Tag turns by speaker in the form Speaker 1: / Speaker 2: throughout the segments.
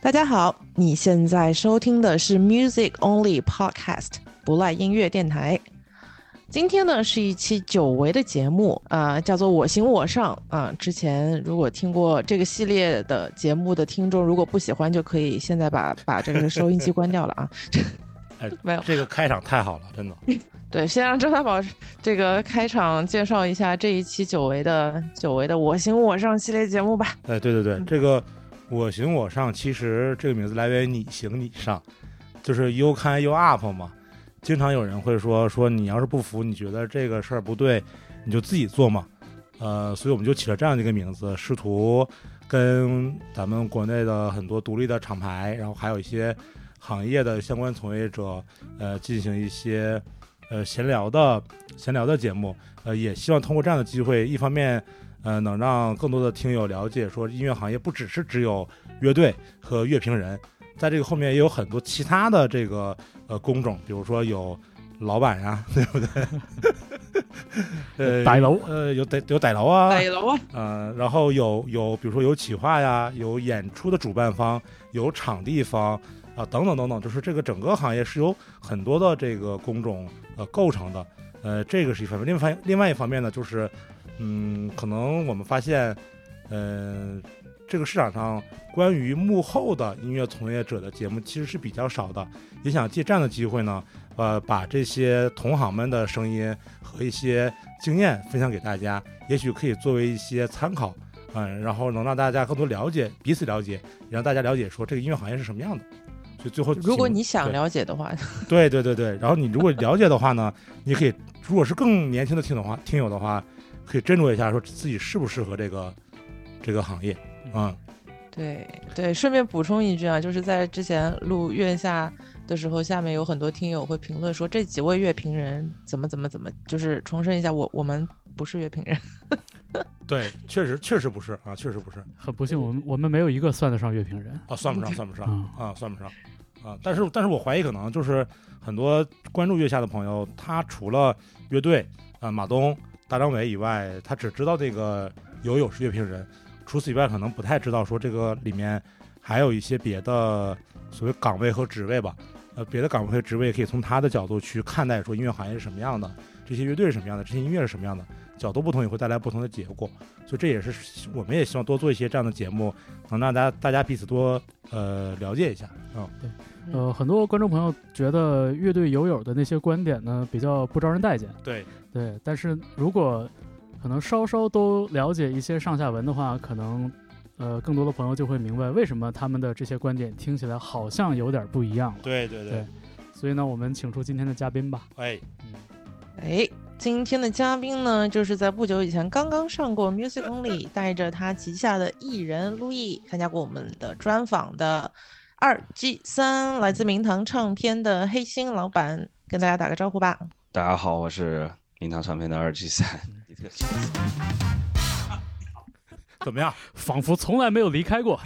Speaker 1: 大家好，你现在收听的是 Music Only Podcast 不赖音乐电台。今天呢是一期久违的节目啊、叫做《我行我上》啊、之前如果听过这个系列的节目的听众，如果不喜欢，就可以现在把把这个收音机关掉了啊。
Speaker 2: 哎，
Speaker 1: 没有
Speaker 2: 这个开场太好了，真的。
Speaker 1: 对，先让周大宝这个开场介绍一下这一期久违的久违的《我行我上》系列节目吧。
Speaker 2: 哎，对对对，这个我行我上，其实这个名字来源于你行你上，就是 you can you up 嘛。经常有人会说说你要是不服，你觉得这个事儿不对，你就自己做嘛。呃，所以我们就起了这样的一个名字，试图跟咱们国内的很多独立的厂牌，然后还有一些行业的相关从业者，呃，进行一些呃闲聊的闲聊的节目。呃，也希望通过这样的机会，一方面呃能让更多的听友了解，说音乐行业不只是只有乐队和乐评人，在这个后面也有很多其他的这个呃工种，比如说有老板呀，对 不对？呃，
Speaker 3: 大佬
Speaker 2: 呃，有逮有逮楼啊，
Speaker 1: 北楼啊，
Speaker 2: 呃，然后有有比如说有企划呀，有演出的主办方，有场地方啊、等等等等，就是这个整个行业是由很多的这个工种呃构成的。呃，这个是一方面，另一方另外一方面呢，就是嗯，可能我们发现，呃，这个市场上关于幕后的音乐从业者的节目其实是比较少的，也想借这样的机会呢，呃，把这些同行们的声音和一些经验分享给大家，也许可以作为一些参考，嗯、然后能让大家更多了解彼此了解，也让大家了解说这个音乐行业是什么样的。所以最后请，
Speaker 1: 如果你想
Speaker 2: 对
Speaker 1: 了解的话，
Speaker 2: 对对对对，然后你如果了解的话呢，你可以如果是更年轻的听的话，听友的话，可以斟酌一下，说自己适不适合这个这个行业
Speaker 1: 嗯
Speaker 2: 啊、
Speaker 1: 对对，顺便补充一句啊，就是在之前录月下的时候，下面有很多听友会评论说这几位乐评人怎么怎么怎么，就是重申一下，我我们不是乐评人，
Speaker 2: 对，确实确实不是啊，确实不是
Speaker 3: 很不幸，我们我们没有一个算得上乐评人
Speaker 2: 啊，算不上算不上
Speaker 3: 啊、
Speaker 2: 啊，算不上啊。但是但是我怀疑可能就是很多关注月下的朋友，他除了乐队啊、马东、大张伟以外，他只知道这个友友是乐评人，除此以外可能不太知道说这个里面还有一些别的所谓岗位和职位吧。呃，别的岗位和职位可以从他的角度去看待，说音乐行业是什么样的，这些乐队是什么样的，这些音乐是什么样的，角度不同也会带来不同的结果。所以这也是我们也希望多做一些这样的节目，能让大家大家彼此多呃了解一下啊、
Speaker 1: 嗯
Speaker 3: 呃，很多观众朋友觉得乐队友友的那些观点呢比较不招人待见，
Speaker 2: 对，
Speaker 3: 对。但是如果可能稍稍都了解一些上下文的话，可能呃更多的朋友就会明白为什么他们的这些观点听起来好像有点不一样了。
Speaker 2: 对对
Speaker 3: 对所以呢，我们请出今天的嘉宾吧。
Speaker 2: 哎，
Speaker 3: 嗯，
Speaker 1: 哎，今天的嘉宾呢，就是在不久以前刚刚上过 Music Only，带着他旗下的艺人陆毅参加过我们的专访的二 G 三，来自明堂唱片的黑心老板，跟大家打个招呼吧。
Speaker 4: 大家好，我是明堂唱片的二 G 三。
Speaker 3: 嗯
Speaker 2: 怎么 样？
Speaker 3: 仿佛从来没有离开过。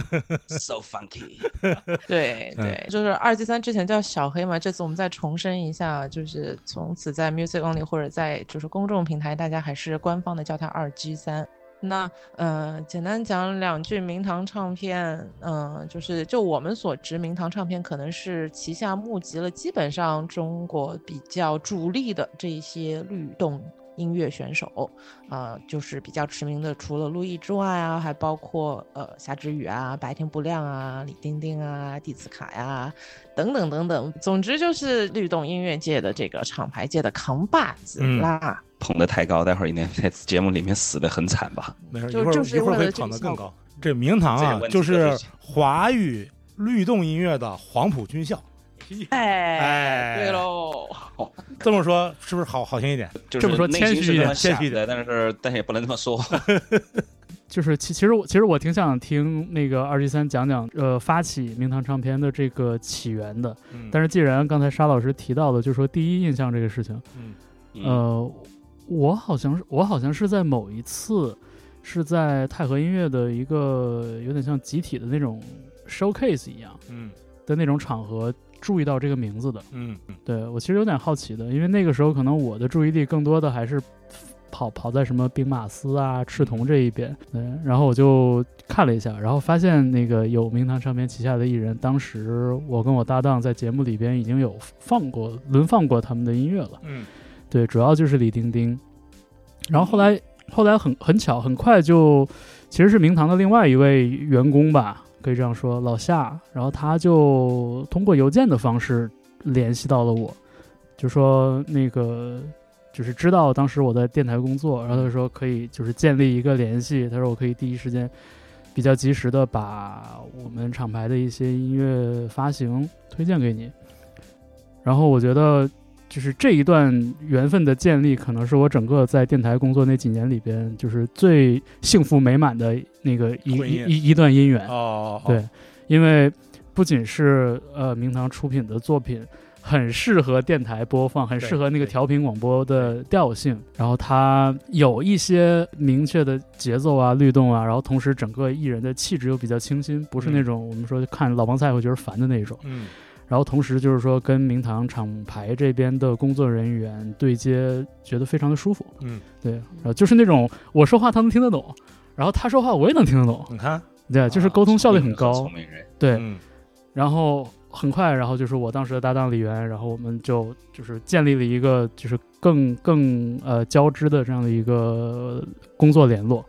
Speaker 4: so funky，
Speaker 1: 对
Speaker 2: 嗯
Speaker 1: 对，就是二 G 三之前叫小黑嘛，这次我们再重申一下，就是从此在 Music Only 或者在就是公众平台，大家还是官方的叫它二 G 三。那呃，简单讲两句，明堂唱片，嗯、就是就我们所知，明堂唱片可能是旗下募集了基本上中国比较主力的这一些律动音乐选手，呃，就是比较驰名的，除了陆毅之外啊，还包括呃夏之雨啊、白天不亮啊、李丁丁啊、蒂斯卡呀、等等等等。总之就是律动音乐界的这个厂牌界的扛把子
Speaker 2: 嗯
Speaker 1: 啦。
Speaker 4: 捧得太高，待会儿一定在节目里面死得很惨吧？
Speaker 2: 没事，一
Speaker 1: 就
Speaker 2: 会儿
Speaker 1: 就是
Speaker 2: 一会
Speaker 1: 为
Speaker 2: 儿可以
Speaker 1: 了这
Speaker 2: 闯
Speaker 1: 个
Speaker 2: 得
Speaker 1: 效
Speaker 2: 更高。这明堂
Speaker 4: 这个
Speaker 2: 啊，
Speaker 4: 问题
Speaker 2: 就
Speaker 4: 就是
Speaker 2: 华语律动音乐的黄埔军校。
Speaker 1: 哎
Speaker 2: 哎
Speaker 1: 对喽，
Speaker 2: 这么说是不是好好听一点？
Speaker 4: 就
Speaker 3: 这么说
Speaker 4: 内
Speaker 3: 谦
Speaker 4: 心
Speaker 3: 虚
Speaker 4: 是
Speaker 3: 一
Speaker 4: 这
Speaker 3: 点
Speaker 4: 么
Speaker 2: 谦
Speaker 4: 想
Speaker 2: 虚一
Speaker 4: 的，但是但是也不能这 么说。
Speaker 3: 就是其其实我其实我挺想听那个二 G 三讲讲呃发起明堂唱片的这个起源的。
Speaker 2: 嗯
Speaker 3: 但是既然刚才沙老师提到了，就说第一印象这个事情，
Speaker 2: 嗯
Speaker 4: 嗯，
Speaker 3: 呃，我好像是我好像是在某一次是在太和音乐的一个有点像集体的那种 showcase 一样
Speaker 2: 嗯
Speaker 3: 的那种场合注意到这个名字的。
Speaker 2: 嗯嗯
Speaker 3: 对我其实有点好奇的，因为那个时候可能我的注意力更多的还是跑跑在什么兵马司啊、赤铜这一边。对，然后我就看了一下，然后发现那个有名堂唱片旗下的艺人，当时我跟我搭档在节目里边已经有放过轮放过他们的音乐了。
Speaker 2: 嗯
Speaker 3: 对，主要就是李丁丁。然后后来后来很很巧，很快就其实是明堂的另外一位员工吧，可以这样说，老夏。然后他就通过邮件的方式联系到了我，就说那个就是知道当时我在电台工作，然后他说可以就是建立一个联系，他说我可以第一时间。比较及时的把我们厂牌的一些音乐发行推荐给你，然后我觉得就是这一段缘分的建立，可能是我整个在电台工作那几年里边，就是最幸福美满的那个一
Speaker 2: 婚
Speaker 3: 一
Speaker 2: 姻
Speaker 3: 一一段姻缘。
Speaker 2: 哦，哦
Speaker 3: 对，因为不仅是呃明堂出品的作品很适合电台播放，很
Speaker 2: 对
Speaker 3: 适合那个
Speaker 2: 对
Speaker 3: 调频广播的调性，然后它有一些明确的节奏啊、律动啊，然后同时整个艺人的气质又比较清新，不是
Speaker 2: 嗯
Speaker 3: 那种我们说看老帮菜会觉得烦的那种。
Speaker 2: 嗯
Speaker 3: 然后同时就是说跟明堂厂牌这边的工作人员对接，觉得非常的舒服。
Speaker 2: 嗯，
Speaker 3: 对，然后就是那种我说话他能听得懂，然后他说话我也能听得懂，
Speaker 2: 你看，
Speaker 3: 对，呃就是沟通效率很
Speaker 4: 啊
Speaker 3: 高
Speaker 4: 聪。明人，
Speaker 3: 对，
Speaker 2: 嗯
Speaker 3: 然后很快，然后就是我当时的搭档李源，然后我们就就是建立了一个就是更更呃交织的这样的一个工作联络，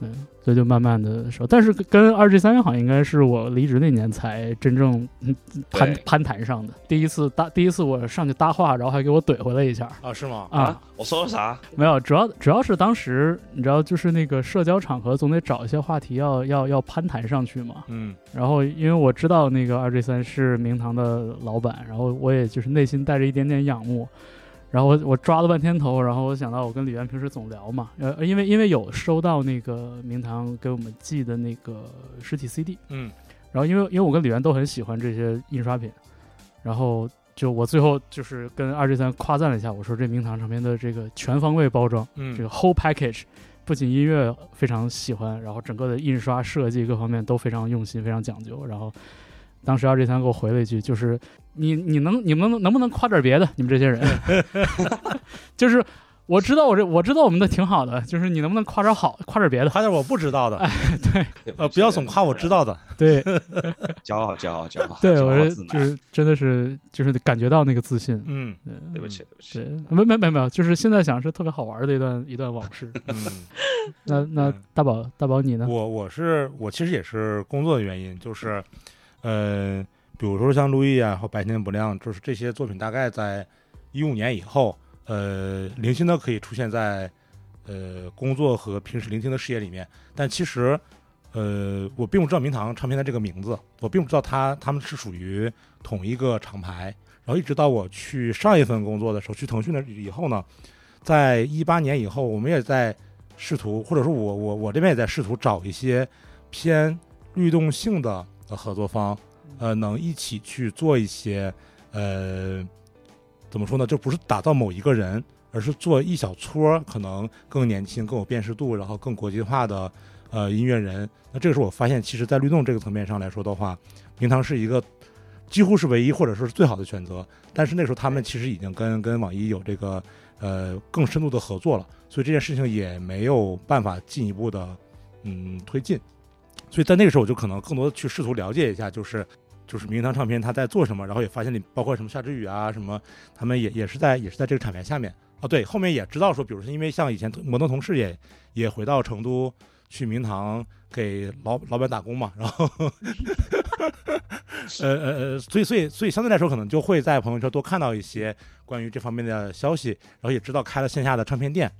Speaker 3: 嗯，所以就慢慢的说，但是跟二 G 三约好像应该是我离职那年才真正嗯攀
Speaker 4: 对
Speaker 3: 攀谈上的，第一次搭第一次我上去搭话，然后还给我怼回来一下。
Speaker 2: 啊，是吗？
Speaker 3: 啊，
Speaker 4: 我说了啥？
Speaker 3: 没有，主要主要是当时你知道，就是那个社交场合总得找一些话题要要要攀谈上去嘛，
Speaker 2: 嗯
Speaker 3: 然后因为我知道那个二 G 三是明堂的老板，然后我也就是内心带着一点点仰慕，然后我我抓了半天头，然后我想到我跟李源平时总聊嘛，呃，因为因为有收到那个明堂给我们寄的那个实体 CD，
Speaker 2: 嗯
Speaker 3: 然后因为因为我跟李源都很喜欢这些印刷品，然后就我最后就是跟二 G 三夸赞了一下，我说这明堂唱片的这个全方位包装。
Speaker 2: 嗯，
Speaker 3: 这个 whole package，不仅音乐非常喜欢，然后整个的印刷设计各方面都非常用心，非常讲究。然后当时二 G 三给我回了一句，就是你你能你们能能不能夸点别的？你们这些人，就是我知道我这我知道我们的挺好的，就是你能不能夸点好，夸点别 的？
Speaker 2: 夸点我不知道的，呃，不要总夸我知，道啊的，
Speaker 3: 对
Speaker 4: 骄傲骄傲骄 傲，
Speaker 3: 对，
Speaker 4: 骄傲
Speaker 3: 我是
Speaker 4: 自满
Speaker 3: 就是真的是就是感觉到那个自信。
Speaker 2: 嗯
Speaker 3: 嗯
Speaker 4: 对不起对不起
Speaker 3: 对，，没没没没有，就是现在想是特别好玩的一段一段往事。
Speaker 2: 嗯。
Speaker 3: 那那
Speaker 2: 嗯
Speaker 3: 大宝大宝你呢？
Speaker 2: 我我是我其实也是工作的原因，就是，呃，比如说像陆毅啊，或白天不亮，就是这些作品大概在一五年以后，呃，零星的可以出现在呃工作和平时聆听的视野里面，但其实。呃，我并不知道明堂唱片的这个名字，我并不知道它他们是属于同一个厂牌。然后一直到我去上一份工作的时候，去腾讯了以后呢，在一八年以后，我们也在试图，或者说我我我这边也在试图找一些偏律动性的呃合作方，呃，能一起去做一些呃，怎么说呢，就不是打造某一个人，而是做一小撮儿可能更年轻、更有辨识度，然后更国际化的呃音乐人。那这个时候我发现，其实，在律动这个层面上来说的话，明堂是一个。几乎是唯一，或者说是最好的选择。但是那时候他们其实已经跟跟网易有这个呃更深度的合作了，所以这件事情也没有办法进一步的嗯推进。所以在那个时候，我就可能更多的去试图了解一下，就是就是明堂唱片他在做什么，然后也发现里包括什么夏之雨啊什么，他们也也是在也是在这个厂牌下面啊。对，后面也知道说，比如说因为像以前摩登同事也也回到成都去明堂给老老板打工嘛，然 后呃呃呃，所以所以所以相对来说，可能就会在朋友圈多看到一些关于这方面的消息，然后也知道开了线下的唱片店，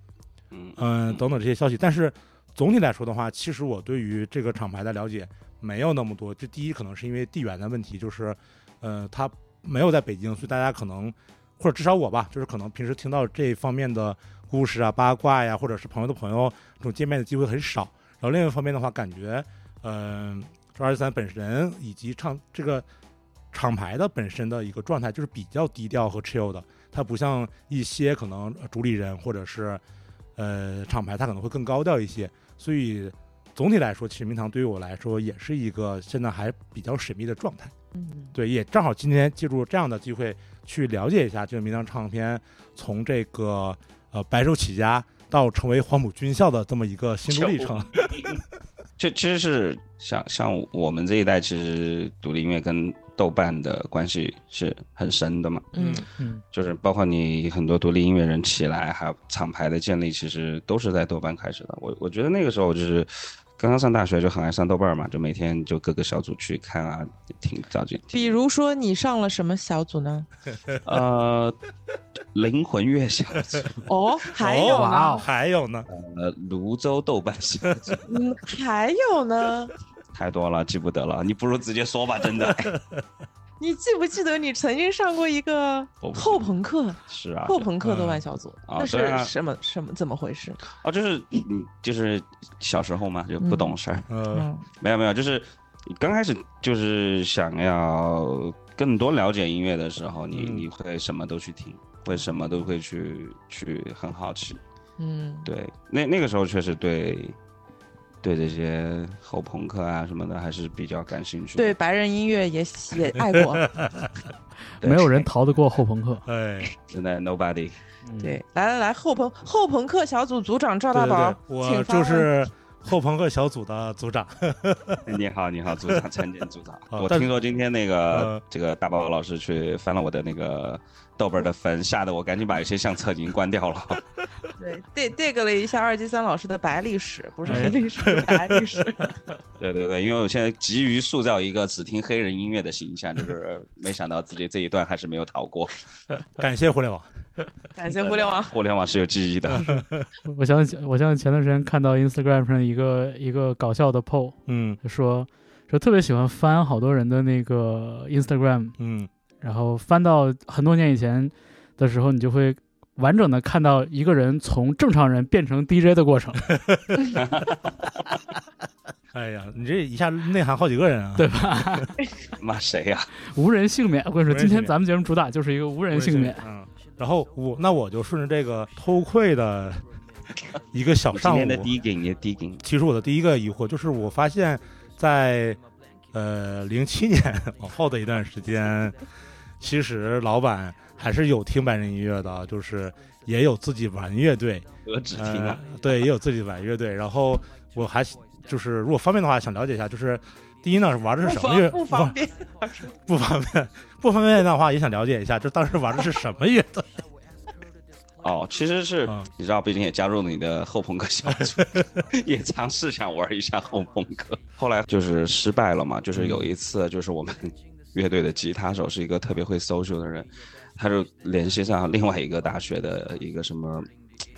Speaker 4: 嗯
Speaker 2: 嗯，等等这些消息。但是总体来说的话，其实我对于这个厂牌的了解没有那么多。这第一可能是因为地缘的问题，就是呃，它没有在北京，所以大家可能或者至少我吧，就是可能平时听到这方面的故事啊、八卦呀，或者是朋友的朋友这种见面的机会很少。然后另一方面的话，感觉嗯，这二十三本身以及唱这个厂牌的本身的一个状态，就是比较低调和 chill 的。它不像一些可能呃主理人或者是呃厂牌，它可能会更高调一些。所以总体来说，其实明堂对于我来说也是一个现在还比较神秘的状态。
Speaker 1: 嗯，
Speaker 2: 对，也正好今天借助这样的机会去了解一下这个明堂唱片从这个呃白手起家到成为黄埔军校的这么一个心路历程。
Speaker 4: 这其实是像像我们这一代，其实独立音乐跟豆瓣的关系是很深的嘛，
Speaker 1: 嗯
Speaker 3: 嗯
Speaker 4: 就是包括你很多独立音乐人起来，还有厂牌的建立，其实都是在豆瓣开始的。我我觉得那个时候就是刚刚上大学就很爱上豆瓣嘛，就每天就各个小组去看啊，挺着急。
Speaker 1: 比如说你上了什么小组呢？
Speaker 4: 呃，灵魂乐小组，
Speaker 1: 哦，还有
Speaker 3: 哇
Speaker 1: 呢
Speaker 3: 哦，
Speaker 2: 还有呢，
Speaker 4: 呃，泸州豆瓣小组，
Speaker 1: 嗯，还有呢。
Speaker 4: 太多了，记不得了。你不如直接说吧，真的。
Speaker 1: 你记不记得你曾经上过一个
Speaker 4: 我不
Speaker 1: 后朋克
Speaker 4: 是啊，
Speaker 1: 后朋克豆瓣小组？
Speaker 4: 啊
Speaker 1: 那是
Speaker 4: 对啊
Speaker 1: 什么什么怎么回事？
Speaker 4: 哦，就是嗯，就是小时候嘛，就不懂事儿，
Speaker 2: 呃，
Speaker 1: 嗯
Speaker 4: 没有没有，就是刚开始就是想要更多了解音乐的时候，你
Speaker 2: 嗯
Speaker 4: 你会什么都去听，会什么都会去去很好奇。
Speaker 1: 嗯，
Speaker 4: 对，那那个时候确实对对这些后朋克啊什么的还是比较感兴趣的。
Speaker 1: 对，白人音乐也喜也爱过，
Speaker 4: 对
Speaker 3: 没有人逃得过后朋克。
Speaker 2: 哎，
Speaker 4: 真的 nobody，
Speaker 3: 嗯，
Speaker 1: 对，来来来，后朋后朋克小组组长赵大
Speaker 2: 对对
Speaker 1: 宝
Speaker 2: 对，，
Speaker 1: 请
Speaker 2: 我
Speaker 1: 发问
Speaker 2: 就是后朋克小组的 组长。
Speaker 4: 你好你好，组长参见组长。
Speaker 2: 啊
Speaker 4: 我
Speaker 2: 但
Speaker 4: 听说今天那个
Speaker 2: 呃
Speaker 4: 这个大宝老师去翻了我的那个豆瓣的分，吓得我赶紧把一些相册已经关掉了。
Speaker 1: 对 dig dig 了一下二级三老师的白历史，不是
Speaker 3: 哎
Speaker 1: 黑历史，是白历史。
Speaker 4: 对对对，因为我现在急于塑造一个只听黑人音乐的形 象，就是没想到自己这一段还是没有逃过。
Speaker 2: 感谢互联网，
Speaker 1: 感谢互联网，
Speaker 4: 互联网是有记忆的，
Speaker 3: 我想起，我想起前段时间看到 Instagram 上一个一个搞笑的 poll，
Speaker 2: 嗯
Speaker 3: 就说说特别喜欢翻好多人的那个 Instagram，
Speaker 2: 嗯
Speaker 3: 然后翻到很多年以前的时候，你就会完整的看到一个人从正常人变成 DJ 的 过程，
Speaker 2: 哎呀，你这一下内涵好几个人啊！
Speaker 3: 对吧？
Speaker 4: 骂谁啊呀、
Speaker 3: 无人幸免。我跟你
Speaker 2: 无人幸
Speaker 3: 说，
Speaker 2: 免
Speaker 3: 今天咱们节目主打就是一个无人幸免。
Speaker 2: 嗯，然后我那我就顺着这个偷窥的一个小
Speaker 4: 我 今
Speaker 2: 上午啊
Speaker 4: 天，的 digging 也 digging，
Speaker 2: 其实我的第一个疑惑就是，我发现在，呃零七年 往后的一段时间，其实老板还是有听白人音乐的，就是也有自己玩乐队，
Speaker 4: 何止 听
Speaker 2: 呃
Speaker 4: 啊？，
Speaker 2: 对，也有自己玩乐队。然后我还就是如果方便的话，想了解一下，就是第一呢，玩的
Speaker 1: 不
Speaker 2: 是什么乐？
Speaker 1: 方不方便？
Speaker 2: 不方便，不方便的话也想了解一下，就当时玩的是什么乐 队？
Speaker 4: 哦，其实是、
Speaker 2: 嗯
Speaker 4: 你知道，毕竟也加入了你的后朋克小组，也尝试想玩一下后朋克，后来就是失败了嘛。就是有一次，就是我们乐队的吉他手是一个特别会 social 的人，他就联系上另外一个大学的一个什么。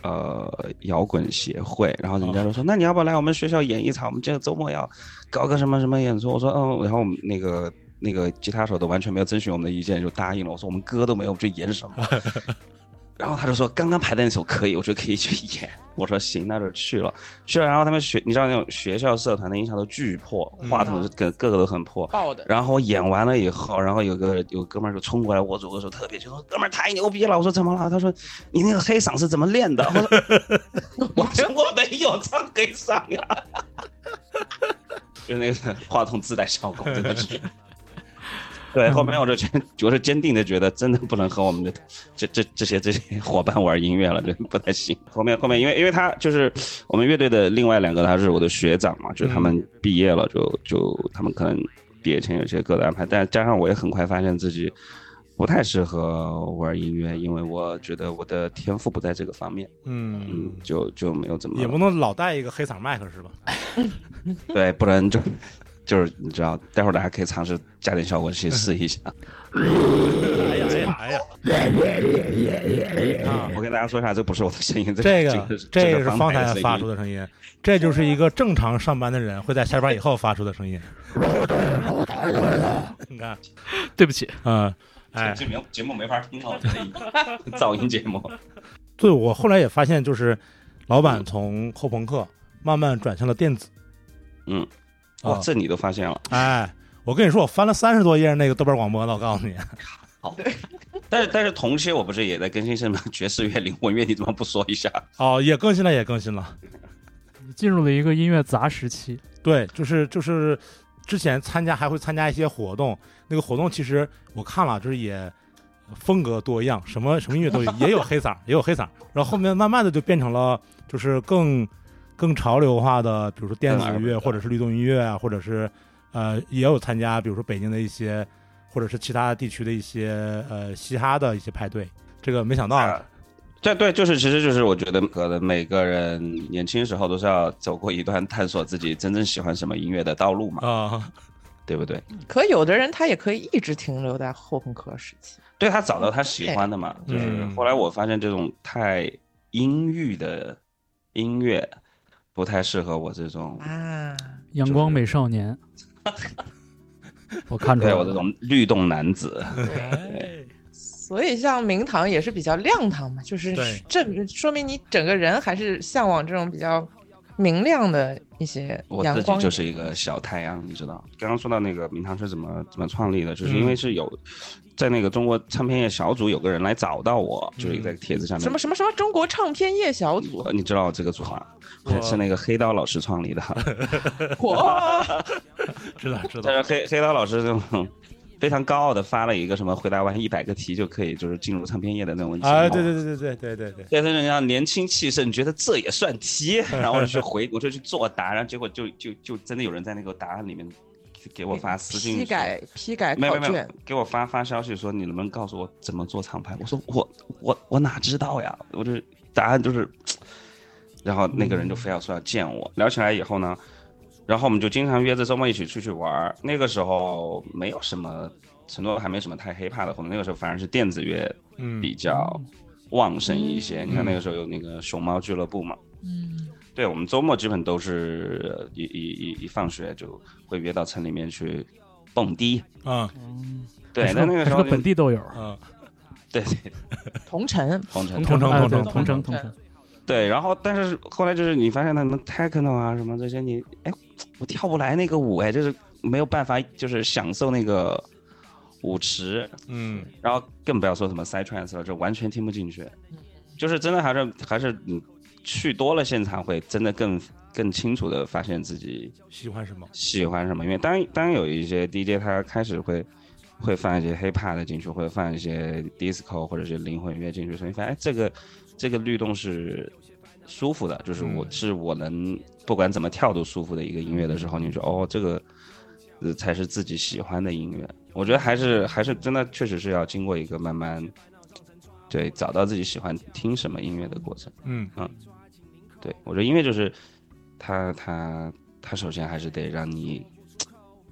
Speaker 4: 呃，摇滚协会，然后人家就说，那你要不要来我们学校演一场？我们这个周末要搞个什么什么演出？我说，嗯，然后我们那个那个吉他手都完全没有征询我们的意见就答应了。我说我们歌都没有，我们去演什么？然后他就说刚刚排的那首可以，我觉得可以去演。我说行，那就去了。 去了，然后他们学，你知道那种学校社团的音响都巨破，话筒是各各个都很破。
Speaker 1: 爆的，
Speaker 4: 然后我演完了以后，然后有个有哥们儿就冲过来握住我的手，特别激动，哥们儿太牛逼了！我说怎么了？他说你那个黑嗓是怎么练的？ 我说我说我没有唱黑嗓呀， 就那个话筒自带效果，真的是。
Speaker 2: 嗯
Speaker 4: 对，后面我就觉得， 我是坚定的觉得，真的不能和我们的这这这些这些伙伴玩音乐了，这不太行。后面后面，因为因为他就是我们乐队的另外两个，他是我的学长嘛，就是
Speaker 2: 嗯
Speaker 4: 他们毕业了就，就他们可能毕业前有些各的安排，但加上我也很快发现自己不太适合玩音乐，因为我觉得我的天赋不在这个方面，嗯
Speaker 2: 嗯，，
Speaker 4: 就就没有怎么
Speaker 2: 也不能老带一个黑嗓麦克是吧？
Speaker 4: 对，不然就就是你知道，待会儿大家可以尝试加点效果去试一下。
Speaker 2: 哎呀哎呀哎呀！啊，
Speaker 4: 我跟大家说一下，这不是我的声 音，
Speaker 2: 这
Speaker 4: 个
Speaker 2: 个
Speaker 4: 这
Speaker 2: 这个
Speaker 4: 是
Speaker 2: 是方才
Speaker 4: 声
Speaker 2: 发
Speaker 4: 音
Speaker 2: 出的声音，这就是一个正常上班的人会在下班以后发出的声音。 你看，
Speaker 3: 对不起，
Speaker 2: 嗯，哎，
Speaker 4: 这节目节目没法听了，这 噪音节目。
Speaker 2: 啊对我后来也发现，就是老板从后朋克慢慢转向了电子。
Speaker 4: 嗯，哇，
Speaker 2: 啊，
Speaker 4: 这你都发现了。
Speaker 2: 哎，我跟你说，我翻了三十多页那个豆瓣广播了，我告诉你，
Speaker 4: 但是但是同期我不是也在更新什么爵士乐、灵魂乐，你怎么不说一下？
Speaker 2: 哦，也更新了，也更新了。
Speaker 3: 你进入了一个音乐杂时期。
Speaker 2: 对，就是就是之前参加还会参加一些活动，那个活动其实我看了，就是也风格多样，什么什么音乐都有，也有黑嗓儿，也有黑嗓儿。然后后面慢慢的就变成了就是更更潮流化的，比如说电子
Speaker 4: 更
Speaker 2: 乐
Speaker 4: urban
Speaker 2: 或者是律动音乐啊，或者是呃也有参加，比如说北京的一些或者是其他地区的一些呃嘻哈的一些派对。这个没想到啊，
Speaker 4: 啊这对，就是其实就是我觉得可能每个人年轻时候都是要走过一段探索自己真正喜欢什么音乐的道路
Speaker 2: 啊
Speaker 4: 嘛，对不对？
Speaker 1: 可有的人他也可以一直停留在后朋克时期，
Speaker 4: 对他找到他喜欢的嘛，
Speaker 2: 对
Speaker 4: 就是
Speaker 2: 嗯
Speaker 4: 后来我发现这种太阴郁的音乐不太适合我这种，
Speaker 1: 啊，
Speaker 3: 阳光美少年，我看
Speaker 2: 嗯
Speaker 3: 出来
Speaker 4: 对
Speaker 3: 了
Speaker 4: 我这种律动 男子，
Speaker 2: 哎
Speaker 1: 对，所以像明堂也是比较亮堂嘛，就是
Speaker 2: 对
Speaker 1: 这说明你整个人还是向往这种比较明亮的一些
Speaker 4: 我
Speaker 1: 阳
Speaker 4: 自己
Speaker 1: 光。
Speaker 4: 就是一个小太阳，你知道？刚刚说到那个明堂是怎么怎么创立的，就是因
Speaker 2: 嗯
Speaker 4: 为是有在那个中国唱片业小组有个人来找到我，就是
Speaker 2: 嗯
Speaker 4: 在帖子上面
Speaker 1: 什么什么什么中国唱片夜小组，
Speaker 4: 呃你知道我这个组吗？
Speaker 2: 我
Speaker 4: 是那个黑刀老师创 立的，
Speaker 1: 哇，
Speaker 2: 知道知道
Speaker 4: 但，是黑黑刀老师这种非常高傲的发了一个什么回答完一百个题就可以就是进入唱片业的那种文章。
Speaker 2: 啊，对对对对对对对对，
Speaker 4: 对。但是人家年轻气盛，觉得这也算题，然后我就去回，我就去作答，然后结果就就就真的有人在那个答案里面给我发 私信
Speaker 1: 批
Speaker 4: 说，
Speaker 1: 改批改
Speaker 4: 没有
Speaker 1: 考
Speaker 4: 没有没有
Speaker 1: 卷，，
Speaker 4: 给我发发消息说你能不能告诉我怎么做厂牌？我说我我我哪知道呀？我这答案就是，然后那个人就非要说要见我，聊起来以后呢，然后我们就经常约着周末一起出去玩儿。那个时候没有什么成都还没什么太 hiphop 的活动，那个时候反而是电子乐
Speaker 2: 嗯，
Speaker 4: 比较旺盛一些。你看那个时候有那个熊猫俱乐部嘛，
Speaker 1: 嗯，
Speaker 4: 对我们周末基本都是呃一一一一放学就会约到城里面去蹦迪。
Speaker 2: 啊
Speaker 3: 嗯
Speaker 4: 对，
Speaker 3: 还是
Speaker 4: 那那个时候
Speaker 3: 还是本地豆友，
Speaker 2: 啊，
Speaker 4: 对对，
Speaker 1: 同城，
Speaker 4: 红尘
Speaker 2: 同城
Speaker 3: 哎
Speaker 2: 同城
Speaker 3: 对同城同
Speaker 1: 同
Speaker 3: 城
Speaker 1: 城，
Speaker 4: 对，然后但是后来就是你发现他们 techno 啊什么这些，你哎，我跳不来那个舞哎，就是没有办法，就是享受那个舞池，
Speaker 2: 嗯
Speaker 4: 然后更不要说什么 side trance 了，这完全听不进去，就是真的还是还是你去多了现场会真的更更清楚的发现自己
Speaker 2: 喜欢什么？
Speaker 4: 喜欢什么，因为当当然有一些 DJ 他开始会会放一些 hip hop 的进去，或者放一些 disco 或者是灵魂乐进去，所以发现哎这个这个律动是舒服的，就是我、
Speaker 2: 嗯
Speaker 4: 是我能不管怎么跳都舒服的一个音乐的时候，你说哦这个、呃、才是自己喜欢的音乐，我觉得还是还是真的确实是要经过一个慢慢对找到自己喜欢听什么音乐的过程。
Speaker 2: 嗯，
Speaker 4: 对我觉得音乐就是它它它首先还是得让你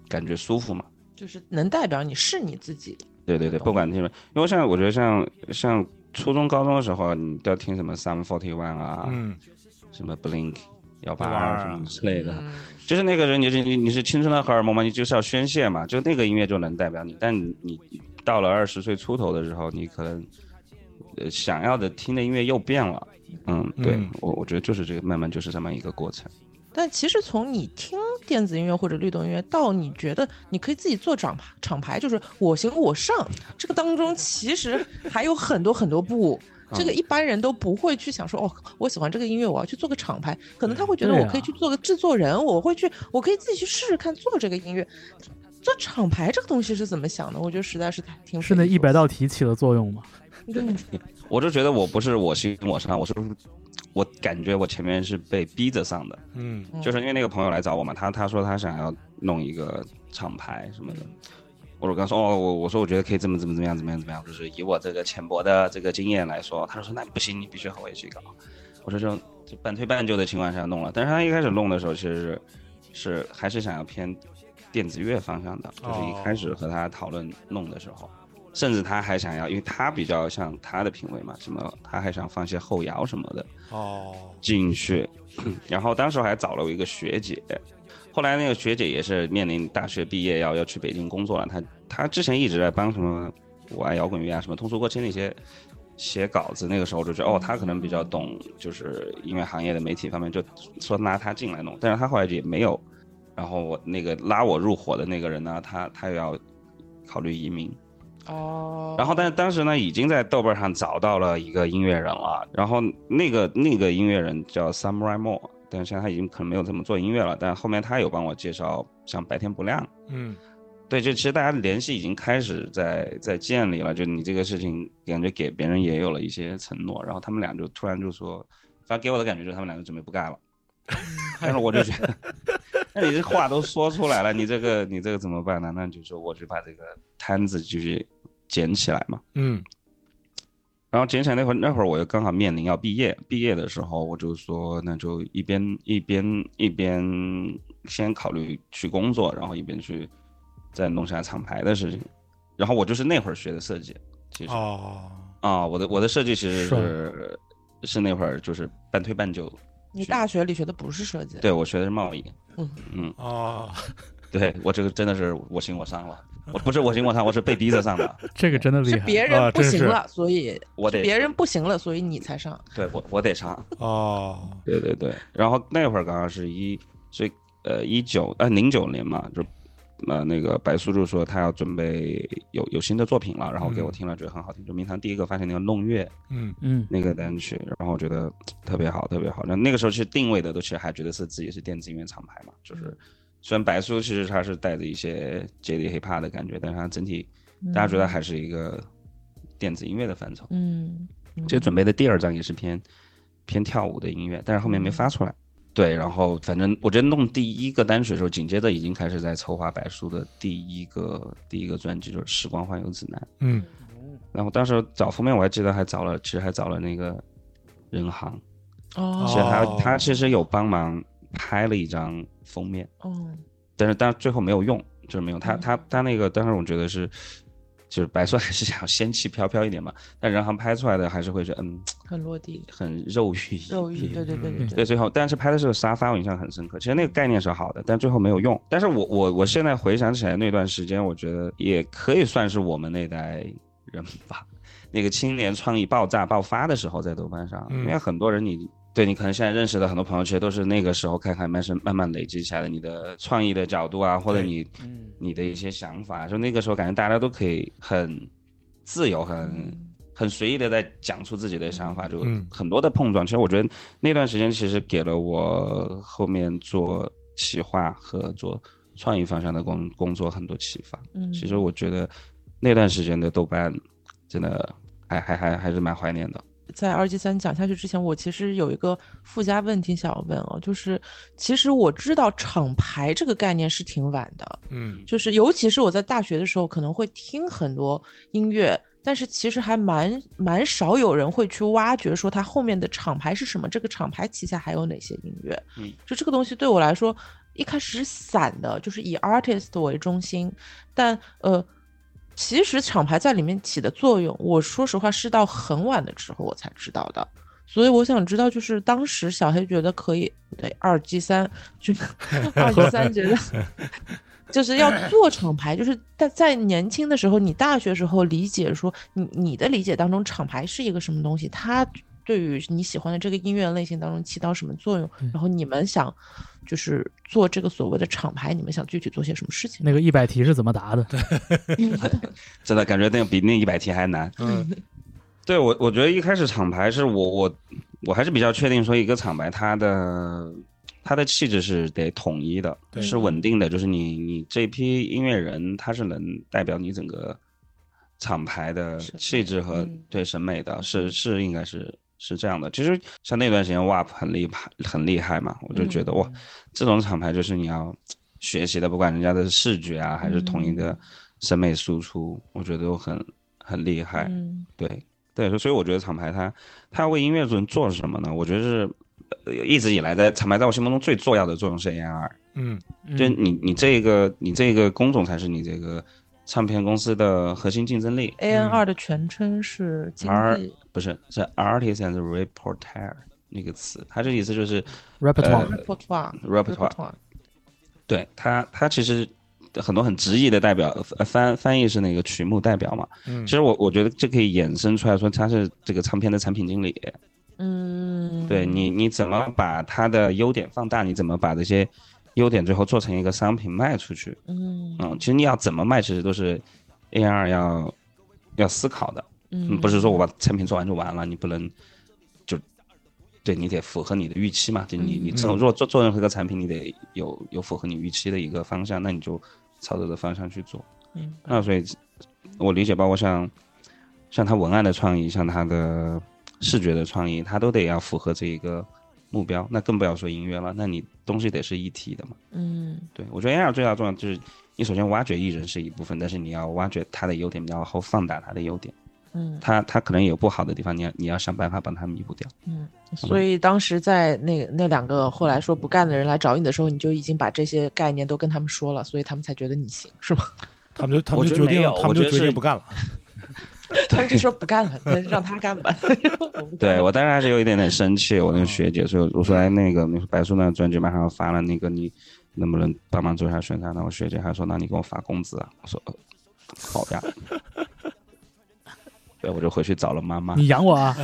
Speaker 4: 感觉舒服嘛。
Speaker 1: 就是能代表你是你自己，
Speaker 4: 对对对，不管听什么，因为像我觉得像像初中高中的时候，啊你都要听什么 Sum Forty One 啊，
Speaker 2: 嗯，
Speaker 4: 什么 Blink 幺八
Speaker 2: 182
Speaker 4: 二
Speaker 2: 啊
Speaker 4: 什么之类的，
Speaker 1: 嗯，
Speaker 4: 就是那个人，你是你你是青春的荷尔蒙嘛，你就是要宣泄嘛，就那个音乐就能代表你。但你你到了二十岁出头的时候，你可能呃想要的听的音乐又变了。嗯，对
Speaker 2: 嗯
Speaker 4: 我我觉得就是这个慢慢就是这么一个过程。
Speaker 1: 但其实从你听电子音乐或者律动音乐到你觉得你可以自己做厂牌，厂牌就是我行我上，这个当中其实还有很多很多步。这个一般人都不会去想说哦，我喜欢这个音乐，我要去做个厂牌。可能他会觉得
Speaker 3: 对
Speaker 1: 我
Speaker 3: 啊
Speaker 1: 可以去做个制作人，我会去，我可以自己去试试看做这个音乐。做厂牌这个东西是怎么想的？我觉得实在是太挺
Speaker 3: 是那一百
Speaker 1: 道
Speaker 3: 道题起了作用吗？
Speaker 4: 我就觉得我不是我行我上，我是我感觉我前面是被逼着上的，
Speaker 2: 嗯
Speaker 4: 就是因为那个朋友来找我嘛，他他说他想要弄一个厂牌什么的，我就跟他说哦，我我说我觉得可以怎么怎么怎么样怎么样怎么样，就是以我这个浅薄的这个经验来说，他就说那不行，你必须和我一起搞。我说这种就半推半就的情况下弄了，但是他一开始弄的时候其实是是还是想要偏电子乐方向的，就是一开始和他讨论弄的时候。甚至他还想要，因为他比较像他的品味嘛，什么他还想放些后摇什么的，
Speaker 2: 哦，
Speaker 4: 进去， 然后当时还找了我一个学姐，后来那个学姐也是面临大学毕业要要去北京工作了，她她之前一直在帮什么我爱摇滚乐啊什么通俗过期那些写稿子，那个时候我就觉得哦，她可能比较懂就是音乐行业的媒体方面，就说拿她进来弄，但是她后来也没有，然后我那个拉我入伙的那个人呢，他他又要考虑移民，
Speaker 1: 哦，
Speaker 4: 然后，但是当时呢，已经在豆瓣上找到了一个音乐人了。然后那个那个音乐人叫 Samurai Moore，但是现在他已经可能没有这么做音乐了，但后面他有帮我介绍像白天不亮，
Speaker 2: 嗯
Speaker 4: 对，就其实大家联系已经开始在在建立了，就你这个事情感觉给别人也有了一些承诺，然后他们俩就突然就说，反正给我的感觉就是他们俩就准备不干了， 但是我就觉得， 那你这话都说出来了，你这个你这个怎么办呢？那就说我就把这个摊子就是捡起来嘛，
Speaker 2: 嗯
Speaker 4: 然后捡起来那会儿那会儿我又刚好面临要毕业，毕业的时候我就说那就一边一边一边先考虑去工作，然后一边去再弄下厂牌的事情。然后我就是那会儿学的设计，其实啊、
Speaker 2: 哦，
Speaker 4: 我的我的设计其实
Speaker 3: 爽
Speaker 4: 是是那会儿就是半推半就，
Speaker 1: 你大学里学的不是设计，
Speaker 4: 对我学的是贸易，
Speaker 1: 嗯
Speaker 4: 嗯，
Speaker 2: 哦，
Speaker 4: 对我这个真的是我行我上了，我不是我行我上，我是被逼着上的，
Speaker 3: 这个真的厉
Speaker 1: 是
Speaker 3: 害。
Speaker 1: 别
Speaker 2: 啊
Speaker 1: 人不
Speaker 2: 真
Speaker 1: 行
Speaker 2: 是
Speaker 1: 了，所以
Speaker 4: 我得
Speaker 1: 别人不行了，所以你才上。
Speaker 4: 对我我得上，
Speaker 2: 哦，
Speaker 4: 对对对，然后那会儿刚好是一，所以呃一九呃零九年嘛，就呃那个白素就说他要准备有有新的作品了，然后给我
Speaker 2: 嗯
Speaker 4: 听了觉得很好听，就明堂第一个发现那个弄月
Speaker 2: 嗯
Speaker 3: 嗯，
Speaker 4: 那个单曲，然后我觉得特别好，特别好。那那个时候去定位的都其实还觉得是自己是电子音乐厂牌嘛，就是虽然白素其实他是带着一些 JD hiphop 的感觉，但是他整体大家觉得还是一个电子音乐的范畴。
Speaker 1: 嗯，嗯
Speaker 4: 其实准备的第二张也是偏偏跳舞的音乐，但是后面没发出来。对，然后反正我觉得弄第一个单曲的时候，紧接着已经开始在筹划白叔的第一个第一个专辑，就是《时光环游指南》。
Speaker 2: 嗯
Speaker 4: 然后当时找封面，我还记得还找了，其实还找了那个任航，其实
Speaker 1: 哦
Speaker 4: 他、
Speaker 2: 哦
Speaker 4: 他其实有帮忙拍了一张封面，
Speaker 1: 哦，
Speaker 4: 但是但最后没有用，就是没有他
Speaker 1: 嗯
Speaker 4: 他他那个，当时我觉得是，就是白叔还是想仙气飘飘一点嘛，但任航拍出来的还是会觉得嗯
Speaker 1: 很落地，
Speaker 4: 很肉欲一
Speaker 1: 肉欲，
Speaker 4: 片
Speaker 1: 对对对对
Speaker 4: 嗯对，，最后，但是拍的是个沙发，我印象很深刻。其实那个概念是好的，但最后没有用。但是我我我现在回想起来那段时间，我觉得也可以算是我们那代人吧，那个青年创意爆炸爆发的时候，在豆瓣上，
Speaker 2: 嗯
Speaker 4: 因为很多人你。对你可能现在认识的很多朋友，其实都是那个时候开始慢慢慢慢累积起来的，你的创意的角度啊，或者
Speaker 2: 对
Speaker 4: 你
Speaker 3: 嗯
Speaker 4: 你的一些想法，就那个时候感觉大家都可以很自由、很
Speaker 1: 嗯
Speaker 4: 很随意的在讲出自己的想法，就
Speaker 2: 嗯
Speaker 4: 很多的碰撞。其实我觉得那段时间其实给了我后面做企划和做创意方向的工工作很多启发。
Speaker 1: 嗯，
Speaker 4: 其实我觉得那段时间的豆瓣真的还还还还是蛮怀念的。
Speaker 1: 在二 G 三讲下去之前，我其实有一个附加问题想要问哦，就是其实我知道厂牌这个概念是挺晚的，
Speaker 2: 嗯
Speaker 1: 就是尤其是我在大学的时候，可能会听很多音乐，但是其实还蛮蛮少有人会去挖掘说它后面的厂牌是什么，这个厂牌旗下还有哪些音乐。
Speaker 4: 嗯，
Speaker 1: 就这个东西对我来说，一开始是散的，就是以 artist 为中心，但呃。其实厂牌在里面起的作用，我说实话是到很晚的时候我才知道的，所以我想知道，就是当时小黑觉得可以，不对，二 G 三，就二 G 三觉得就是要做厂牌，就是在在年轻的时候，你大学时候理解说，你你的理解当中，厂牌是一个什么东西？它对于你喜欢的这个音乐类型当中起到什么作用？然后你们想就是做这个所谓的厂牌，你们想具体做些什么事情？
Speaker 3: 那个一百题是怎么答的？
Speaker 4: 真的感觉那个比那一百题还难。
Speaker 2: 嗯
Speaker 4: 对我，我觉得一开始厂牌是我我我还是比较确定说一个厂牌它的它的气质是得统一的，
Speaker 2: 对
Speaker 4: 是稳定的，就是你你这批音乐人他是能代表你整个厂牌的
Speaker 1: 审美
Speaker 4: 气质和
Speaker 1: 嗯
Speaker 4: 对审美的，是是应该是是这样的。其实像那段时间 WAP 很厉害很厉害嘛，我就觉
Speaker 1: 嗯
Speaker 4: 得、哇，这种厂牌就是你要学习的，不管人家的视觉啊还是统一
Speaker 1: 嗯
Speaker 4: 的审美输出，我觉得都很很厉害。
Speaker 1: 嗯
Speaker 4: 对对，所以我觉得厂牌它它为音乐人做什么呢？我觉得是。呃一直以来在厂牌在我心目中最重要的作用是 ANR，
Speaker 2: 嗯
Speaker 4: 就是你你这个你这个工种才是你这个唱片公司的核心竞争力，
Speaker 1: ，A N 二的全称是经
Speaker 4: 而
Speaker 1: 济，
Speaker 4: 不是是 artist and reporter 那个词，它这意思就是
Speaker 3: repertoire
Speaker 4: 呃
Speaker 1: repertoire
Speaker 4: repertoire，对它它其实很多很直译的代表呃翻翻译是那个曲目代表嘛，
Speaker 2: 嗯，
Speaker 4: 其实我我觉得这可以衍生出来说他是这个唱片的产品经理，
Speaker 1: 嗯，
Speaker 4: 对你，你怎么把它的优点放大？你怎么把这些优点最后做成一个商品卖出去？
Speaker 1: 嗯
Speaker 4: 嗯，其实你要怎么卖，其实都是 A R 要要思考的，
Speaker 1: 嗯
Speaker 4: 嗯不是说我把产品做完就完了，你不能就对你得符合你的预期嘛，就你
Speaker 1: 嗯
Speaker 4: 你做如果做做任何一个产品，你得有有符合你预期的一个方向，那你就朝着这个方向去做。
Speaker 1: 明白
Speaker 4: 那所以，我理解，包括像像他文案的创意，像他的视觉的创意，他都得要符合这一个目标。那更不要说音乐了，那你东西得是一体的嘛。
Speaker 1: 嗯
Speaker 4: 对我觉得 AR 最大的重要就是，你首先挖掘艺人是一部分，但是你要挖掘他的优点，然后放大他的优点。
Speaker 1: 嗯
Speaker 4: 他他可能有不好的地方，你要你要想办法帮他弥补掉。
Speaker 1: 嗯，所以当时在那那两个后来说不干的人来找你的时候，你就已经把这些概念都跟他们说了，所以他们才觉得你 行，是吗？
Speaker 2: 他们就他
Speaker 4: 我
Speaker 2: 们
Speaker 4: 觉
Speaker 2: 就
Speaker 4: 得
Speaker 2: 决
Speaker 4: 没
Speaker 2: 定
Speaker 4: 有，
Speaker 2: 他
Speaker 4: 我
Speaker 2: 们就
Speaker 4: 觉得
Speaker 2: 决定
Speaker 4: 是
Speaker 2: 不干了。
Speaker 1: 他们就说不干了，那让他干 吧。我不干
Speaker 4: 对我当时还是有一点点生气，我那个学姐说，我说哎那个你说白素那专辑马上要发了，那个你能不能帮忙做一下宣传？那我学姐还说，那你给我发工资啊？我说呃好呀。 对，我就回去找了妈妈，
Speaker 3: 你养我啊？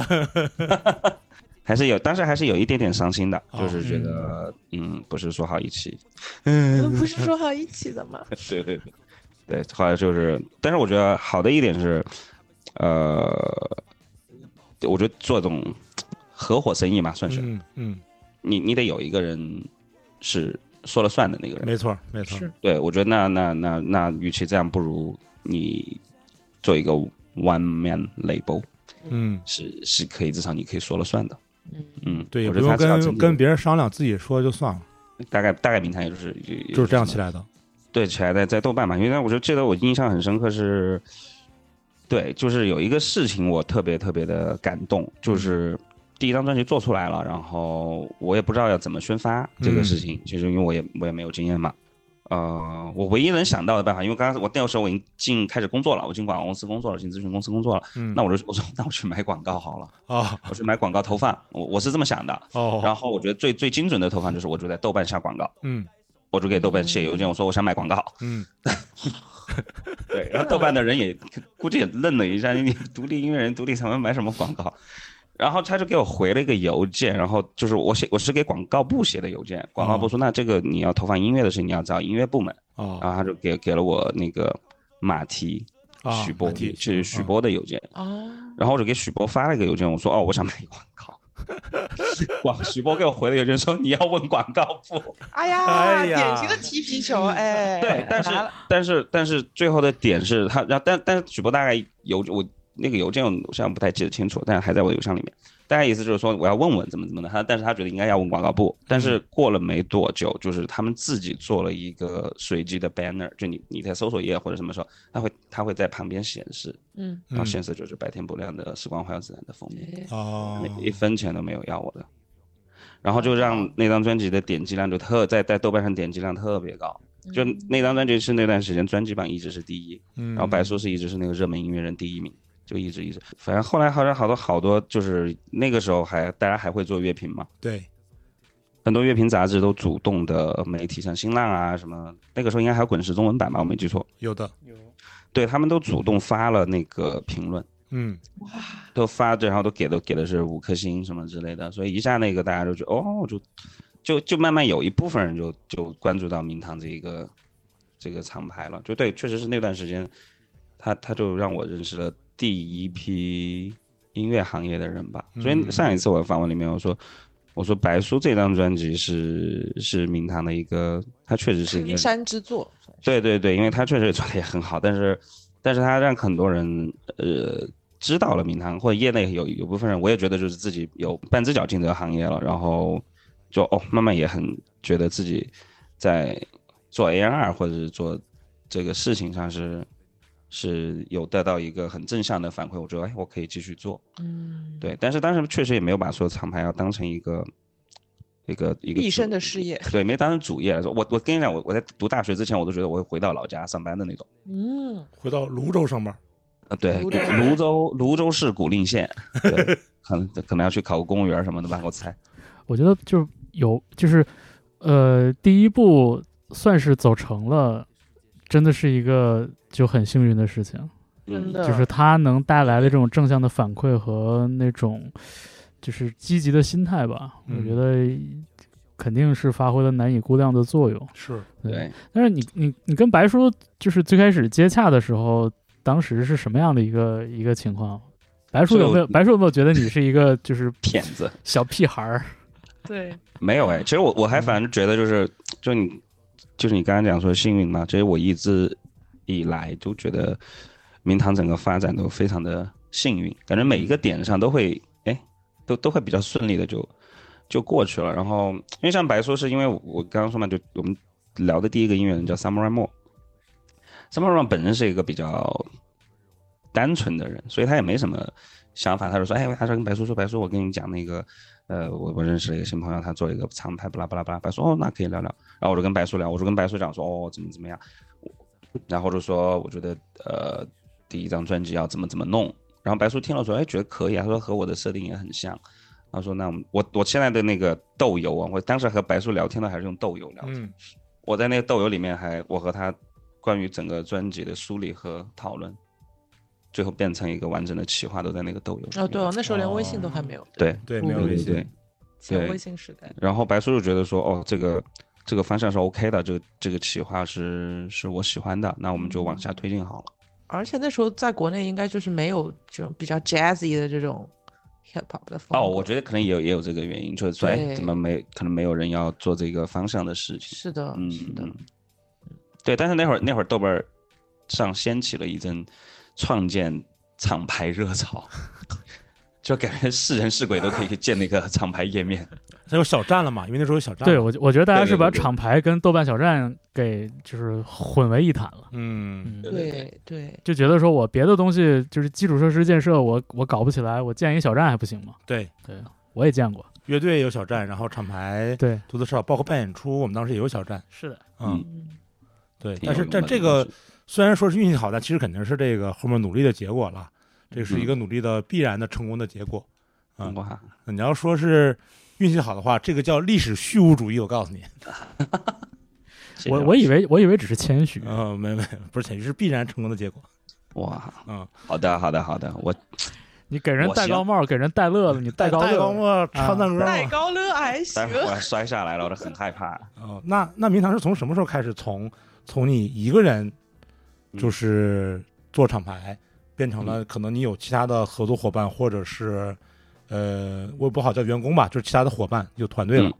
Speaker 4: 还是有，当时还是有一点点伤心的，就是觉得，哦嗯，不是说好一起，嗯，
Speaker 1: 不是说好一起的吗？
Speaker 4: 对对对，对，后来就是，但是我觉得好的一点是，呃，我觉得做这种合伙生意嘛，算是，
Speaker 2: 嗯嗯，
Speaker 4: 你你得有一个人是说了算的那个人。
Speaker 2: 没错没 错，
Speaker 1: 是
Speaker 4: 对，我觉得那那那那，与其这样，不如你做一个 one man label，
Speaker 2: 嗯。
Speaker 4: 是是可以，至少你可以说了算的。
Speaker 1: 嗯
Speaker 4: 嗯，
Speaker 2: 对，也
Speaker 4: 我
Speaker 2: 不
Speaker 4: 觉得
Speaker 2: 用
Speaker 4: 他至少
Speaker 2: 跟
Speaker 4: 整体
Speaker 2: 跟别人商量，自己说就算了，
Speaker 4: 大概大概平台也就是
Speaker 2: 就是这样起
Speaker 4: 来。
Speaker 2: 来的。
Speaker 4: 对，起来在在豆瓣嘛，因为我就记得我印象很深刻是，对，就是有一个事情我特别特别的感动，
Speaker 2: 嗯
Speaker 4: 就是第一张专辑做出来了，然后我也不知道要怎么宣发这
Speaker 2: 嗯
Speaker 4: 个事情，就是因为我也我也没有经验嘛。呃，我唯一能想到的办法，因为刚刚我那个时候我已经进开始工作了，我进广告公司工作了，进咨询公司工作了，
Speaker 2: 嗯，
Speaker 4: 那我就我说那我去买广告好了，
Speaker 2: 哦
Speaker 4: 我去买广告投放，我我是这么想的。
Speaker 2: 哦，
Speaker 4: 然后我觉得最最精准的投放就是我就在豆瓣下广告，
Speaker 2: 嗯
Speaker 4: 我就给豆瓣写邮件，我说我想买广告，
Speaker 2: 嗯，
Speaker 4: 对，然后豆瓣的人也估计也愣了一下，你 独立音乐人独立他们买什么广告？然后他就给我回了一个邮件，然后就是我写我是给广告部写的邮件，广告部说、那这个你要投放音乐的事情你要找音乐部门，然
Speaker 2: 哦
Speaker 4: 后他就给给了我那个马蹄
Speaker 2: 啊，
Speaker 4: 许波
Speaker 2: 马蹄
Speaker 4: 是许波的邮件，
Speaker 1: 哦，
Speaker 4: 然后我就给许波发了一个邮件，我说哦我想买广告， 哇，许波给我回了邮件说你要问广告部，
Speaker 1: 哎呀，
Speaker 2: 哎呀
Speaker 1: 典型的踢皮球，哎，
Speaker 4: 对，但是
Speaker 1: 拿了
Speaker 4: 但是但是最后的点是他，然后但但是许博大概邮我那个邮件我现在不太记得清楚，但还在我邮箱里面。大概意思就是说我要问问怎么怎么的，他但是他觉得应该要问广告部，但是
Speaker 1: 嗯
Speaker 4: 过了没多久，就是他们自己做了一个随机的 banner，就你你在搜索页或者什么时候，他会他会在旁边显示，
Speaker 1: 嗯，
Speaker 4: 然后
Speaker 2: 嗯
Speaker 4: 显示就是白天不亮的时光环游自然的封面。
Speaker 1: 哎
Speaker 2: 哦
Speaker 4: 那，一分钱都没有要我的，然后
Speaker 1: 哦
Speaker 4: 就让那张专辑的点击量就特在在豆瓣上点击量特别高，
Speaker 1: 嗯
Speaker 4: 就那张专辑是那段时间专辑榜一直是第一，
Speaker 2: 然
Speaker 4: 然后白素是一直是那个热门音乐人第一名，就一直一直，反正后来好像好多好多就是那个时候还大家还会做乐评嘛，
Speaker 2: 对，
Speaker 4: 很多乐评杂志都主动的媒体像新浪啊什么，那个时候应该还有滚石中文版吧，我没记错，
Speaker 2: 有的，
Speaker 4: 对他们都主动发了那个评论。
Speaker 2: 嗯
Speaker 4: 都发，然后都给的给的是五颗星什么之类的，所以一下那个大家就觉得哦，就就就慢慢有一部分人就就关注到明堂这一个这个厂牌了。就对，确实是那段时间，他他就让我认识了第一批音乐行业的人吧。所以
Speaker 2: 嗯
Speaker 4: 上一次我访问里面我说。我说白叔这张专辑是是明堂的一个，他确实是一
Speaker 1: 是
Speaker 4: 个
Speaker 1: 一山之作，
Speaker 4: 对对对，因为他确实做的也很好，但是但是他让很多人呃知道了名堂，或者业内有有部分人，我也觉得就是自己有半只脚进这个行业了，然后就哦慢慢也很觉得自己在做 AR 或者是做这个事情上是是有得到一个很正向的反馈，我觉得哎我可以继续做，
Speaker 1: 嗯，
Speaker 4: 对，但是当时确实也没有把所有厂牌要当成一个一个一个
Speaker 1: 毕
Speaker 4: 主
Speaker 1: 生的事业，
Speaker 4: 对，没当成主业来说。我我跟你讲，我我在读大学之前，我都觉得我会回到老家上班的那种。
Speaker 1: 嗯，
Speaker 2: 回到泸州上班，
Speaker 4: 啊，对，
Speaker 1: 泸州
Speaker 4: 泸州泸州市古蔺县， 对，可能可能要去考个公务员什么的吧，我猜。
Speaker 3: 我觉得就是有，就是呃，第一步算是走成了，真的是一个就很幸运的事情，
Speaker 1: 真
Speaker 4: 嗯，
Speaker 1: 的
Speaker 3: 就是它能带来的这种正向的反馈和那种就是积极的心态吧，我
Speaker 2: 嗯
Speaker 3: 觉得肯定是发挥了难以估量的作用。
Speaker 2: 是
Speaker 4: 对，
Speaker 3: 但是你你你跟白叔就是最开始接洽的时候，当时是什么样的一个一个情况？白叔有没有白叔有没有觉得你是一个就是
Speaker 4: 骗子，
Speaker 3: 小屁孩 儿？
Speaker 1: 对，
Speaker 4: 没有哎，其实我我还反正觉得就是，就你，就是你刚刚讲说幸运嘛，其实我一直以来都觉得明堂整个发展都非常的幸运，感觉每一个点上都会哎，都都会比较顺利的就就过去了。然后因为像白说，是因为我我刚刚说嘛，就我们聊的第一个音乐人叫 Samurai Mo。Samurai Mo 本身是一个比较单纯的人，所以他也没什么想法，他就说：“哎，他说跟白叔说，白叔，我跟你讲那个，呃，我我认识了一个新朋友，他做一个厂牌，巴拉巴拉巴拉。”白叔哦，那可以聊聊。然后我就跟白叔聊，我就跟白叔讲说：“哦，怎么怎么样。”然后就说：“我觉得呃，第一张专辑要怎么怎么弄。”然后白叔听了说：“哎，觉得可以啊。”他说：“和我的设定也很像。”然后说：“那我们我我现在的那个豆油啊，我当时和白叔聊天的还是用豆油聊天。
Speaker 2: 嗯，
Speaker 4: 我在那个豆油里面还我和他关于整个专辑的梳理和讨论，最后变成一个完整的企划都在那个豆油里面。
Speaker 1: 哦对哦，哦那时候连微信都还没有，
Speaker 4: 对
Speaker 2: 对，没有
Speaker 4: 对
Speaker 2: 微
Speaker 4: 对
Speaker 2: 信
Speaker 4: 对，。
Speaker 1: 前
Speaker 4: 对
Speaker 1: 微信时代，
Speaker 4: 然后白叔就觉得说，哦，这个这个方向是 OK 的，这个这个企划是是我喜欢的，那我们就往下推进好了。
Speaker 1: 而且那时候在国内应该就是没有这种比较 jazzy 的这种 hip hop 的风格。
Speaker 4: 哦，我觉得可能也有也有这个原因，就是说，哎，
Speaker 1: 对
Speaker 4: 怎么没可能没有人要做这个方向的事情？
Speaker 1: 是的，
Speaker 4: 嗯，
Speaker 1: 是的
Speaker 4: 嗯，对，但是那会儿那会儿豆瓣儿上掀起了一阵创建厂牌热 潮，就感觉是人是鬼都可以去建那个厂牌页面。
Speaker 2: 他有小站了嘛？因为那时候有小站，
Speaker 3: 对，我我觉得大家
Speaker 4: 对对
Speaker 3: 是把
Speaker 4: 对对
Speaker 3: 厂牌跟豆瓣小站给就是混为一谈了。
Speaker 2: 嗯，
Speaker 3: 嗯，
Speaker 4: 对
Speaker 1: 对对，
Speaker 3: 就觉得说我别的东西就是基础设施建设，我我搞不起来，我建一小站还不行吗？
Speaker 2: 对，
Speaker 3: 我也建过，
Speaker 2: 乐队有小站，然后厂牌
Speaker 3: 对，
Speaker 2: 多多少少包括办演出，我们当时也有小站，
Speaker 3: 是的，
Speaker 2: 嗯，
Speaker 1: 嗯，
Speaker 2: 对，
Speaker 4: 挺
Speaker 2: 但
Speaker 4: 有
Speaker 2: 是
Speaker 4: 用
Speaker 2: 但
Speaker 4: 的
Speaker 2: 这
Speaker 4: 个
Speaker 2: 个虽然说是运气好，但其实肯定是这个后面努力的结果了，这是一个努力的必然的成功的结果。
Speaker 4: 东
Speaker 2: 嗯
Speaker 4: 西嗯哇，
Speaker 2: 你要说是运气好的话，这个叫历史虚无主义，我告诉你，
Speaker 4: 谢谢啊
Speaker 3: 我
Speaker 4: 老
Speaker 3: 我以
Speaker 4: 师嗯
Speaker 3: 为我以为只是谦虚，
Speaker 2: 呃，没没，不是，是必然成功的结果。
Speaker 4: 哇，
Speaker 2: 嗯，
Speaker 4: 好的好的好的，我
Speaker 3: 你给人
Speaker 4: 我
Speaker 3: 戴
Speaker 4: 行
Speaker 3: 高帽，给人戴乐了，你戴高
Speaker 2: 戴
Speaker 3: 乐
Speaker 2: 高啊帽
Speaker 3: 了，
Speaker 2: 穿蛋糕
Speaker 1: 戴
Speaker 2: 嘛。
Speaker 1: 高乐还
Speaker 4: 待
Speaker 1: 行
Speaker 4: 会，儿我要摔下来了，我都很害怕。
Speaker 2: 哦，那那明堂是从什么时候开始从从你一个人
Speaker 4: 嗯
Speaker 2: 就是做厂牌，变成了可能你有其他的合作伙伴，或者是呃，我也不好叫员工吧，就是其他的伙伴有团队了。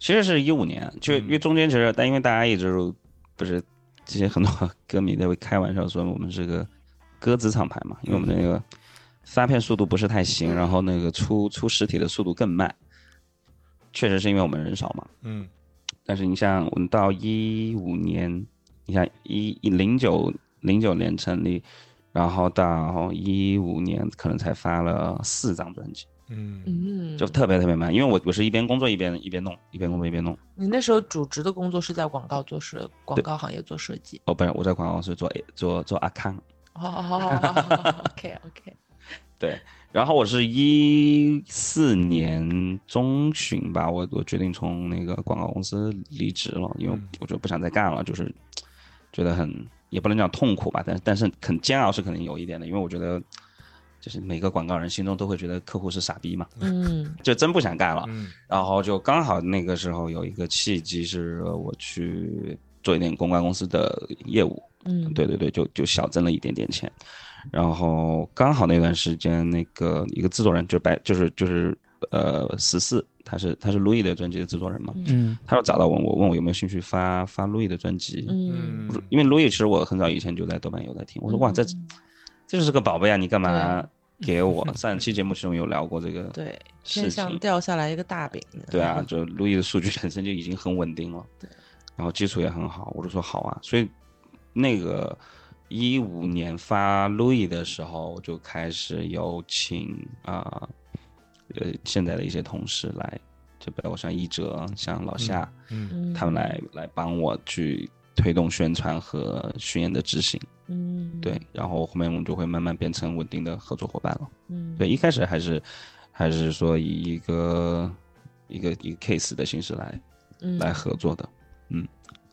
Speaker 4: 其实是一五年，就因为中间其实，但因为大家一直都不是，这些很多 歌迷都会开玩笑说我们是个鸽子厂牌嘛，因为我们那个发片速度不是太行，然后那个出出实体的速度更慢，确实是因为我们人少嘛。
Speaker 2: 嗯
Speaker 4: 但是你像我们到一五年，你像一零九零九年成立，然后到一五年可能才发了四张专辑，
Speaker 2: 嗯
Speaker 1: 嗯，
Speaker 4: 就特别特别慢，因为我我是一边工作一边一边弄，一边工作一边弄。
Speaker 1: 你那时候主职的工作是在广告做设，广
Speaker 4: 对
Speaker 1: 告行业做设计。
Speaker 4: 哦，不是，我在广告是做 A- 做做 account，
Speaker 1: 哦，OK OK，
Speaker 4: 对。然后我是一四年中旬吧，我我决定从那个广告公司离职了，因为
Speaker 2: 嗯
Speaker 4: 我就不想再干了，就是觉得很也不能讲痛苦吧，但但是很煎熬是肯定有一点的，因为我觉得就是每个广告人心中都会觉得客户是傻逼嘛，
Speaker 1: 嗯
Speaker 4: 就真不想干了。
Speaker 2: 嗯
Speaker 4: 然后就刚好那个时候有一个契机，是我去做一点公关公司的业务，
Speaker 1: 嗯，
Speaker 4: 对对对，就就小挣了一点点钱，然后刚好那段时间，那个一个制作人就白就是就是呃十四，他是他是 Louis 的专辑的制作人嘛，
Speaker 3: 嗯，
Speaker 4: 他就找到我，我问我有没有兴趣发发 Louis 的专辑，
Speaker 1: 嗯，
Speaker 4: 因为 Louis 其实我很早以前就在豆瓣有在听，我说哇这
Speaker 1: 嗯
Speaker 4: 这就是个宝贝啊，你干嘛
Speaker 1: 对
Speaker 4: 给我？上一期节目其实我们有聊过这 个
Speaker 1: 对，
Speaker 4: 事
Speaker 1: 天
Speaker 4: 情
Speaker 1: 上，掉下来一个大饼。
Speaker 4: 对啊，，就路易的数据本身就已经很稳定了，
Speaker 1: 对，
Speaker 4: 然后基础也很好，我就说好啊，所以那个一五年发路易的时候就开始有请啊，呃，现在的一些同事来，就包括像一哲、像老夏、
Speaker 2: 嗯
Speaker 1: 嗯，
Speaker 4: 他们来来帮我去推动宣传和巡演的执行，
Speaker 1: 嗯，嗯，
Speaker 4: 对，然后后面我们就会慢慢变成稳定的合作伙伴了。
Speaker 1: 嗯，
Speaker 4: 对，一开始还是还是说以一个一个一个 case 的形式来
Speaker 1: 嗯，
Speaker 4: 来合作的，嗯，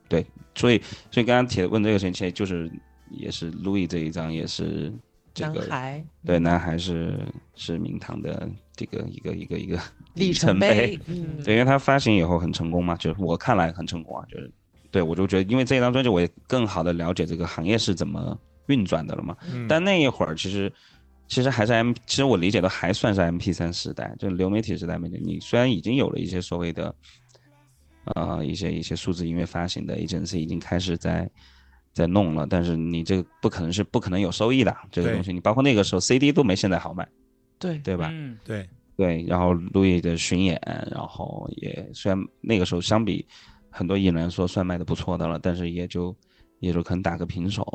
Speaker 4: 对，所以所以刚刚铁问这个前提就是也是 Louis 这一张也是这
Speaker 1: 男
Speaker 4: 个
Speaker 1: 孩
Speaker 4: 对男孩是是明堂的这个一个一个一个
Speaker 1: 里
Speaker 4: 程
Speaker 1: 程
Speaker 4: 碑
Speaker 1: 碑，，嗯，
Speaker 4: 对，因为他发行以后很成功嘛，就是我看来很成功啊，就是对我就觉得因为这张专辑我也更好的了解这个行业是怎么运转的了嘛，
Speaker 2: 嗯
Speaker 4: 但那一会儿其实其实还是 M，其实我理解的还算是 MP 三时代，就流媒体时代媒体。你虽然已经有了一些所谓的，呃，一些一些数字音乐发行的 agency 已经开始在在弄了，但是你这个不可能是不可能有收益的这个
Speaker 2: 对
Speaker 4: 东西。你包括那个时候 CD 都没现在好卖，
Speaker 1: 对
Speaker 4: 对吧？
Speaker 3: 嗯，
Speaker 2: 对，
Speaker 4: 对，然后路易的巡演，然后也虽然那个时候相比很多艺人来说算卖的不错的了，但是也就也就可能打个平手。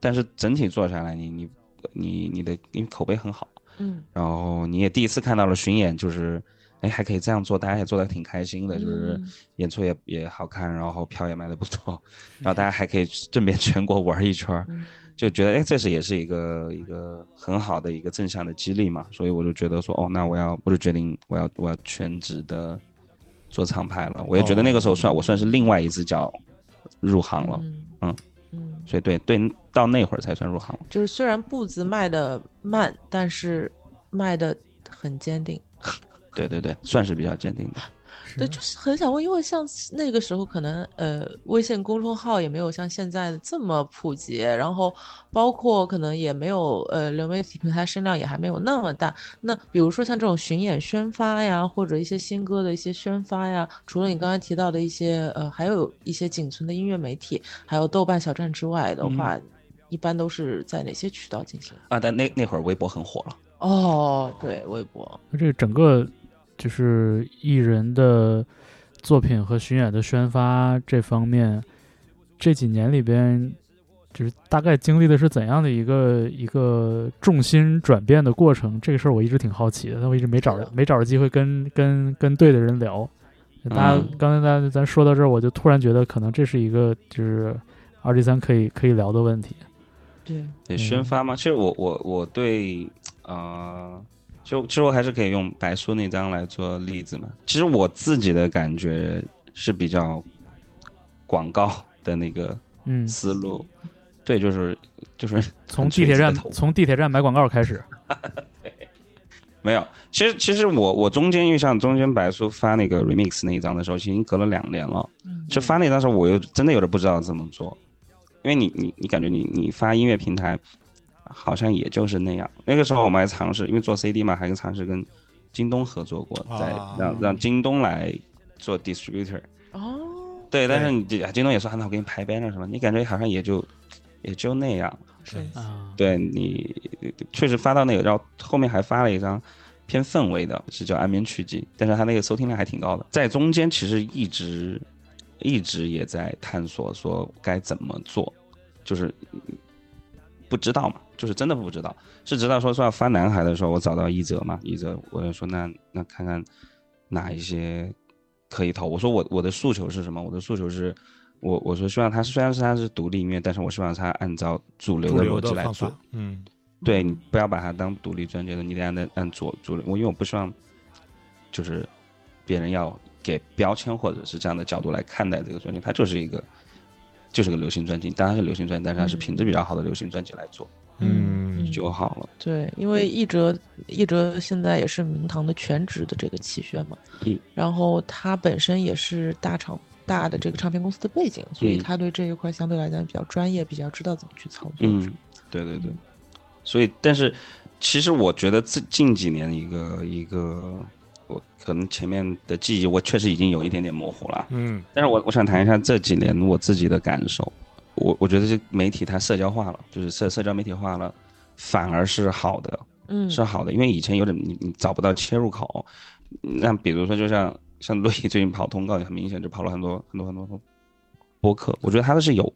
Speaker 4: 但是整体做下来，你你你你的因为口碑很好，
Speaker 1: 嗯，
Speaker 4: 然后你也第一次看到了巡演，就是哎还可以这样做，大家也做的挺开心的，就是
Speaker 1: 嗯
Speaker 4: 演出也也好看，然后票也卖的不错，然后大家还可以顺便全国玩一圈儿，
Speaker 1: 嗯
Speaker 4: 就觉得哎，这是也是一个一个很好的一个正向的激励嘛，所以我就觉得说，哦，那我要我就决定我要我要全职的做厂牌了。我也觉得那个时候算、我算是另外一只脚入行了，
Speaker 1: 嗯
Speaker 4: 嗯
Speaker 1: 嗯，
Speaker 4: 所以对对，到那会儿才算入行了，
Speaker 1: 就是虽然步子迈的慢，但是迈的很坚定。
Speaker 4: 对对对，算是比较坚定的。
Speaker 1: 对，就是很想问，因为像那个时候可能呃，微信公众号也没有像现在这么普及，然后包括可能也没有呃，流媒体平台声量也还没有那么大。那比如说像这种巡演宣发呀，或者一些新歌的一些宣发呀，除了你刚才提到的一些呃，还有一些仅存的音乐媒体，还有豆瓣小站之外的话，一般都是在哪些渠道进行？
Speaker 4: 啊，但那那会儿微博很火了，
Speaker 1: 哦，对，微博，
Speaker 3: 那这整个就是艺人的作品和巡演的宣发这方面，这几年里边，就是大概经历的是怎样的一个一个重心转变的过程？这个事儿我一直挺好奇的，但我一直没找
Speaker 1: 是的
Speaker 3: 没找着机会跟跟跟对的人聊。大家、
Speaker 4: 嗯
Speaker 3: 刚才咱咱说到这儿，我就突然觉得可能这是一个就是二 D 三可以可以聊的问题。
Speaker 1: 对，
Speaker 4: 对
Speaker 3: 嗯
Speaker 4: 宣发嘛。其实我我我对，呃，就其实我还是可以用白书那张来做例子嘛。其实我自己的感觉是比较广告 的那个
Speaker 3: 嗯，
Speaker 4: 思路，对，就是就是
Speaker 3: 从地铁站
Speaker 4: 很垂直的投
Speaker 3: 从地铁站买广告开始。
Speaker 4: 没有。其实其实我我中间遇上中间白书发那个 remix 那一张的时候，已经隔了两年了。
Speaker 1: 嗯
Speaker 4: 就发那张时候，我又真的有点不知道怎么做，因为你你你感觉你你发音乐平台好像也就是那样。那个时候我们还尝试，因为做 CD 嘛，还是尝试跟京东合作过，再
Speaker 2: 啊
Speaker 4: 让让京东来做 distributor。
Speaker 1: 哦，
Speaker 4: 对，但是你这京东也说，啊那我给你排 banner 什么，你感觉好像也就也就那样。
Speaker 1: 神奇，
Speaker 3: 啊，
Speaker 4: 对你确实发到那个，然后后面还发了一张偏氛围的，是叫《安眠曲集》，但是它那个收听量还挺高的。在中间其实一直一直也在探索说该怎么做，就是不知道嘛，就是真的不知道。是直到说说要发男孩的时候，我找到一哲嘛，一哲我就说那那看看哪一些可以投。我说我我的诉求是什么？我的诉求是。我我说希望他虽然是他是独立音乐，但是我希望他按照主流
Speaker 2: 主
Speaker 4: 的
Speaker 2: 流
Speaker 4: 逻辑
Speaker 2: 的
Speaker 4: 来
Speaker 2: 方
Speaker 4: 做
Speaker 2: 法，，嗯，
Speaker 4: 对你不要把它当独立专辑的，你得按按按主主流，我因为我不希望就是别人要给标签或者是这样的角度来看待这个专辑，它就是一个就是个流行专辑，当然是流行专辑，但是它是品质比较好的流行专辑来做
Speaker 2: 嗯
Speaker 1: 嗯
Speaker 4: 就好了。
Speaker 1: 对，因为一哲一哲现在也是明堂的全职的这个期宣嘛，
Speaker 4: 嗯
Speaker 1: 然后他本身也是大厂大的这个唱片公司的背景，所以
Speaker 4: 嗯
Speaker 1: 他对这一块相对来讲比较专业，比较知道怎么去操作。
Speaker 4: 嗯，对对对，所以但是其实我觉得这近几年一个一个我可能前面的记忆我确实已经有一点点模糊了，啊
Speaker 2: 嗯，
Speaker 4: 但是我我想谈一下这几年我自己的感受，我我觉得这媒体它社交化了，就是社社交媒体化了，反而是好的，
Speaker 1: 嗯，
Speaker 4: 是啊好的，因为以前有点你你找不到切入口，那比如说就像像洛伊最近跑通告，也很明显就跑了很多很多很多播客，我觉得它是有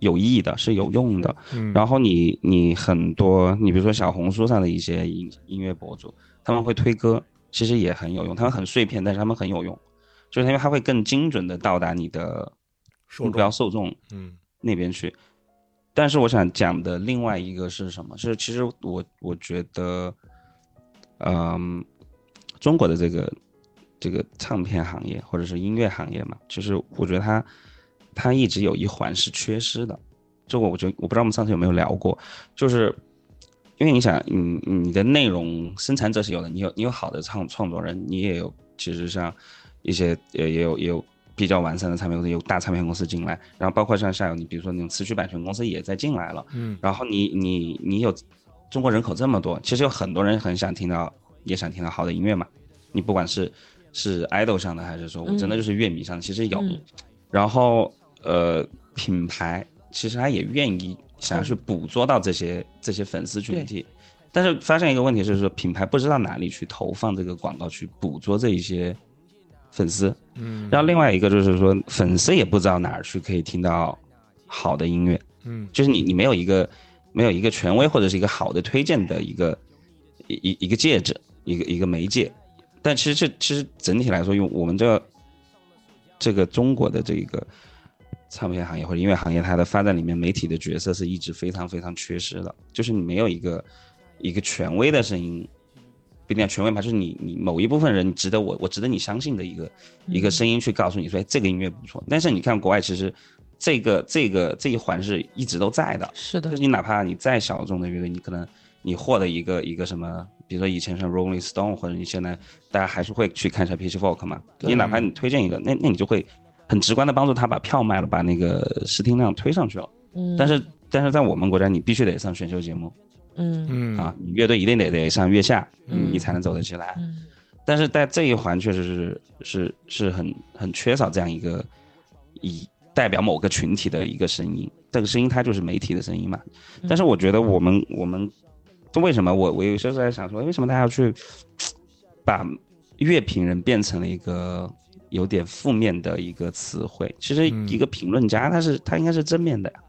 Speaker 4: 有意义的，是有用的，
Speaker 2: 嗯
Speaker 4: 然后你你很多，你比如说小红书上的一些音音乐博主，他们会推歌，其实也很有用，他们很碎片，但是他们很有用，就是因为它会更精准的到达你的
Speaker 2: 受
Speaker 4: 目
Speaker 2: 众
Speaker 4: 标，受众
Speaker 2: 嗯
Speaker 4: 那边去。但是我想讲的另外一个是什么？是其实我我觉得，嗯，中国的这个这个唱片行业或者是音乐行业嘛，就是我觉得它它一直有一环是缺失的。这个我觉得我不知道我们上次有没有聊过，就是因为你想，你你的内容生产者是有的，你有你有好的创创作人，你也有其实像一些也也有也有比较完善的唱片公司，有大唱片公司进来，然后包括像下游，你比如说那种词曲版权公司也在进来了，
Speaker 2: 嗯
Speaker 4: 然后你你你有中国人口这么多，其实有很多人很想听到，也想听到好的音乐嘛。你不管是是 idol 上的，还是说我真的就是乐迷上的，其实有。
Speaker 1: 嗯
Speaker 4: 然后呃，品牌其实他也愿意想要去捕捉到这些、这些粉丝群体，但是发现一个问题是说，品牌不知道哪里去投放这个广告去捕捉这一些粉丝。
Speaker 2: 嗯，
Speaker 4: 然后另外一个就是说，粉丝也不知道哪儿去可以听到好的音乐。
Speaker 2: 嗯
Speaker 4: 就是你你没有一个没有一个权威或者是一个好的推荐的一个一一一个介质，一个一个媒介。但其实这其实整体来说，用我们这这个中国的这个唱片行业或者音乐行业，它的发展里面，媒体的角色是一直非常非常缺失的，就是你没有一个一个权威的声音。不一定要权威吧，就是你你某一部分人值得我我值得你相信的一个一个声音去告诉你说，哎，这个音乐不错。但是你看国外，其实这个这个这一环是一直都在的，
Speaker 1: 是的
Speaker 4: 就是，你哪怕你再小众的乐队，你可能你获得一个一个什么，比如说以前像 Rolling Stone，或者你现在大家还是会去看一下 Pitchfork 嘛。
Speaker 2: 对
Speaker 4: 你哪怕你推荐一个，那那你就会很直观的帮助他把票卖了，把那个视听量推上去了。
Speaker 1: 嗯，
Speaker 4: 但是但是在我们国家，你必须得上选秀节目
Speaker 1: 嗯
Speaker 2: 嗯
Speaker 4: 啊，你乐队一定得得上月下，
Speaker 1: 嗯
Speaker 4: 你才能走得起来。
Speaker 1: 嗯
Speaker 4: 但是在这一环确实是是是很很缺少这样一个以代表某个群体的一个声音，这个声音它就是媒体的声音嘛。
Speaker 1: 嗯
Speaker 4: 但是我觉得我们我们就为什么我我有些时候在想说，哎为什么大家要去把乐评人变成了一个有点负面的一个词汇？其实
Speaker 2: 嗯
Speaker 4: 一个评论家他是他应该是正面的呀，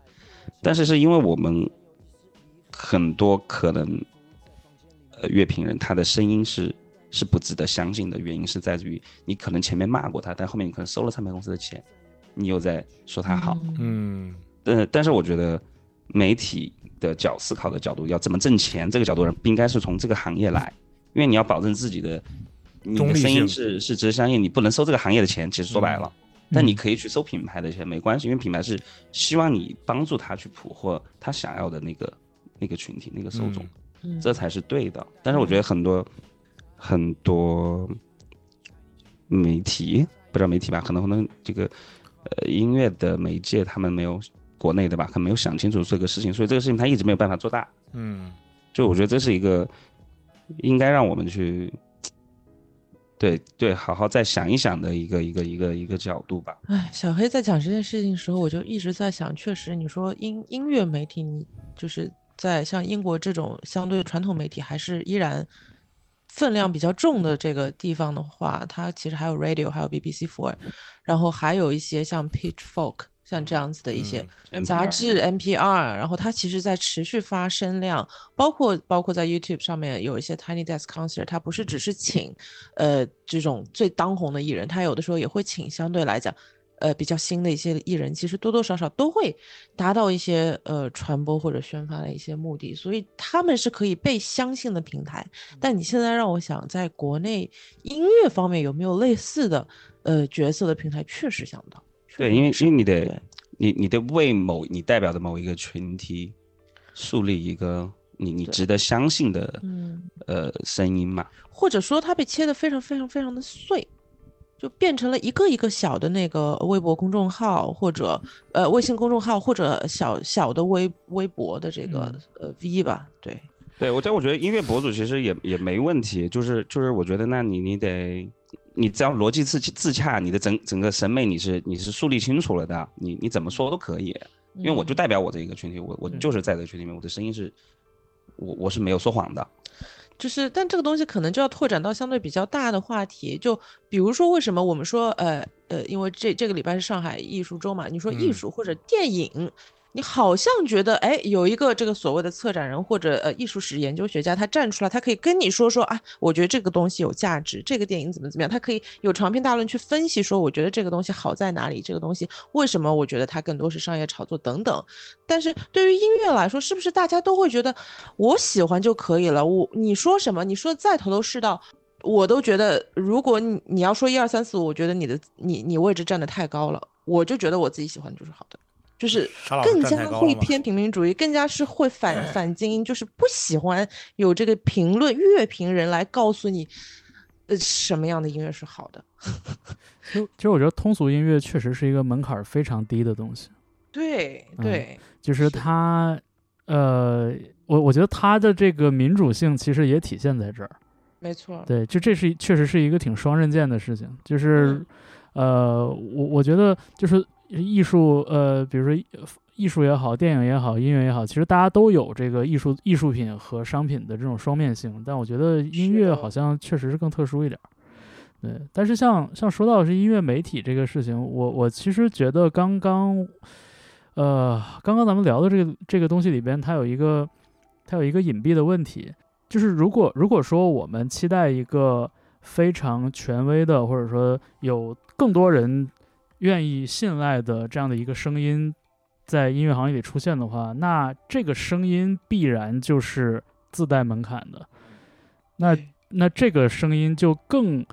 Speaker 4: 但是是因为我们很多可能呃乐评人他的声音是。是不值得相信的原因是在于你可能前面骂过他，但后面你可能收了唱片公司的钱，你又在说他好，，
Speaker 2: 嗯
Speaker 4: 呃，但是我觉得媒体的角思考的角度，要怎么挣钱这个角度，不应该是从这个行业来，因为你要保证自己的你
Speaker 2: 中
Speaker 4: 的
Speaker 2: 立
Speaker 4: 声音
Speaker 2: 性
Speaker 4: 是是值得相信，你不能收这个行业的钱，其实说白了，
Speaker 2: 嗯
Speaker 4: 但你可以去收品牌的钱，没关系，因为品牌是希望你帮助他去捕获他想要的那个那个群体那个受众。
Speaker 2: 嗯
Speaker 1: 嗯
Speaker 4: 这才是对的。但是我觉得很多很多媒体，不知道媒体吧，可能可能这个呃音乐的媒介他们没有国内的吧，可能没有想清楚这个事情，所以这个事情他一直没有办法做大。
Speaker 2: 嗯
Speaker 4: 就我觉得这是一个应该让我们去。对对，好好再想一想的一个一个一个一个角度吧。
Speaker 1: 哎，小黑在讲这件事情的时候，我就一直在想，确实，你说音音乐媒体，你就是在像英国这种相对传统媒体，还是依然分量比较重的这个地方的话，它其实还有 radio，还有 BBC Four，然后还有一些像 Pitchfork，像这样子的一些、杂
Speaker 4: NPR
Speaker 1: 志 NPR，然后它其实在持续发声量，包括包括在 YouTube 上面有一些 Tiny Desk Concert，它不是只是请，呃，这种最当红的艺人，它有的时候也会请相对来讲，呃，比较新的一些艺人，其实多多少少都会达到一些呃传播或者宣发的一些目的，所以他们是可以被相信的平台。
Speaker 4: 嗯
Speaker 1: 但你现在让我想，在国内音乐方面有没有类似的呃角色的平台，确实想不到。
Speaker 4: 对，因为因为你
Speaker 1: 对
Speaker 4: 得你你得为某你代表的某一个群体树立一个你你
Speaker 1: 对
Speaker 4: 值得相信的
Speaker 1: 嗯。
Speaker 4: 呃声音嘛。
Speaker 1: 或者说它被切得非常非常非常的碎，就变成了一个一个小的那个微博公众号或者呃微信公众号或者小小的微微博的这个、
Speaker 4: 嗯
Speaker 1: 呃 V 吧，对，
Speaker 4: 对我，但我觉得音乐博主其实也也没问题，就是就是我觉得那你你得。你只要逻辑自自洽，你的整整个审美你是你是树立清楚了的，你你怎么说都可以，因为我就
Speaker 1: 嗯
Speaker 4: 代表我这一个群体，我我
Speaker 1: 嗯
Speaker 4: 就是在这个群体里面，我的声音是，我我是没有说谎的，
Speaker 1: 就是，但这个东西可能就要拓展到相对比较大的话题，就比如说为什么我们说，呃呃，因为这这个礼拜是上海艺术周嘛，你说艺
Speaker 2: 嗯
Speaker 1: 术或者电影，你好像觉得，哎，有一个这个所谓的策展人或者呃艺术史研究学家，他站出来，他可以跟你说说，啊，我觉得这个东西有价值，这个电影怎么怎么样，他可以有长篇大论去分析说，我觉得这个东西好在哪里，这个东西为什么我觉得它更多是商业炒作等等。但是对于音乐来说，是不是大家都会觉得我喜欢就可以了？我你说什么，你说再头头是道，我都觉得，如果你你要说一二三四五，我觉得你的你你位置站得太高了，我就觉得我自己喜欢就是好的，就是
Speaker 2: 沙老师
Speaker 1: 更
Speaker 2: 站太
Speaker 1: 加
Speaker 2: 高
Speaker 1: 会
Speaker 2: 了吗哎
Speaker 1: 偏平民主义，更加是会反反精英，就是不喜欢有这个评论乐评人来告诉你，呃，什么样的音乐是好的。
Speaker 3: 其实其实我觉得通俗音乐确实是一个门槛儿非常低的东西，
Speaker 1: 对
Speaker 3: 嗯
Speaker 1: 对，
Speaker 3: 就是它，呃，我我觉得他的这个民主性其实也体现在这儿。
Speaker 1: 没错，
Speaker 3: 对，就这是确实是一个挺双刃剑的事情，就是，呃，我我觉得就是艺术，呃，比如说艺艺术也好，电影也好，音乐也好，其实大家都有这个艺术艺术品和商品的这种双面性，但我觉得音
Speaker 1: 是
Speaker 3: 乐
Speaker 1: 的
Speaker 3: 好像确实是更特殊一点儿。对，但是像像说到是音乐媒体这个事情，我我其实觉得刚刚，呃，刚刚咱们聊的这个这个东西里边，它有一个它有一个隐蔽的问题，就是如果如果说我们期待一个非常权威的，或者说有更多人愿意信赖的这样的一个声音，在音乐行业里出现的话，那这个声音必然就是自带门槛的。那
Speaker 1: 对
Speaker 3: 那这个声音就更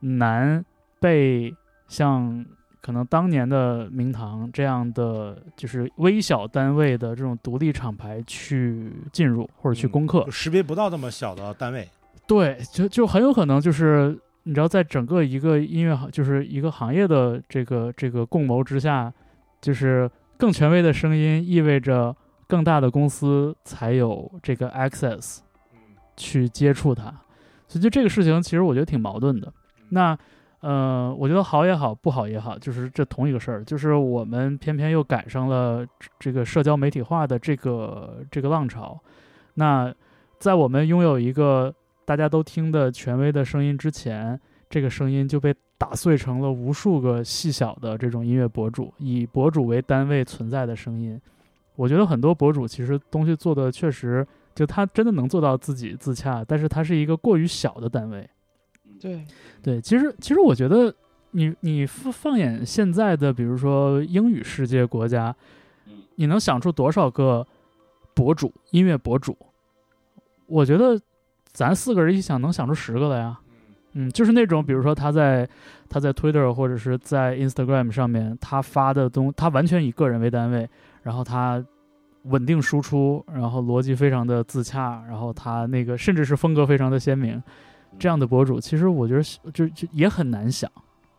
Speaker 3: 难被像可能当年的明堂这样的就是微小单位的这种独立厂牌去进入或者去
Speaker 2: 嗯
Speaker 3: 攻克。
Speaker 2: 就识别不到这么小的单位，
Speaker 3: 对，就就很有可能就是你知道，在整个一个音乐行，就是一个行业的这个这个共谋之下，就是更权威的声音意味着更大的公司才有这个 access
Speaker 2: 嗯
Speaker 3: 去接触它，所以就这个事情，其实我觉得挺矛盾的。那呃，我觉得好也好，不好也好，就是这同一个事儿，就是我们偏偏又赶上了这这个社交媒体化的这个这个浪潮。那在我们拥有一个大家都听的权威的声音之前，这个声音就被打碎成了无数个细小的这种音乐博主，以博主为单位存在的声音。我觉得很多博主其实东西做的确实，就他真的能做到自己自洽，但是他是一个过于小的单位。
Speaker 1: 对，
Speaker 3: 对，其实其实我觉得你你放放眼现在的，比如说英语世界国家，
Speaker 4: 嗯
Speaker 3: 你能想出多少个博主音乐博主？我觉得咱四个人一想能想出十个来呀。嗯，就是那种，比如说他在他在 Twitter 或者是在 Instagram 上面，他发的东，他完全以个人为单位，然后他稳定输出，然后逻辑非常的自洽，然后他那个甚至是风格非常的鲜明，这样的博主，其实我觉得是就就也很难想。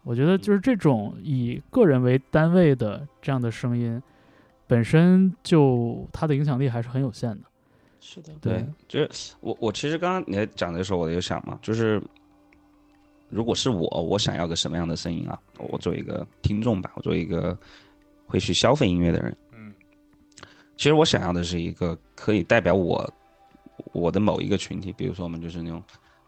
Speaker 3: 我觉得就是这种以个人为单位的这样的声音，本身就它的影响力还是很有限的。
Speaker 1: 是的，
Speaker 4: 对，嗯就是我我其实刚刚你在讲的时候，我就想嘛，就是如果是我，我想要个什么样的声音啊？我我作为一个听众吧，我作为一个会去消费音乐的人，
Speaker 2: 嗯，
Speaker 4: 其实我想要的是一个可以代表我我的某一个群体，比如说我们就是那种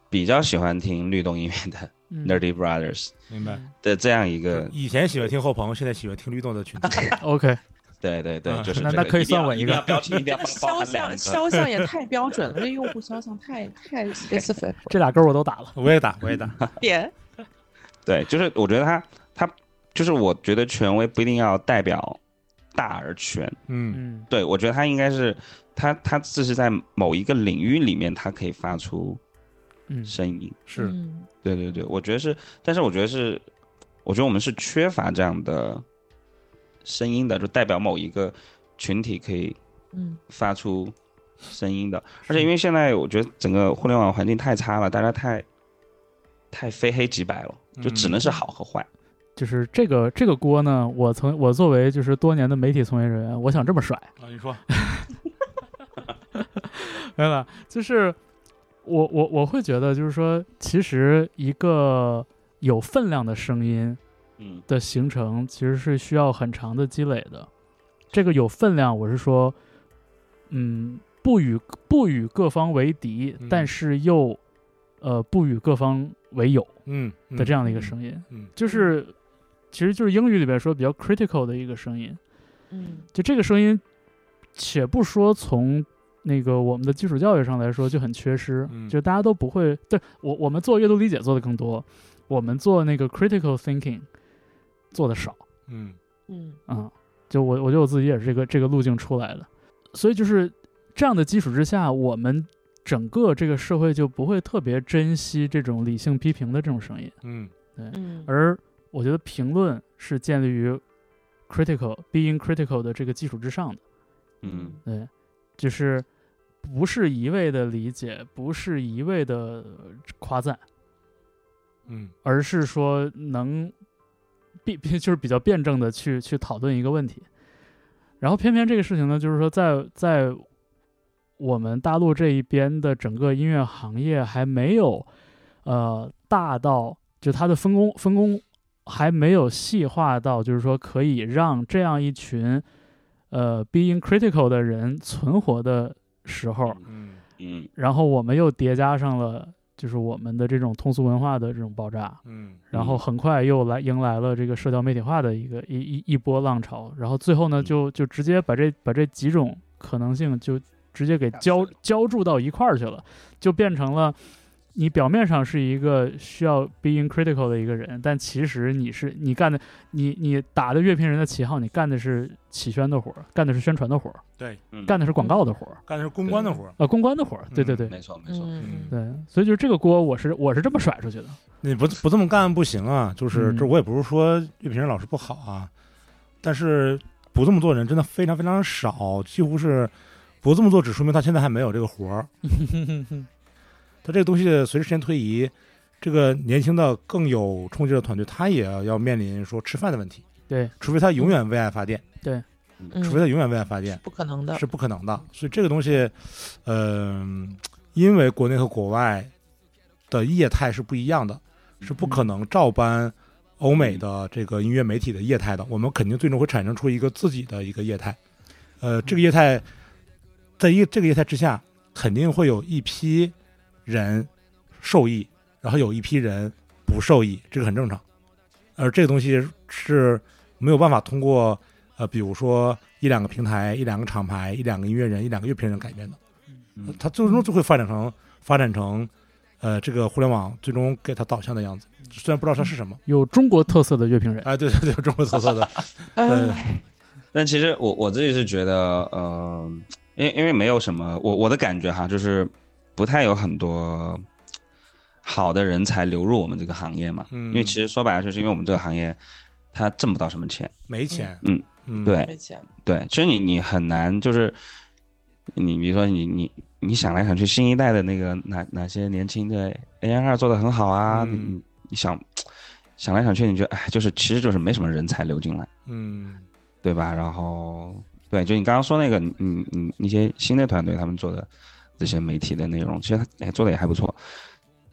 Speaker 4: 比较喜欢听律动音乐 的
Speaker 3: 嗯，
Speaker 4: Nerdy Brothers
Speaker 2: 明白。
Speaker 4: 的这样一个，
Speaker 2: 以前喜欢听后朋，现在喜欢听律动的 群体。
Speaker 3: OK，
Speaker 4: 对对对，
Speaker 2: 嗯
Speaker 4: 就是
Speaker 3: 那
Speaker 4: 这个
Speaker 3: 那可以
Speaker 4: 一定要
Speaker 3: 算我一
Speaker 4: 定要
Speaker 3: 个
Speaker 4: 标题一定要
Speaker 1: 那个
Speaker 4: 包 包
Speaker 1: 肖
Speaker 4: 含两
Speaker 1: 像肖
Speaker 4: 个，
Speaker 1: 像 也太标准了，这用户肖像太太 specific 了
Speaker 3: 这俩勾我都打了。
Speaker 2: 我也打，我也 打。
Speaker 1: 点。
Speaker 4: 对，就是我觉得他他就是我觉得权威不一定要代表大而全。
Speaker 2: 嗯
Speaker 3: 嗯
Speaker 4: 对，我觉得他应该是他他这是在某一个领域里面，他可以发出
Speaker 3: 嗯，
Speaker 4: 声音。
Speaker 2: 是
Speaker 1: 嗯
Speaker 4: 对对对，我觉得是，但是我觉得是，我觉得我们是缺乏这样的声音的，就代表某一个群体可以
Speaker 1: 嗯，
Speaker 4: 发出声音的。而且因为现在我觉得整个互联网环境太差了，大家太太非黑即白了，就只能是好和坏。
Speaker 3: 就是这个这个锅呢，我曾我作为就是多年的媒体从业人员，我想这么甩，
Speaker 2: 啊，你说，
Speaker 3: 没有了，就是我我我会觉得就是说，其实一个有分量的声音
Speaker 4: 嗯
Speaker 3: 的形成，其实是需要很长的积累的。这个有分量，我是说，嗯，不与不与各方为敌，
Speaker 2: 嗯
Speaker 3: 但是又呃不与各方为友
Speaker 2: 嗯，
Speaker 3: 的这
Speaker 2: 样，
Speaker 3: 样的一个声音，
Speaker 2: 嗯
Speaker 3: 就是其实就是英语里边说比较 critical 的一个声音。
Speaker 1: 嗯，
Speaker 3: 就这个声音，且不说从那个我们的基础教育上来说就很缺失，
Speaker 2: 嗯
Speaker 3: 就大家都不会。对我我们做阅读理解做的更多，我们做那个 critical thinking 做的少
Speaker 2: 嗯
Speaker 1: 嗯，
Speaker 3: 啊、嗯就我我觉得我自己也是这个这个路径出来的，所以就是这样的基础之下，我们整个这个社会就不会特别珍惜这种理性批评的这种声音。
Speaker 2: 嗯
Speaker 1: 嗯，
Speaker 3: 而我觉得评论是建立于 critical being critical 的这个基础之上的。
Speaker 4: 嗯，
Speaker 3: 对，就是不是一味的理解，不是一味的夸赞，
Speaker 2: 嗯
Speaker 3: 而是说能辩， 就是比较辩证的去去讨论一个问题。然后偏偏这个事情呢，就是说在在我们大陆这一边的整个音乐行业还没有，呃，大到就它的分工分工还没有细化到，就是说可以让这样一群呃 being critical 的人存活的时候，
Speaker 2: 嗯
Speaker 4: 嗯，
Speaker 3: 然后我们又叠加上了就是我们的这种通俗文化的这种爆炸，
Speaker 2: 嗯
Speaker 3: 然后很快又来迎来了这个社交媒体化的一个一一一波浪潮，然后最后呢，
Speaker 4: 嗯
Speaker 3: 就就直接把这把这几种可能性就直接给
Speaker 4: 打
Speaker 3: 浇
Speaker 4: 碎了
Speaker 3: 浇筑到一块儿去了，就变成了你表面上是一个需要 being critical 的一个人，但其实你是你干的你你打的乐评人的旗号，你干的是起宣的活儿，干的是宣传的活儿，
Speaker 2: 对，
Speaker 4: 嗯
Speaker 3: 干的是广告的活儿，
Speaker 2: 干的是公关的活儿，
Speaker 3: 呃，公关的活儿，对对对。
Speaker 4: 没错没错，
Speaker 1: 嗯，
Speaker 3: 对，所以就是这个锅，我是我是这么甩出去的。
Speaker 2: 你不不这么干不行啊！就是
Speaker 3: 嗯
Speaker 2: 这，我也不是说乐评人老师不好啊，但是不这么做的人真的非常非常少，几乎是不这么做，只说明他现在还没有这个活儿。他这个东西随着时间推移，这个年轻的更有冲劲的团队，他也要面临说吃饭的问题，
Speaker 3: 对，
Speaker 2: 除非他永远为爱发电，
Speaker 1: 嗯
Speaker 2: 除非他永远为爱发电。
Speaker 1: 不可能的，
Speaker 2: 是不可能的。所以这个东西，嗯、因为国内和国外的业态是不一样的，是不可能照搬欧美的这个音乐媒体的业态的。我们肯定最终会产生出一个自己的一个业态。呃，这个业态在一这个业态之下，肯定会有一批人受益，然后有一批人不受益，这个很正常。而这个东西是没有办法通过呃，比如说一两个平台、一两个厂牌、一两个音乐人、一两个乐评人改变的，
Speaker 4: 嗯
Speaker 2: 它最终就会发展成发展成呃这个互联网最终给它导向的样子。虽然不知道它是什
Speaker 4: 嗯
Speaker 2: 么，
Speaker 3: 有中国特色的乐评人，
Speaker 2: 哎，对对对，中国特 色的，
Speaker 1: 嗯
Speaker 2: 呃，
Speaker 4: 但其实我我自己是觉得，呃，因为因为没有什么，我我的感觉哈，就是不太有很多好的人才流入我们这个行业嘛。
Speaker 2: 嗯
Speaker 4: 因为其实说白了，就是因为我们这个行业它挣不到什么钱。
Speaker 2: 没钱，
Speaker 4: 嗯
Speaker 2: 嗯，
Speaker 4: 对
Speaker 1: 没钱，
Speaker 4: 对，其实你你很难就是，你比如说你你你想来想去，新一代的那个哪哪些年轻的 AI 二做的很好啊，
Speaker 2: 嗯
Speaker 4: 你你你想想来想去，你觉得哎，就是其实就是没什么人才流进来。
Speaker 2: 嗯
Speaker 4: 对吧？然后对，就你刚刚说那个，你你你那些新的团队他们做的这些媒体的内容，其实他哎做的也还不错，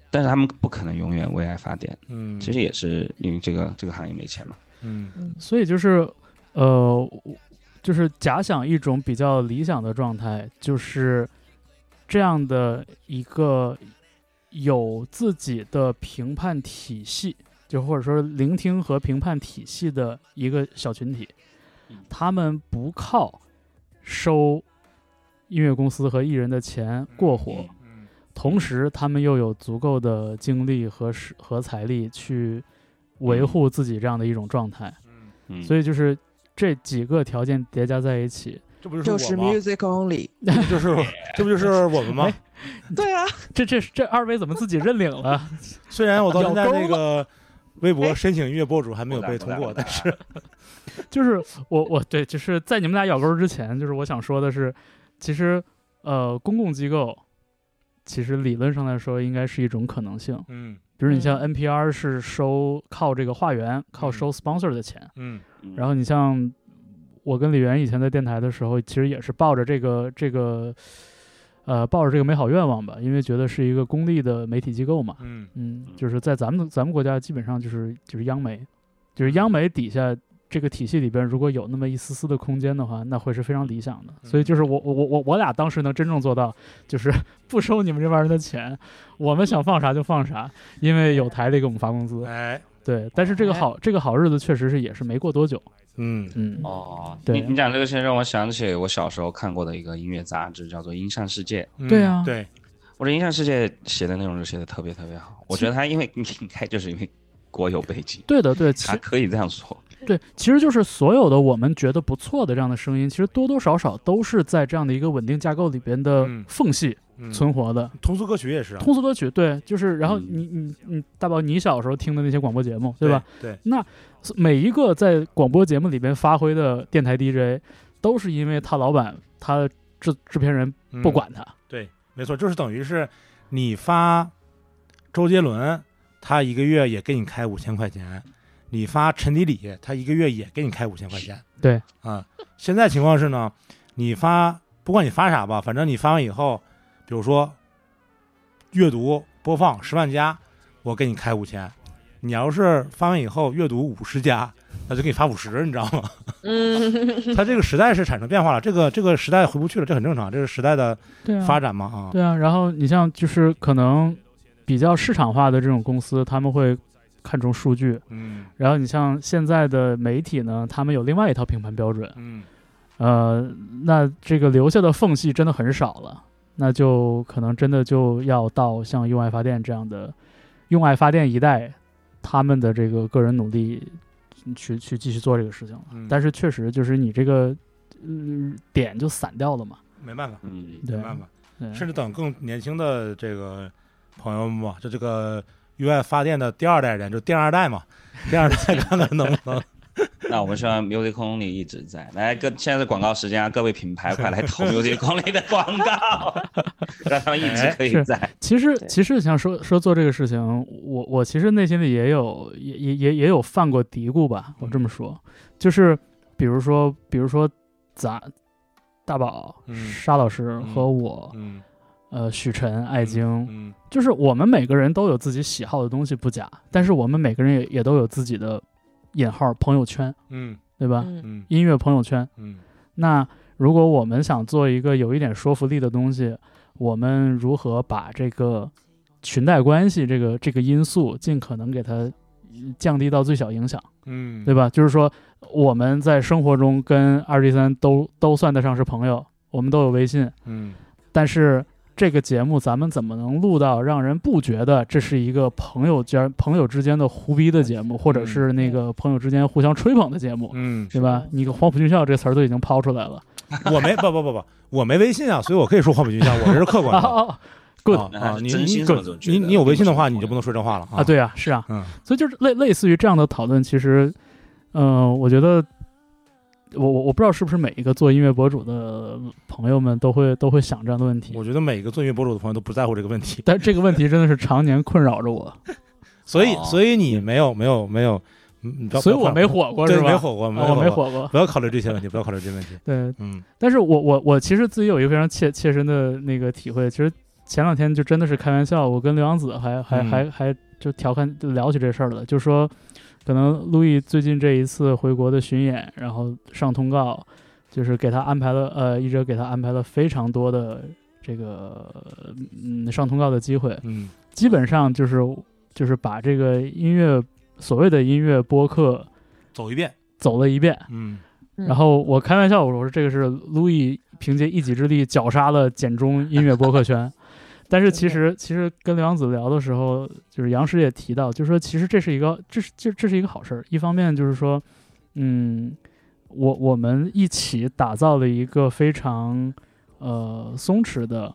Speaker 4: 但是他们不可能永远为爱发电，
Speaker 2: 嗯，
Speaker 4: 其实也是因为这个这个行业没钱嘛。
Speaker 2: 嗯
Speaker 1: 嗯
Speaker 3: 所以就是，呃，我就是假想一种比较理想的状态，就是这样的一个有自己的评判体系，就或者说聆听和评判体系的一个小群体，
Speaker 2: 嗯
Speaker 3: 他们不靠收音乐公司和艺人的钱过活，
Speaker 2: 嗯
Speaker 3: 同时他们又有足够的精力和时和财力去维护自己这样的一种状态，
Speaker 2: 嗯，
Speaker 4: 嗯，
Speaker 3: 所
Speaker 4: 以
Speaker 3: 以就是这几个条件叠加在一起，
Speaker 2: 这不就
Speaker 1: 就是是
Speaker 2: 我吗？
Speaker 1: music only，
Speaker 2: 这不 就是这不就是我们吗？
Speaker 1: 对啊，
Speaker 3: 这这这二位怎么自己认领了？
Speaker 2: 虽然我到现在
Speaker 3: 咬钩
Speaker 2: 那个微博申请音乐博主还没有
Speaker 4: 不
Speaker 2: 被
Speaker 4: 打
Speaker 2: 通过，
Speaker 4: 不打
Speaker 2: 但是
Speaker 3: 就是我我对，就是在你们俩咬钩之前，就是我想说的是，其实呃，公共机构其实理论上来说应该是一种可能性，
Speaker 2: 嗯
Speaker 3: 比如你像
Speaker 1: 嗯
Speaker 3: NPR 是收靠这个化缘，靠
Speaker 2: 嗯
Speaker 3: 收 sponsor 的钱，
Speaker 2: 嗯
Speaker 3: 然后你像我跟李源以前在电台的时候，其实也是抱着这个这个呃抱着这个美好愿望吧，因为觉得是一个公立的媒体机构嘛，
Speaker 2: 嗯
Speaker 3: 嗯，就是在咱们咱们国家基本上就是就是央媒，就是央媒底下这个体系里边，如果有那么一丝丝的空间的话，那会是非常理想的。所以就是我我我我我俩当时能真正做到，就是 不收你们这帮人的钱，我们想放啥就放啥，因为有台得给我们发工资。
Speaker 2: 哎
Speaker 3: 对，哦但是这个好这个好日子确实是也是没过多久，
Speaker 2: 嗯
Speaker 3: 嗯，
Speaker 4: 哦，
Speaker 3: 对
Speaker 4: 你你讲这个，其实让我想起我小时候看过的一个音乐杂志，叫做《音像世界》。
Speaker 2: 嗯
Speaker 3: 对啊
Speaker 2: 对
Speaker 4: 我这《音像世界》写的内容就写的特别特别好，我觉得他因为 应该就是因为国有背景，
Speaker 3: 对的对，其
Speaker 4: 他可以这样说。
Speaker 3: 对，其实就是所有的我们觉得不错的这样的声音，其实多多少少都是在这样的一个稳定架构里边的
Speaker 2: 嗯
Speaker 3: 缝隙
Speaker 2: 嗯，
Speaker 3: 存活的。
Speaker 2: 通俗歌曲也是啊，
Speaker 3: 通俗歌曲，对，就是，然后
Speaker 4: 嗯
Speaker 3: 你你你，大宝，你小时候听的那些广播节目，对吧？？
Speaker 2: 对，
Speaker 3: 每一个在广播节目里边发挥的电台 DJ，都是因为他老板、他的制制片人
Speaker 2: 嗯
Speaker 3: 不管他，
Speaker 2: 对，没错，就是等于是你发周杰伦，他一个月也给你开五千块钱；你发陈迪礼，他一个月也给你开五千块钱。
Speaker 3: 对
Speaker 2: 啊、现在情况是呢，你发不不管你发啥吧，反正你发完以后，比如说阅读播放十万加，我给你开五千。你要是发完以后阅读五十加，那就给你发五十，你知道吗？
Speaker 1: 嗯，
Speaker 2: 它这个时代是产生变化了，这个这个时代回不去了，这很正常，这是时代的
Speaker 3: 对啊，
Speaker 2: 发展嘛啊。
Speaker 3: 对啊，然后你像就是可能比较市场化的这种公司，他们会看重数据。
Speaker 2: 嗯
Speaker 3: 然后你像现在的媒体呢，他们有另外一套评判标准，
Speaker 2: 嗯，
Speaker 3: 呃，那这个留下的缝隙真的很少了，那就可能真的就要到像用爱发电这样的用爱发电一代，他们的这个个人努力去去继续做这个事情了。
Speaker 2: 嗯
Speaker 3: 但是确实就是你这个、呃、点就散掉了嘛，呃
Speaker 2: 没办法，
Speaker 4: 嗯，
Speaker 3: 对
Speaker 2: 没办法，
Speaker 3: 对
Speaker 2: 甚至等更年轻的这个朋友们吧，就这个用爱发电的第二代人，就第二代嘛，第二代看看能不能
Speaker 4: 那我们希望 Music Only 一直在。来，各现在是广告时间啊，各位品牌快来投 Music Only 的广告， 让他们一直可以
Speaker 3: 哎是
Speaker 4: 在。
Speaker 3: 其实，
Speaker 1: 对
Speaker 3: 其实像说说做这个事情，我我其实内心里也有也也也也有犯过嘀咕吧。
Speaker 2: 嗯
Speaker 3: 我这么说，就是比如说，比如说咱大宝、
Speaker 2: 嗯
Speaker 3: 沙老师
Speaker 2: 嗯
Speaker 3: 和我，
Speaker 2: 嗯
Speaker 3: 呃，许晨、艾晶，
Speaker 2: 嗯
Speaker 3: 就是我们每个人都有自己喜好的东西不假，但是我们每个人也也都有自己的引号朋友圈，
Speaker 2: 嗯
Speaker 3: 对吧？
Speaker 1: 嗯
Speaker 2: 嗯
Speaker 3: 音乐朋友圈，
Speaker 2: 嗯
Speaker 3: 那如果我们想做一个有一点说服力的东西，我们如何把这个裙带关系这个这个因素尽可能给它呃降低到最小影响，
Speaker 2: 嗯，
Speaker 3: 对吧？就是说我们在生活中跟二 D 三都都算得上是朋友，我们都有微信，
Speaker 2: 嗯
Speaker 3: 但是。这个节目咱们怎么能录到让人不觉得这是一个朋友间朋友之间的胡逼的节目，或者嗯是那个朋友之间互相吹捧的节目，
Speaker 2: 嗯，
Speaker 3: 对吧？你个“黄埔军校”这词儿都已经抛出来了，
Speaker 2: 我没不不不不，我没微信啊，所以我可以说黄埔军校，我这是客观
Speaker 3: 啊
Speaker 2: 的。
Speaker 3: 啊啊，good
Speaker 2: 啊
Speaker 4: 那
Speaker 2: 啊
Speaker 4: 还是
Speaker 2: 你
Speaker 4: 真
Speaker 2: 你
Speaker 4: 心
Speaker 2: 准
Speaker 4: 这么觉
Speaker 2: 你
Speaker 4: 得
Speaker 2: 你有微信的话，
Speaker 4: 并
Speaker 2: 你
Speaker 4: 不是
Speaker 2: 就不能说这话了
Speaker 3: 啊，，对啊，是啊，
Speaker 2: 嗯
Speaker 3: 所以就是类类似于这样的讨论，其实，嗯，我觉得，我我我不知道是不是每一个做音乐博主的朋友们都会都会想这样的问题
Speaker 2: 我，觉得每个做音乐博主的朋友都不在乎这个问题，
Speaker 3: 但这个问题真的是常年困扰着我，
Speaker 2: 所以
Speaker 4: 哦
Speaker 2: 所以你没有没有没有，嗯 不要
Speaker 3: 所以
Speaker 2: 不要
Speaker 3: 我没火过
Speaker 2: 对
Speaker 3: 是吧？
Speaker 2: 没火过，
Speaker 3: 啊我没
Speaker 2: 没过，
Speaker 3: 火过，
Speaker 2: 不要考虑这些问题，不要考虑这些问题，
Speaker 3: 对，
Speaker 2: 嗯
Speaker 3: 但是我我我其实自己有一个非常切切身的那个体会，其实前两天就真的是开玩笑，我跟刘洋子还还、
Speaker 2: 嗯
Speaker 3: 还还就调侃就聊起这事儿了，就说可能路易最近这一次回国的巡演，然后上通告，就是给他安排了呃，一哲给他安排了非常多的这个嗯上通告的机会，
Speaker 2: 嗯
Speaker 3: 基本上就是就是把这个音乐所谓的音乐播客
Speaker 2: 走一遍，
Speaker 3: 走了一遍，
Speaker 2: 嗯
Speaker 3: 然后我开玩笑我说这个是路易凭借一己之力绞杀了简中音乐播客 圈，但是其实其实跟刘洋子聊的时候，就是杨师也提到，就是说其实这是一个这是这这是一个好事儿，一方面就是说，嗯，我我们一起打造了一个非常呃松弛的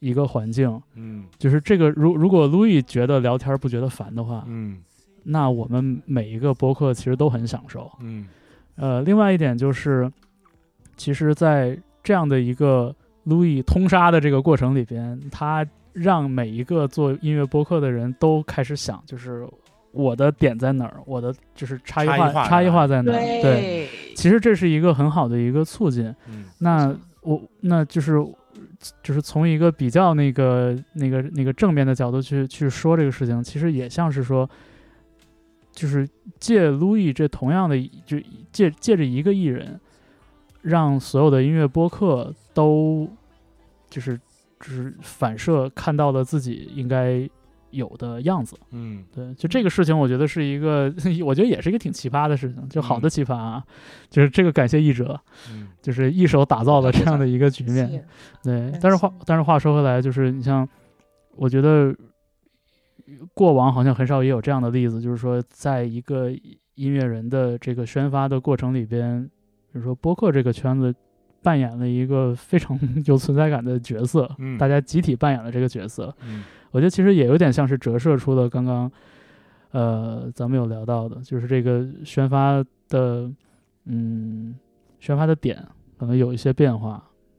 Speaker 3: 一个环境，
Speaker 2: 嗯
Speaker 3: 就是这个如如果路易觉得聊天不觉得烦的话，
Speaker 2: 嗯
Speaker 3: 那我们每一个播客其实都很享受，
Speaker 2: 嗯
Speaker 3: 呃，另外一点就是，其实，在这样的一个路易通杀的这个过程里边，他让每一个做音乐播客的人都开始想，就是我的点在哪儿，我的就是差异
Speaker 2: 差异化
Speaker 3: 化差异化在哪儿。
Speaker 1: 对
Speaker 3: 对，其实这是一个很好的一个促进。
Speaker 2: 嗯
Speaker 3: 那我那就是就是从一个比较那个那个那个正面的角度去去说这个事情，其实也像是说，就是借路易这同样的一就借借着一个艺人，让所有的音乐播客都就是就是反射看到了自己应该有的样子。
Speaker 2: 嗯
Speaker 3: 对，就这个事情，我觉得是一个， 我觉得也是一个挺奇葩的事情，就好的奇葩啊，就是这个感谢译者，
Speaker 2: 嗯
Speaker 3: 就是一手打造了这样的一个局
Speaker 1: 是
Speaker 3: 面。对，但是
Speaker 1: 是
Speaker 3: 话但是话说回来，就是你像，我觉得过往好像很少也有这样的例子，就是说，在一个音乐人的这个宣发的过程里边，比如说播客这个圈子扮演了一个非常 有存在感的角色，
Speaker 2: 嗯
Speaker 3: 大家集体扮演了这个角色。
Speaker 2: 嗯
Speaker 3: 我觉得其实也有点像是折射出了刚刚，呃，咱们有聊到的，就是这个宣发的，嗯，宣发的点可能有一些变化。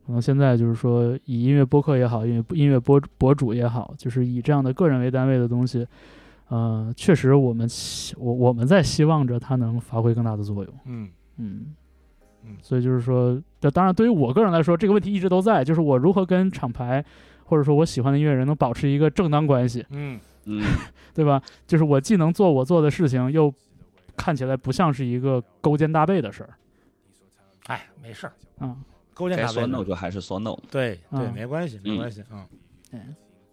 Speaker 3: 可能现在就是说，以音乐播客也好，音乐音乐播博主也好，就是以这样的个人为单位的东西，呃，确实我们希我我们在希望着它能发挥更大的作用。
Speaker 2: 嗯，
Speaker 3: 嗯，
Speaker 2: 嗯
Speaker 3: 所以就是说，但当然对于我个人来说，这个问题一直都在，就是我如何跟厂牌或者说我喜欢的音乐人能保持一个正当关系，
Speaker 2: 嗯，
Speaker 4: 嗯，
Speaker 3: 对吧？就是我既能做我做的事情，又看起来不像是一个勾肩搭背的事儿
Speaker 2: 哎，没事儿，
Speaker 3: 啊。
Speaker 2: 勾肩
Speaker 4: 该
Speaker 2: 搭背
Speaker 4: 说
Speaker 2: 的。
Speaker 4: no 就还是说 no。
Speaker 2: 对对，
Speaker 3: 嗯
Speaker 2: 没关系，没
Speaker 4: 嗯
Speaker 2: 关系啊。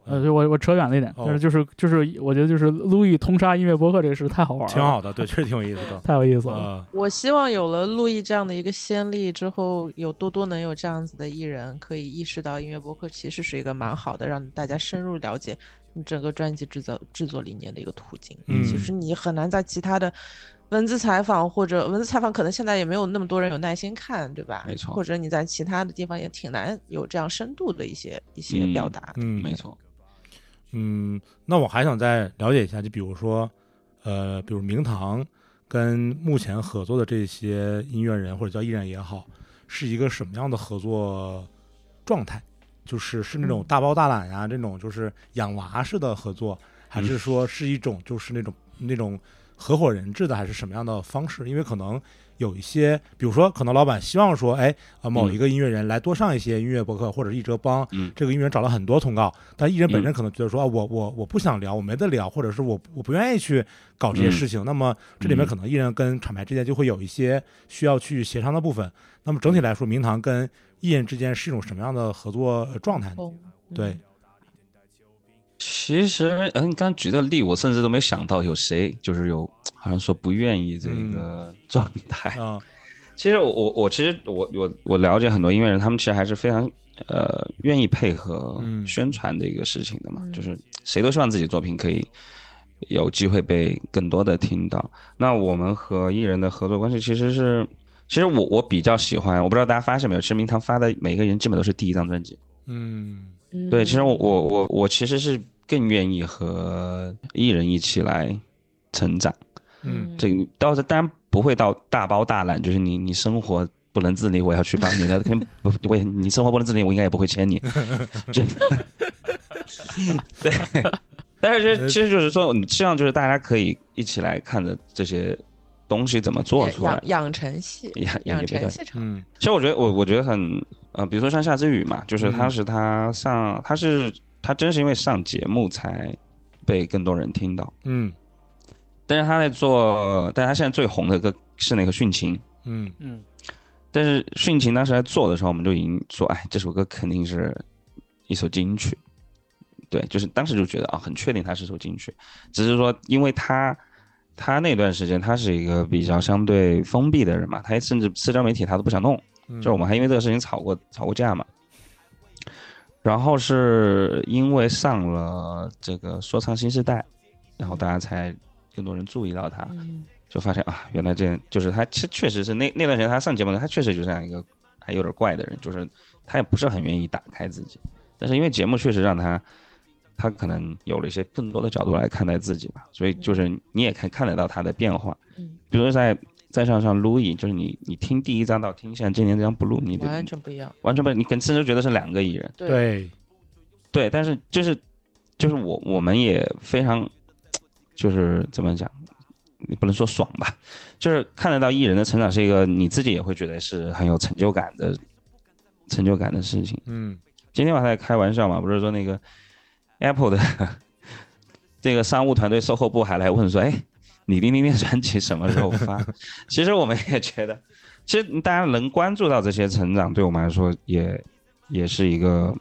Speaker 3: 呃，就我我扯远了一点，
Speaker 2: 哦
Speaker 3: 但是就是就是，我觉得就是路易通杀音乐播客这个事太好玩了，
Speaker 2: 挺，好的，对，确实挺有意思的。
Speaker 3: 太有意思了。
Speaker 2: 呃，
Speaker 1: 我希望有了陆毅这样的一个先例之后，有多多能有这样子的艺人，可以意识到音乐播客其实是一个蛮好的，让大家深入了解你整个专辑制作制作理念的一个途径。
Speaker 2: 嗯
Speaker 1: 其实你很难在其他的文字采访或者文字采访，可能现在也没有那么多人有耐心看，对吧？
Speaker 4: 没错
Speaker 1: 或者你在其他的地方也挺难有这样深度的一些一些
Speaker 4: 嗯
Speaker 1: 表达。
Speaker 2: 嗯，
Speaker 4: 没错，
Speaker 2: 嗯，那我还想再了解一下，就比如说，呃，比如明堂跟目前合作的这些音乐人或者叫艺人也好，是一个什么样的合作状态？就是是那种大包大揽呀、这种就是养娃式的合作，还是说是一种就是那种那种合伙人制的，还是什么样的方式？因为可能有一些，比如说，可能老板希望说，哎，啊，某一个音乐人来多上一些音乐博客，或者一哲帮
Speaker 4: 嗯
Speaker 2: 这个音乐人找了很多通告，但艺人本身可能觉得说，啊我我我不想聊，我没得聊，或者是我我不愿意去搞
Speaker 4: 嗯
Speaker 2: 这些事情。那么这里面可能艺人跟厂牌之间就会有一些需要去协商的部分。那么整
Speaker 4: 嗯
Speaker 2: 体来说，明堂跟艺人之间是一种什么样的合作呃状态呢？
Speaker 1: 哦嗯
Speaker 2: 对，
Speaker 4: 其实，嗯，你刚举的例，我甚至都没想到有谁就是有，好像说不愿意这个 状态。
Speaker 2: 啊，
Speaker 4: 其实我我我其实我我我了解很多音乐人，他们其实还是非常呃愿意配合
Speaker 2: 嗯
Speaker 4: 宣传这个事情的嘛，
Speaker 1: 嗯
Speaker 4: 就是谁都希望自己作品可以有机会被更多的听到。那我们和艺人的合作关系其实是，其实我我比较喜欢，我不知道大家发现没有，其实明堂发的每个人基本都是第一张专辑。
Speaker 2: 嗯
Speaker 4: 对，其实我
Speaker 1: 嗯
Speaker 4: 我我我其实是更愿意和艺人一起来成长。
Speaker 2: 嗯
Speaker 4: 这个到时当然不会到大包大揽，就是你你生活不能自理，我要去帮你的， 肯定不我也你生活不能自理，我应该也不会签 你。这对，但是其实其实就是说，你希望就是大家可以一起来看着这些东西怎么做出来
Speaker 1: 养。养成系，
Speaker 4: 养
Speaker 1: 养
Speaker 4: 也别
Speaker 1: 成
Speaker 4: 叫
Speaker 1: 系场。
Speaker 2: 嗯
Speaker 4: 其实我觉得我我觉得很呃，比如说像夏之雨嘛，就是
Speaker 2: 嗯
Speaker 4: 当时他上、他是他真是因为上节目才被更多人听到，
Speaker 2: 嗯
Speaker 4: 但是他在做，但是他现在最红的歌是那个殉情，
Speaker 2: 嗯
Speaker 3: 嗯
Speaker 4: 但是殉情当时在做的时候，我们就已经说，哎，这首歌肯定是一首金曲，对，就是当时就觉得啊，很确定它是首金曲，只是说因为他。他那段时间，他是一个比较相对封闭的人嘛，他甚至社交媒体他都不想弄，
Speaker 2: 嗯，
Speaker 4: 就我们还因为这个事情吵过吵过架嘛。然后是因为上了这个《说唱新时代》，然后大家才更多人注意到他，
Speaker 1: 嗯
Speaker 4: 就发现啊，原来这就是他，确确实是那那段时间他上节目呢，他确实就这样一个还有点怪的人，就是他也不是很愿意打开自己，但是因为节目确实让他，他可能有了一些更多的角度来看待自己吧，所以就是你也可以看得到他的变化，
Speaker 1: 嗯，
Speaker 4: 比如说在在上上 Louis，就是你你听第一张到听现在今年这张 Blue，你
Speaker 1: 完
Speaker 4: 就
Speaker 1: 全不一样。
Speaker 4: 完全不，你可能甚至觉得是两个艺人。
Speaker 1: 对，
Speaker 2: 对，
Speaker 4: 对，但是就是就是我我们也非常就是怎么讲，你不能说爽吧，就是看得到艺人的成长是一个你自己也会觉得是很有成就感的成就感的事情。
Speaker 2: 嗯
Speaker 4: 今天晚上在开玩笑嘛，不是说那个 Apple 的 这个商务团队售后部还来问说，哎，你零零年专辑什么时候发？ 其实我们也觉得，其实大家能关注到这些成长，对我们来说也也是一个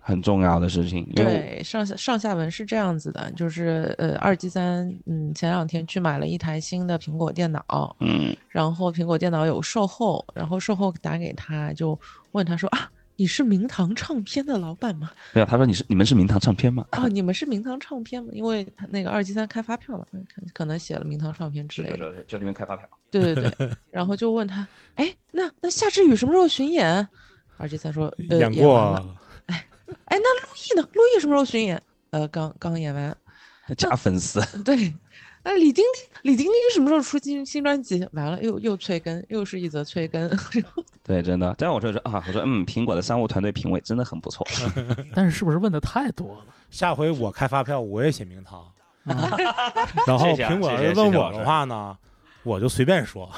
Speaker 4: 很重要的事情，因为
Speaker 1: 对，上下上下文是这样子的，就是呃，二 G 三，嗯，前两天去买了一台新的苹果电脑，
Speaker 4: 嗯
Speaker 1: 然后苹果电脑有售后，然后售后打给他，就问他说啊，你是明堂唱片的老板吗？
Speaker 4: 没有，他说你是你们是明堂唱片吗？
Speaker 1: 哦，你们是明堂唱片吗？因为他那个二 G 三开发票嘛，可可能写了明堂唱片之类的。
Speaker 4: 是，就你们开发票。
Speaker 1: 对对对，然后就问他，哎，那那夏之雨什么时候巡演？二 G 三说，呃，
Speaker 2: 演
Speaker 1: 演完了。
Speaker 2: 过，
Speaker 1: 哎，那陆毅呢？陆毅什么时候巡演？呃，刚刚演完。
Speaker 4: 加粉丝，
Speaker 1: 对，那李丁丁，李丁丁什么时候出新新专辑？完了，又又催更，又是一则催更。
Speaker 4: 对，真的。但我就说啊，我说嗯，苹果的商务团队品味真的很不错。
Speaker 3: 但是是不是问的太多了？
Speaker 2: 下回我 开发票我也写名堂，
Speaker 3: 啊
Speaker 2: 然后
Speaker 4: 谢谢啊
Speaker 2: 苹果要
Speaker 4: 谢谢
Speaker 2: 是问
Speaker 4: 谢谢
Speaker 2: 我
Speaker 4: 老师
Speaker 2: 的话呢，我就随便说，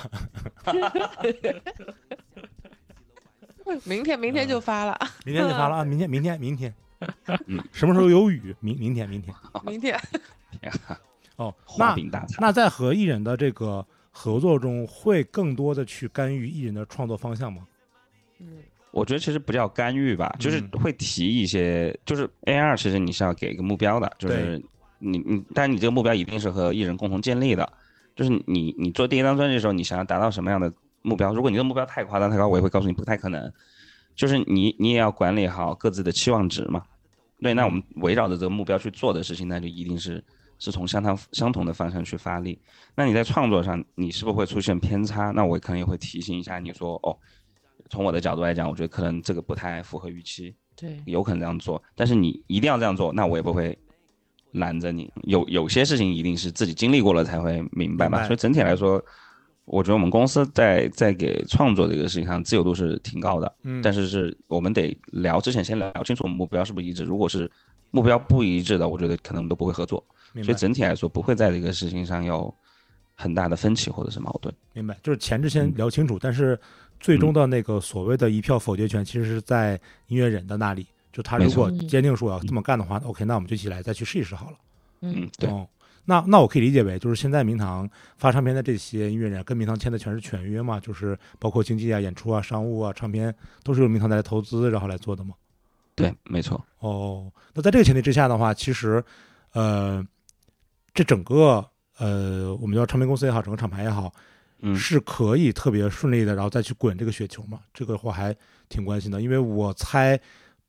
Speaker 1: 明天明天
Speaker 2: 嗯
Speaker 1: 就发了，
Speaker 2: 明天就发了啊，明天明天明天
Speaker 4: 嗯，
Speaker 2: 什么时候有雨？明明天明天
Speaker 1: 明天
Speaker 2: 哦，
Speaker 4: 画
Speaker 2: 那
Speaker 4: 饼大餐。
Speaker 2: 那在和艺人的这个合作中，会更多的去干预艺人的创作方向吗？
Speaker 1: 嗯
Speaker 4: 我觉得其实不叫干预吧，就是
Speaker 2: 嗯
Speaker 4: 会提一些，就是 A R，其实你是要给一个目标的，就是你你，但你这个目标一定是和艺人共同建立的，就是你你做第一张专辑的时候，你想要达到什么样的目标？如果你的目标太夸张太高，我也会告诉你不太可能。就是你你也要管理好各自的期望值嘛。对，那我们围绕着这个目标去做的事情，那就一定是是从相当相同的方向去发力。那你在创作上，你是不是会出现偏差？那我可能也会提醒一下你说，哦，从我的角度来讲，我觉得可能这个不太符合预期，
Speaker 1: 对，
Speaker 4: 有可能这样做，但是你一定要这样做，那我也不会拦着你。有有些事情一定是自己经历过了才会明白
Speaker 2: 明
Speaker 4: 嘛，
Speaker 2: 白
Speaker 4: 所以整体来说，我觉得我们公司在在给创作这个事情上自由度是挺高的，
Speaker 2: 嗯
Speaker 4: 但是是我们得聊之前先聊清楚我们目标是不是一致，如果是目标不一致的，我觉得可能都不会合作，
Speaker 2: 明
Speaker 4: 所
Speaker 2: 白
Speaker 4: 以整体来说不会在这个事情上有很大的分歧或者是矛盾。
Speaker 2: 明白，就是前置先聊清楚，但是最终的那个所谓的一票否决权，其实是在音乐人的那里。就他如果
Speaker 1: 没错
Speaker 2: 坚定说我要这么干的话、o k 那我们就一起来再去试一试好了。
Speaker 4: 嗯
Speaker 1: 嗯，
Speaker 4: 对，
Speaker 2: 哦，那那我可以理解为，就是现在明堂发唱片的这些音乐人，跟明堂签的全是全约嘛，就是包括经济啊、演出啊、商务啊、唱片，都是由明堂来投资，然后来做的嘛。
Speaker 4: 对，没错。
Speaker 2: 哦，那在这个前提之下的话，其实，呃，这整个呃，我们叫唱片公司也好，整个厂牌也好，
Speaker 4: 嗯，
Speaker 2: 是可以特别顺利的，然后再去滚这个雪球嘛？这个我还挺关心的，因为我猜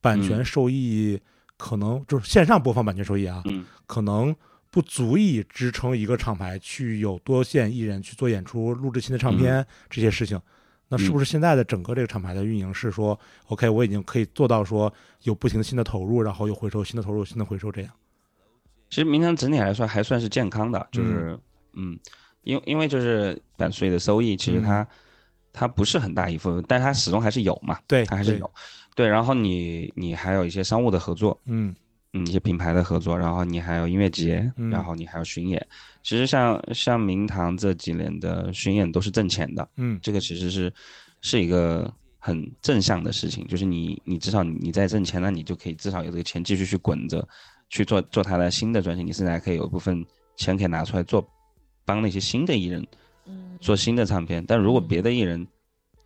Speaker 2: 版权
Speaker 4: 嗯
Speaker 2: 收益可能、就是线上播放版权收益啊，
Speaker 4: 嗯
Speaker 2: 可能不足以支撑一个厂牌去有多线艺人去做演出、录制新的唱片、
Speaker 4: 嗯
Speaker 2: 这些事情。那是不是现在的整个这个厂牌的运营是说、o
Speaker 4: 嗯
Speaker 2: k 我已经可以做到说有不停的新的投入，然后有回收，新的投入，新的回收这样？
Speaker 4: 其实名单整体来说还算是健康的，就是嗯，因为因为就是版税的收益，其实
Speaker 2: 嗯
Speaker 4: 它、它不是很大一部分，但它始终还是有嘛，
Speaker 2: 对，
Speaker 4: 它还是
Speaker 2: 对，
Speaker 4: 有。对，然后你你还有一些商务的合作，
Speaker 2: 嗯
Speaker 4: 嗯，一些品牌的合作，然后你还有音乐节，
Speaker 2: 嗯
Speaker 4: 然后你还有巡演。其实像像明堂这几年的巡演都是挣钱的，
Speaker 2: 嗯，
Speaker 4: 这个其实是是一个很正向的事情，就是你你至少你在挣钱，那你就可以至少有这个钱继续去滚着，去做做他的新的专辑，你甚至还可以有一部分钱可以拿出来做，帮那些新的艺人
Speaker 1: 嗯
Speaker 4: 做新的唱片。但如果别的艺人，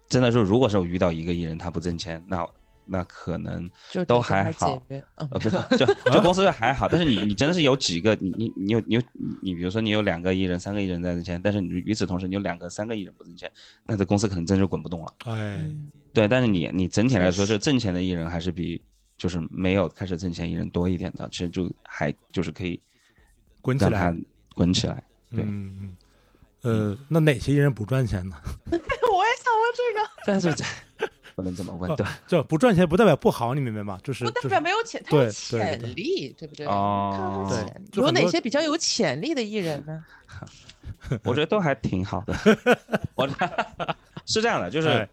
Speaker 4: 真的是如果是我遇到一个艺人他不挣钱，那那可能
Speaker 1: 就
Speaker 4: 都
Speaker 1: 得给
Speaker 4: 还
Speaker 1: 他
Speaker 4: 好
Speaker 1: 解约，嗯
Speaker 4: 呃，不是，就就公司还好，但是你你真的是有几个，你你你有你有你你比如说你有两个艺人、三个艺人在挣钱，但是你与此同时你有两个、三个艺人不挣钱，那这公司可能真就滚不动了。
Speaker 2: 哎，
Speaker 1: 嗯
Speaker 4: 对，但是你你整体来说，这挣钱的艺人还是比就是没有开始挣钱艺人多一点的，其实就还就是可以
Speaker 2: 滚起
Speaker 4: 让
Speaker 2: 来
Speaker 4: 他，滚起来。对
Speaker 2: 嗯嗯，呃，那哪些艺人不赚钱呢？
Speaker 1: 我也想问这个，
Speaker 4: 但是这 不能这么问，对
Speaker 2: 就不赚钱不代表不好，你明白吗？就是
Speaker 1: 不代
Speaker 2: 就
Speaker 1: 表
Speaker 2: 是
Speaker 1: 没有潜，他有
Speaker 2: 对对对
Speaker 1: 潜力，对不对？看
Speaker 4: 哦
Speaker 1: 他
Speaker 2: 对
Speaker 1: 潜力
Speaker 2: 就
Speaker 1: 有
Speaker 2: 很
Speaker 1: 哪
Speaker 2: 多
Speaker 1: 些比较有潜力的艺人 呢？
Speaker 4: 我觉得都还挺好 的。我是这样的，就
Speaker 2: 就是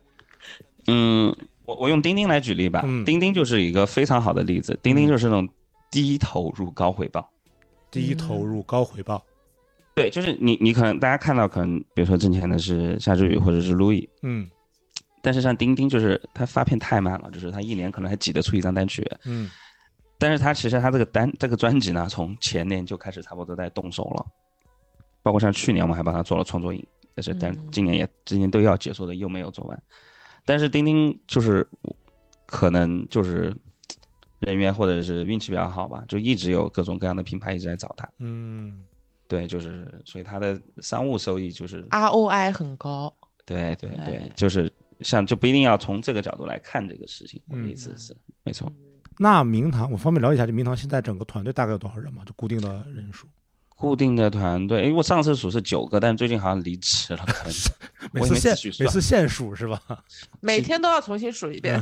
Speaker 4: 嗯，我我用钉钉来举例吧，
Speaker 2: 嗯
Speaker 4: 钉钉就是一个非常好的例子。钉钉就是那种低投入高回报，
Speaker 2: 低投
Speaker 4: 嗯
Speaker 2: 入高回报。
Speaker 4: 对，就是你你可能大家看到可能比如说挣钱的是夏之雨或者是 Louis，
Speaker 2: 嗯
Speaker 4: 但是像钉钉就是它发片太慢了，就是它一年可能还挤得出一张单曲，
Speaker 2: 嗯
Speaker 4: 但是它其实它这个单这个专辑呢，从前年就开始差不多在动手了，包括像去年我们还帮他做了创作营，但是但
Speaker 1: 嗯
Speaker 4: 今年也今年都要结束的又没有做完，但是钉钉就是可能就是人缘或者是运气比较好吧，就一直有各种各样的品牌一直在找他，
Speaker 2: 嗯，
Speaker 4: 对，就是所以他的商务收益就是
Speaker 1: ，ROI 很高，
Speaker 4: 对对对
Speaker 1: 哎，
Speaker 4: 就是像就不一定要从这个角度来看这个事情，我的
Speaker 2: 嗯
Speaker 4: 意思是没错。
Speaker 2: 那明堂，我方便了解一下这明堂现在整个团队大概有多少人吗？就固定的人数，
Speaker 4: 固定的团队，因为我上次数是九个，但最近好像离职了，可能是
Speaker 2: 每
Speaker 4: 我也
Speaker 2: 次
Speaker 4: 没
Speaker 2: 现
Speaker 4: 仔细
Speaker 2: 每
Speaker 4: 算
Speaker 2: 次现数是嗯吧？
Speaker 1: 每天都要重新数一遍。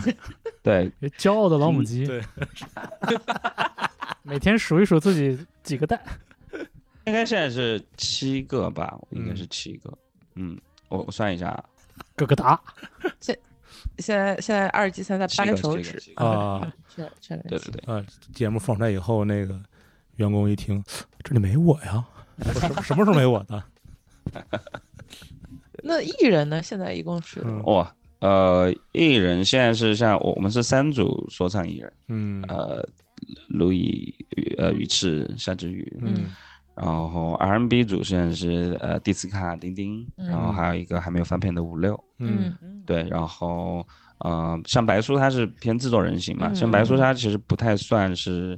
Speaker 4: 对
Speaker 3: 别骄傲的老母
Speaker 2: 嗯
Speaker 3: 鸡，
Speaker 2: 对，
Speaker 3: 每天数一数自己几 个蛋，
Speaker 4: 应该现在是七个吧，
Speaker 2: 嗯
Speaker 4: 应该是七个。嗯，我我算一下，啊，
Speaker 3: 咯咯哒，
Speaker 1: 现在现在二级三在
Speaker 4: 七
Speaker 1: 掰
Speaker 4: 个
Speaker 1: 手
Speaker 4: 七
Speaker 1: 指
Speaker 4: 个
Speaker 1: 嗯
Speaker 4: 七个
Speaker 2: 啊、
Speaker 1: 确确认
Speaker 4: 对对对，
Speaker 2: 呃，节目放出来以后，那个啊员工一听，这里没我呀，我什么什么时候没我的？
Speaker 1: 那艺人呢？现在一共是
Speaker 2: 嗯
Speaker 4: 哇、呃，艺人现在是像我我们是三组说唱艺人，
Speaker 2: 嗯
Speaker 4: 呃，卢以呃宇赤夏之雨，
Speaker 2: 嗯
Speaker 4: 然后 R&B 组现在是呃迪斯卡丁丁，然后
Speaker 2: 嗯
Speaker 4: 还有一个还没有翻篇的五六，
Speaker 2: 嗯
Speaker 4: 对，然后呃，像白叔他是偏制作人型嘛，像白叔
Speaker 1: 嗯
Speaker 4: 他其实不太算是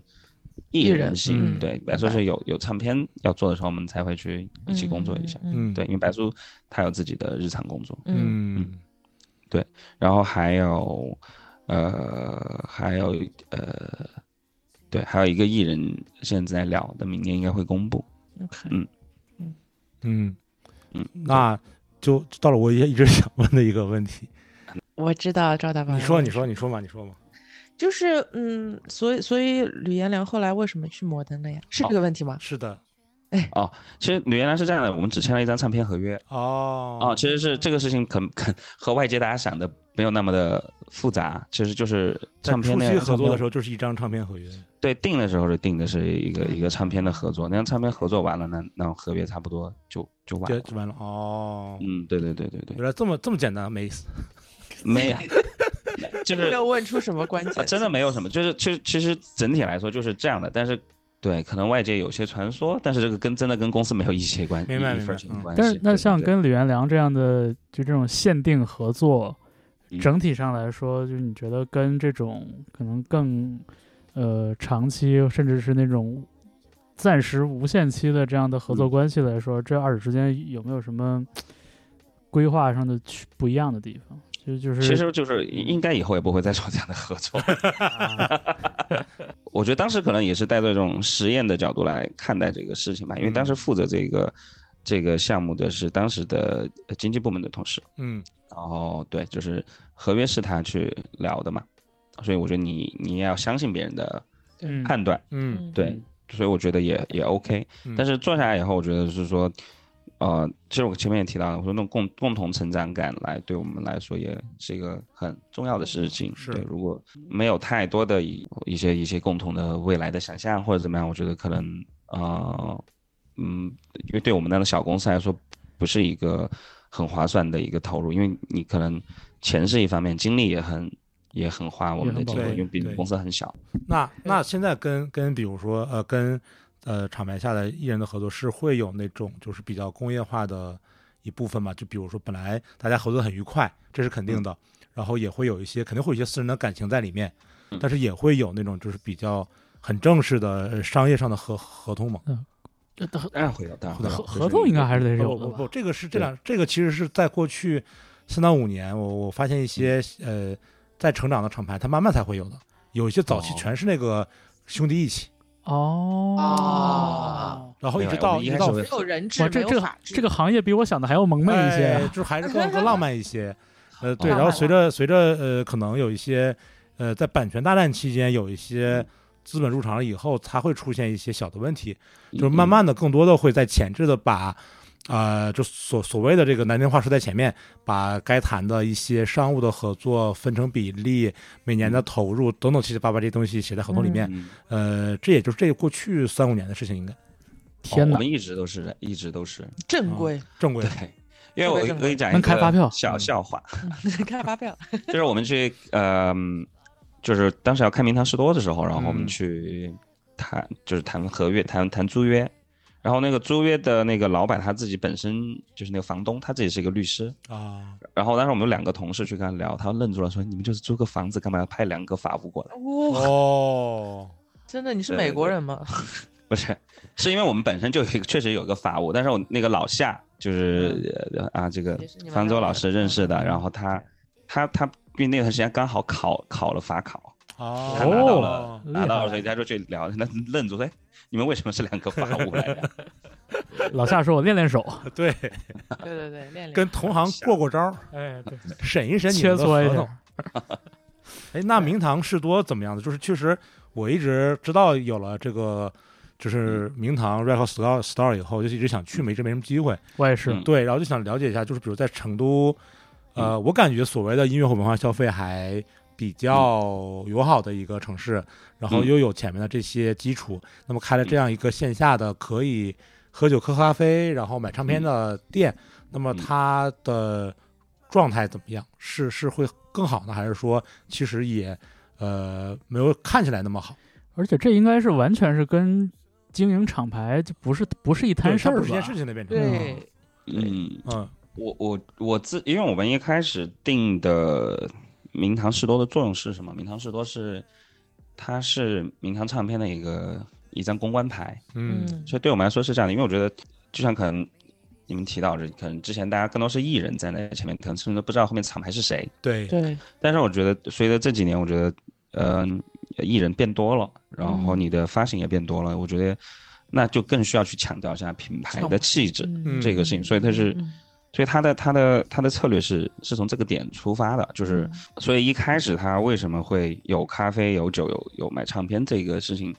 Speaker 4: 艺
Speaker 1: 艺
Speaker 4: 人
Speaker 1: 人
Speaker 4: 型，
Speaker 2: 嗯
Speaker 4: 对，白叔
Speaker 1: 明白
Speaker 4: 是有有唱片要做的时候，我们才会去一起工作一下，
Speaker 1: 嗯
Speaker 2: 嗯
Speaker 4: 对，因为白叔他有自己的日常工作，
Speaker 1: 嗯
Speaker 2: 嗯
Speaker 4: 然后还有呃还有呃。对，还有一个艺人现在在聊的，明年应该会公布。
Speaker 1: 嗯，OK，
Speaker 2: 嗯
Speaker 4: 嗯，
Speaker 2: 那就到了我也一直想问的一个问题，
Speaker 1: 我知道赵大宝。
Speaker 2: 你说你说你说嘛你说
Speaker 4: 嗯
Speaker 2: 嘛，
Speaker 1: 就是嗯，所以所以吕彦良后来为什么去摩登了呀？是这个问题吗？
Speaker 2: 是的
Speaker 4: 其实原来是这样的，我们只签了一张唱片合约，
Speaker 2: 哦
Speaker 4: 哦，其实是这个事情可可和外界大家想的没有那么的复杂，其实就是
Speaker 2: 在
Speaker 4: 唱片
Speaker 2: 初
Speaker 4: 那
Speaker 2: 期合作的时
Speaker 4: 候，
Speaker 2: 候就是一张唱片合约，
Speaker 4: 对定的时候就定的是一个一个唱片的合作，那张唱片合作完了，那那合约差不多就就完
Speaker 2: 就
Speaker 4: 了。
Speaker 2: 就完了哦，
Speaker 4: 嗯，对对对对对
Speaker 2: 原，来这么这么简单，没意思，
Speaker 4: 没， 就是
Speaker 1: 没有问出什么关
Speaker 4: 啊
Speaker 1: 键，
Speaker 4: 真的没有什么，就是其实其实整体来说就是这样的，但是对，可能外界有些传说，但是这个跟真的跟公司没有一些关，
Speaker 2: 明白
Speaker 4: 一
Speaker 2: 明白
Speaker 4: 分钱
Speaker 2: 嗯
Speaker 4: 关系。
Speaker 3: 但是那
Speaker 4: 对
Speaker 3: 像
Speaker 4: 对
Speaker 3: 跟李元良这样的就这种限定合作
Speaker 4: 嗯，
Speaker 3: 整体上来说，就是你觉得跟这种可能更呃长期，甚至是那种暂时无限期的这样的合
Speaker 4: 嗯
Speaker 3: 作关系来说，这二者之间有没有什么规划上的区不一样的地方？就就是
Speaker 4: 其实就是应该以后也不会再做这样的合作。
Speaker 3: 啊
Speaker 4: 我觉得当时可能也是带着这种实验的角度来看待这个事情吧，因为当时负责这个这个项目的是当时的呃经济部门的同事，
Speaker 2: 嗯
Speaker 4: 然后对，就是合约是他去聊的嘛，所以我觉得你你也要相信别人的
Speaker 3: 嗯
Speaker 4: 判断，
Speaker 2: 嗯
Speaker 1: 嗯，
Speaker 4: 对，所以我觉得也也 OK
Speaker 2: 嗯。
Speaker 4: 但是做下来以后，我觉得是说，呃，其实我前面也提到了，我说那种共共同成长感来对我们来说也是一个很重要的事情。
Speaker 2: 是
Speaker 4: 对，如果没有太多的一一些一些共同的未来的想象或者怎么样，我觉得可能呃，嗯，因为对我们那种小公司来说，不是一个很划算的一个投入，因为你可能钱是一方面，精力也很。也很花我们的
Speaker 3: 也很
Speaker 4: 精
Speaker 3: 宝
Speaker 4: 力，
Speaker 3: 贵
Speaker 4: 因为毕竟
Speaker 2: 对
Speaker 4: 公司很小。
Speaker 2: 那那现在跟跟比如说呃跟呃厂牌下的艺人的合作是会有那种就是比较工业化的一部分嘛？就比如说本来大家合作很愉快，这是肯定的，然后也会有一些肯定会有一些私人的感情在里面，但是也会有那种就是比较很正式的呃商业上的合合同嘛。
Speaker 3: 这合
Speaker 4: 当然会有，当然会有
Speaker 3: 合
Speaker 4: 就是
Speaker 3: 合同应该还是得
Speaker 2: 不
Speaker 3: 有
Speaker 2: 不
Speaker 3: 的
Speaker 2: 不
Speaker 3: 吧
Speaker 2: 不，？这个是这两这个其实是在过去三到五年，我我发现一些呃在成长的厂牌，它慢慢才会有的，有一些早期
Speaker 4: 哦
Speaker 2: 全是那个兄弟义气。
Speaker 3: 哦
Speaker 1: 哦，
Speaker 2: 然后一
Speaker 4: 没
Speaker 2: 直
Speaker 4: 有
Speaker 2: 到
Speaker 4: 我一
Speaker 2: 一
Speaker 4: 开
Speaker 2: 直
Speaker 4: 始
Speaker 2: 到
Speaker 4: 会
Speaker 1: 没有人质，
Speaker 3: 哇，这
Speaker 1: 没有
Speaker 3: 这个
Speaker 1: 法治
Speaker 3: 这个行业比我想的还要蒙昧一些
Speaker 2: 哎
Speaker 3: 啊。
Speaker 2: 就还是更更浪漫一 些。
Speaker 4: 哦
Speaker 2: 呃，对，
Speaker 1: 浪漫
Speaker 2: 然后随着随着呃，可能有一些呃，在版权大战期间有一
Speaker 4: 嗯
Speaker 2: 些资本入场了以后，才会出现一些小的问题，
Speaker 4: 嗯
Speaker 2: 就是慢慢的更多的会在前置的把。呃，就所所谓的这个难听话说在前面，把该谈的一些商务的合作分成比例、每年的投入等等七七八八这些东西写在合同里面。
Speaker 4: 嗯
Speaker 2: 呃，这也就是这过去三五年的事情，应该
Speaker 3: 天
Speaker 4: 哦我
Speaker 3: 哪，
Speaker 4: 们一直都是的，一直都是。
Speaker 1: 正规，
Speaker 2: 正规
Speaker 4: 对
Speaker 2: 的。，
Speaker 4: 因为我
Speaker 1: 特别正
Speaker 4: 我跟你
Speaker 1: 规
Speaker 4: 讲一
Speaker 3: 能开发
Speaker 4: 个
Speaker 3: 票
Speaker 4: 小笑话，
Speaker 1: 开发 票，
Speaker 4: 就是我们去呃，嗯就是当时要看名堂士多的时候，然后我们
Speaker 2: 嗯
Speaker 4: 去谈，就是谈合约，谈谈租约。然后那个租约的那个老板他自己本身就是那个房东，他自己是一个律师。
Speaker 2: 啊，
Speaker 4: 然后当时我们有两个同事去跟他聊，他愣住了，说：“你们就是租个房子，干嘛要派两个法务过来？
Speaker 1: 哇，
Speaker 2: 哦，
Speaker 1: 真的，你是
Speaker 4: 对
Speaker 1: 美
Speaker 4: 对
Speaker 1: 国
Speaker 4: 对
Speaker 1: 人吗？
Speaker 4: 不是，是因为我们本身就有一个确实有一个法务，但是我那个老夏就是、呃啊这个
Speaker 1: 也是你们
Speaker 4: 方舟
Speaker 1: 两个
Speaker 4: 老师认识的，
Speaker 1: 嗯
Speaker 4: 然后他他他因为那段时间刚好考考了法考，
Speaker 2: 哦，
Speaker 4: 他拿到了、
Speaker 3: 厉害
Speaker 4: 拿到了，所以他就去聊，那愣住说，哎，你们为什么是两个法务来的？
Speaker 3: 老夏说：“我练 练手。
Speaker 2: 对，
Speaker 1: 对对对，练练。
Speaker 2: 跟同行过过招儿，”
Speaker 3: 哎，对，
Speaker 2: 审一审你
Speaker 3: 切
Speaker 2: 们的
Speaker 3: 磋一
Speaker 2: 合
Speaker 3: 下
Speaker 2: 同。。 哎，那明堂士多怎么样的？就是确实，我一直知道有了这个，就是明堂 Record Store Store 以后，就一直想去，没这没什么机会。
Speaker 3: 我也是
Speaker 4: 嗯，
Speaker 2: 对，然后就想了解一下，就是比如在成都，呃，我感觉所谓的音乐和文化消费还比较友好的一个城市，然后
Speaker 4: 嗯
Speaker 2: 又有前面的这些基础，那
Speaker 4: 嗯
Speaker 2: 么开了这样一个线下的可以喝酒、喝咖啡，然后买唱片的店，那么他的状态怎么样？是是会更好呢，还是说其实也呃没有看起来那么好？
Speaker 3: 而且这应该是完全是跟经营厂牌就不是不是一摊事
Speaker 2: 对它
Speaker 3: 儿
Speaker 2: 不是一件
Speaker 3: 吧
Speaker 2: 事？情的变成
Speaker 1: 对，
Speaker 4: 嗯，
Speaker 2: 嗯
Speaker 4: 我我我自，因为我们一开始定的明堂士多的作用是什么？明堂士多是，它是明堂唱片的一个一张公关牌，
Speaker 2: 嗯
Speaker 4: 所以对我们来说是这样的，因为我觉得，就像可能你们提到的，可能之前大家更多是艺人站在前面，可能甚至都不知道后面厂牌是谁。
Speaker 2: 对
Speaker 1: 对，
Speaker 4: 但是我觉得，随着这几年，我觉得，嗯、艺人变多了，然后你的发行也变多了，我觉得，那就更需要去强调一下品牌的气质、
Speaker 1: 嗯
Speaker 4: 这个事情。所以它是，
Speaker 1: 嗯
Speaker 4: 所以他的他的他的策略是是从这个点出发的，就是所以一开始他为什么会有咖啡、有酒、有有买唱片这个事情，